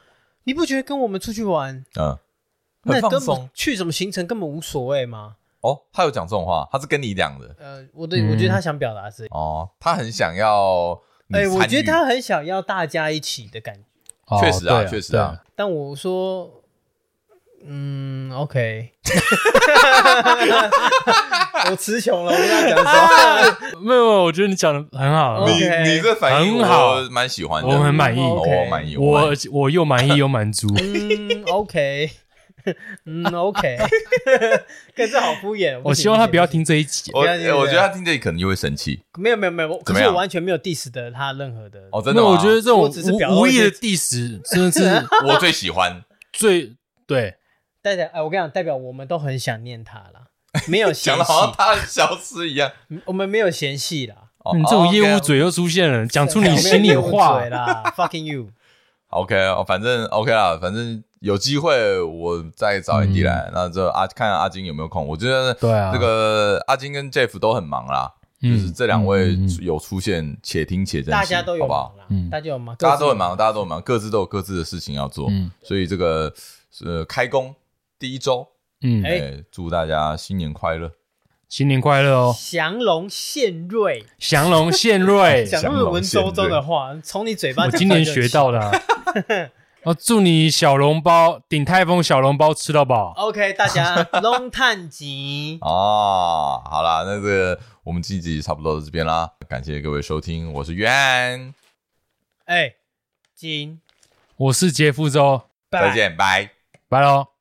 [SPEAKER 1] 你不觉得跟我们出去玩，
[SPEAKER 2] 嗯，
[SPEAKER 1] <laughs> 那
[SPEAKER 2] 很放
[SPEAKER 1] 根
[SPEAKER 2] 松
[SPEAKER 1] 本去什么行程根本无所谓吗？
[SPEAKER 2] 哦。他有讲这种话，他是跟你讲的
[SPEAKER 3] 嗯
[SPEAKER 1] 呃，我对、我觉得他想表达是，
[SPEAKER 2] 哦。他很想要你
[SPEAKER 1] 哎、
[SPEAKER 2] 参与，
[SPEAKER 1] 我觉得他很想要大家一起的感觉，
[SPEAKER 3] 哦
[SPEAKER 2] 确实啊
[SPEAKER 3] 对
[SPEAKER 2] 确实啊，
[SPEAKER 1] 但我说，嗯，OK，我词穷了，我不知道讲什么，
[SPEAKER 3] 对啊没有，没有我觉得你讲的很好，啊
[SPEAKER 2] 你
[SPEAKER 1] 哦 OK
[SPEAKER 2] 你这反应
[SPEAKER 3] 很好
[SPEAKER 2] 我蛮喜欢的，
[SPEAKER 3] 我很满意
[SPEAKER 2] 哦
[SPEAKER 1] OK
[SPEAKER 2] 我满意，我
[SPEAKER 3] 我
[SPEAKER 2] 满意
[SPEAKER 3] 我又满意又
[SPEAKER 1] <laughs>
[SPEAKER 3] 满足，
[SPEAKER 1] <laughs> 嗯，OK。嗯，OK，可是好敷衍。
[SPEAKER 3] 我
[SPEAKER 1] 行
[SPEAKER 3] 希望他不要
[SPEAKER 1] 行行
[SPEAKER 3] 听这一集，
[SPEAKER 2] 我
[SPEAKER 1] 不要紧
[SPEAKER 2] 我
[SPEAKER 1] 不要
[SPEAKER 2] 觉
[SPEAKER 1] 紧
[SPEAKER 2] 得他听这里可能就会生气
[SPEAKER 1] 没有没有没有，我
[SPEAKER 2] 怎
[SPEAKER 1] 可
[SPEAKER 2] 么
[SPEAKER 1] 是
[SPEAKER 2] 样
[SPEAKER 1] 我完全没有 diss 的他任何的
[SPEAKER 2] 哦，真的
[SPEAKER 3] 那
[SPEAKER 2] 吗？
[SPEAKER 3] 我觉得这
[SPEAKER 1] 我
[SPEAKER 3] 种
[SPEAKER 1] 只是表
[SPEAKER 3] 无无
[SPEAKER 1] 露一
[SPEAKER 3] 意
[SPEAKER 1] 些
[SPEAKER 3] 的 diss 真的
[SPEAKER 1] <laughs>
[SPEAKER 3] 是
[SPEAKER 2] 我最喜
[SPEAKER 3] <laughs>
[SPEAKER 2] 欢
[SPEAKER 3] 最对，
[SPEAKER 1] 代表，哎，我跟你讲，代表我们都很想念他啦，没有嫌
[SPEAKER 2] 讲的好像
[SPEAKER 1] 弃，
[SPEAKER 2] 他消失一样。
[SPEAKER 1] 我们没有嫌弃啦，
[SPEAKER 2] 哦
[SPEAKER 3] 你这种业务，
[SPEAKER 2] 哦
[SPEAKER 3] 嘴又出现了，讲出你
[SPEAKER 1] 我没有
[SPEAKER 3] 心里
[SPEAKER 1] 业务
[SPEAKER 2] <laughs>
[SPEAKER 3] 话
[SPEAKER 1] 嘴，啦，fucking
[SPEAKER 3] <laughs>
[SPEAKER 1] you，
[SPEAKER 2] OK，OK，哦反正 OK 啦，反正有机会我再找 Andy 来，那这阿看阿金有没有空。我觉得
[SPEAKER 3] 嗯对啊
[SPEAKER 2] 这个阿金跟 Jeff 都很忙啦，
[SPEAKER 3] 嗯
[SPEAKER 2] 就是这两位
[SPEAKER 3] 嗯嗯嗯
[SPEAKER 2] 有出现，且听且珍惜，
[SPEAKER 1] 大家都有
[SPEAKER 2] 好不好
[SPEAKER 1] 忙？啦
[SPEAKER 3] 嗯，
[SPEAKER 1] 大家有忙，
[SPEAKER 2] 大家都
[SPEAKER 1] 有
[SPEAKER 2] 很忙，大家都很忙，各自都有各自的事情要做，
[SPEAKER 3] 嗯
[SPEAKER 2] 所以这个呃开工第一周，
[SPEAKER 3] 嗯
[SPEAKER 1] 哎，
[SPEAKER 2] 哎、祝大家新年快乐！
[SPEAKER 3] 新年快乐哦，
[SPEAKER 1] 降龙献瑞，
[SPEAKER 3] 降龙献瑞，
[SPEAKER 1] <laughs> 讲日文周周的话，从你嘴巴
[SPEAKER 3] 我
[SPEAKER 1] 讲
[SPEAKER 3] 今
[SPEAKER 1] 出来
[SPEAKER 3] 年
[SPEAKER 1] 就
[SPEAKER 3] 学
[SPEAKER 1] 很
[SPEAKER 3] 到了啊。哦，祝你小笼包顶泰丰小笼包吃到饱。
[SPEAKER 1] OK，大家
[SPEAKER 3] <laughs>
[SPEAKER 1] long 探集，
[SPEAKER 2] 啊，好啦，那这个我们这一集差不多到这边啦，感谢各位收听，我是约翰，
[SPEAKER 1] 哎，金，
[SPEAKER 3] 我是杰夫周，
[SPEAKER 2] 再
[SPEAKER 1] 拜。
[SPEAKER 2] 见，拜。
[SPEAKER 3] 拜喽。